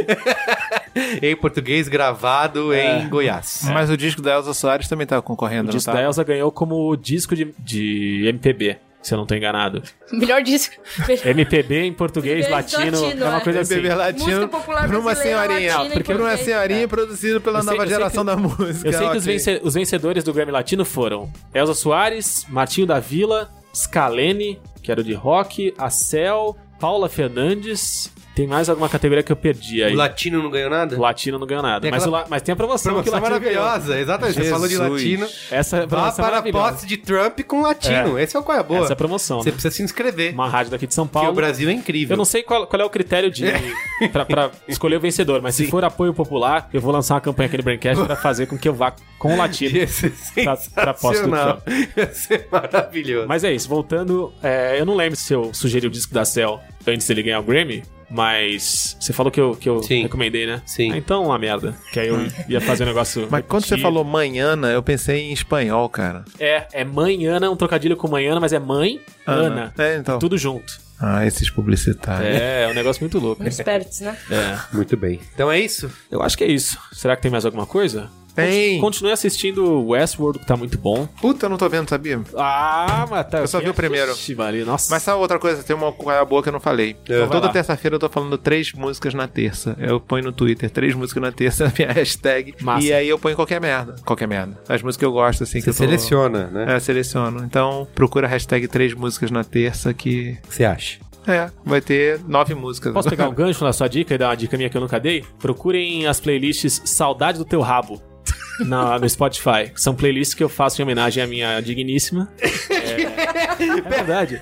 Em português gravado
É.
em Goiás.
Mas o disco da Elza Soares também tava concorrendo,
O
não tá?
disco
tava?
da Elsa ganhou como disco de, de MPB, se eu não tô enganado.
Melhor disco. Melhor-
MPB em português,
Português
latino,
latino,
é uma
é.
coisa assim.
MPB
Música
latino
popular
por uma
brasileira,
senhorinha.
latina em
porque por uma
português.
senhorinha produzido pela
Eu sei-
nova
eu sei
geração
que-
da música.
Eu sei que os,
ok.
vence- os vencedores do Grammy Latino foram Elza Soares, Martinho da Vila, Scalene, que era o de rock, a Cel, Paula Fernandes. Tem mais alguma categoria que eu perdi aí.
O latino não ganhou nada?
Latino não ganhou nada.
Tem
mas,
aquela-
o la- mas tem a promoção, que o
Promoção
Latino ganhou.
é maravilhosa, exatamente. Você falou de
Jesus.
latino.
Essa
Vá
promoção é
para a
maravilhosa.
posse de Trump com latino. Esse é o qual é a boa.
Essa é a promoção,
Você
né?
precisa se inscrever.
Uma rádio daqui de São
Porque o
Paulo.
Brasil é
Eu
incrível.
não sei qual, qual é o critério de pra, pra escolher o vencedor, mas se for apoio popular, eu vou lançar uma campanha aqui no Braincast pra fazer com que eu vá com o latino.
Ia ser
Pra- pra posse do
é sensacional. Ia ser maravilhoso.
Mas é isso, voltando, é, eu não lembro se eu sugeri o disco da Cell antes dele ganhar o Grammy, mas você falou que eu, que eu
Sim.
recomendei, né?
Sim.
Ah, então, uma merda. Que aí eu ia fazer um negócio.
Mas quando você
repetido.
falou manhana, eu pensei em espanhol, cara.
É, é mãe Ana, é um trocadilho com mãe Ana, mas é mãe Ana.
É, então.
Tudo junto.
Ah, esses publicitários.
É, é um negócio muito louco.
Espertos, né?
É.
Muito bem. Então é isso?
Eu acho que é isso. Será que tem mais alguma coisa?
Tem.
Continue assistindo Westworld, que tá muito bom.
Puta, eu não tô vendo, sabia?
Ah, mas tá.
Eu só vi o primeiro.
Ixi, Maria, nossa.
Mas sabe outra coisa? Tem uma coisa boa que eu não falei.
É. Então vai
Toda
lá.
terça-feira eu tô falando três músicas na terça. Eu ponho no Twitter três músicas na terça, a minha hashtag.
Massa.
E aí eu ponho qualquer merda. Qualquer merda. As músicas que eu gosto, assim, que
Você
eu tô...
seleciona, né?
É, seleciono. Então procura a hashtag três músicas na terça que...
O que você acha?
É, vai ter nove músicas.
Posso pegar um gancho na sua dica e dar uma dica minha que eu nunca dei? Procurem as playlists Saudade do Teu Rabo. na- no Spotify. que São playlists que eu faço em homenagem à minha digníssima. É, é verdade.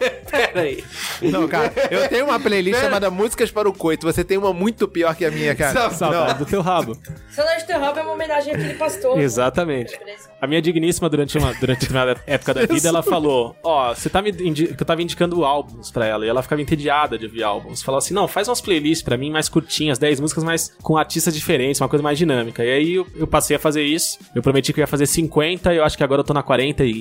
Não, cara, eu tenho uma playlist chamada Músicas para o Coito. Você tem uma muito pior que a minha, cara.
Saudade do teu rabo.
Saudade do Teu Rabo é uma homenagem àquele pastor.
Exatamente.
Preso.
A minha digníssima, durante uma, durante determinada época da vida, ela falou: Ó, você tá me. indi- que eu tava indicando álbuns pra ela. E ela ficava entediada de ouvir álbuns. Falava assim: Não, faz umas playlists pra mim mais curtinhas, 10 músicas, mas com artistas diferentes, uma coisa mais dinâmica. E aí eu, eu passei a fazer isso. Eu prometi que eu ia fazer 50, e eu acho que agora eu tô na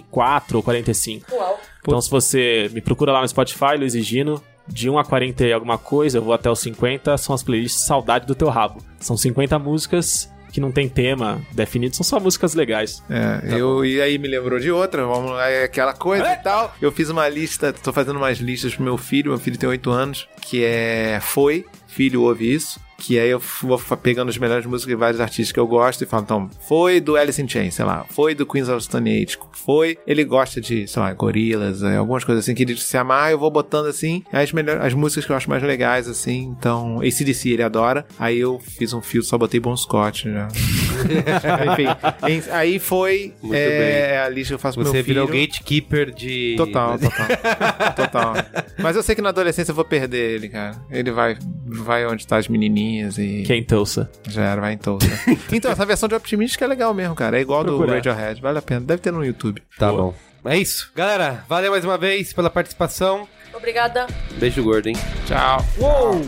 44 ou 45.
Uau.
Então, se você me procura lá no Spotify, Luiz e Gino, de 1 a 40 e alguma coisa, eu vou até os 50, são as playlists Saudade do Teu Rabo. São 50 músicas que não tem tema definido, são só músicas legais.
É, eu, e aí me lembrou de outra, vamos lá, é aquela coisa e tal. Eu fiz uma lista, tô fazendo umas listas pro meu filho, meu filho tem 8 anos, que é Foi, filho ouve isso.
que aí eu vou fa- pegando os melhores músicas de vários artistas que eu gosto e falo, então, foi do Alice in Chains, sei lá, foi do Queens of Stone Age, foi... Ele gosta de, sei lá, gorilas, é, algumas coisas assim que ele se amar, eu vou botando assim as, melhores, as músicas que eu acho mais legais, assim, então, ACDC ele adora, aí eu fiz um fio, só botei Bon Scott, né? Enfim, em- aí foi
Muito
é, a lista que eu faço pro meu
Você
filho.
virou gatekeeper de.
Total, total. total. Mas eu sei que na adolescência eu vou perder ele, cara. Ele vai, vai onde tá as menininhas e
Quem Tulsa?
já era, vai em Tulsa. então, essa versão de Optimist é legal mesmo, cara. É igual
Procurar.
do Radiohead, vale a pena. Deve ter no YouTube.
Tá bom. É isso. Galera, valeu mais uma vez pela participação.
Obrigada.
Beijo gordo, hein?
Tchau.
Uou!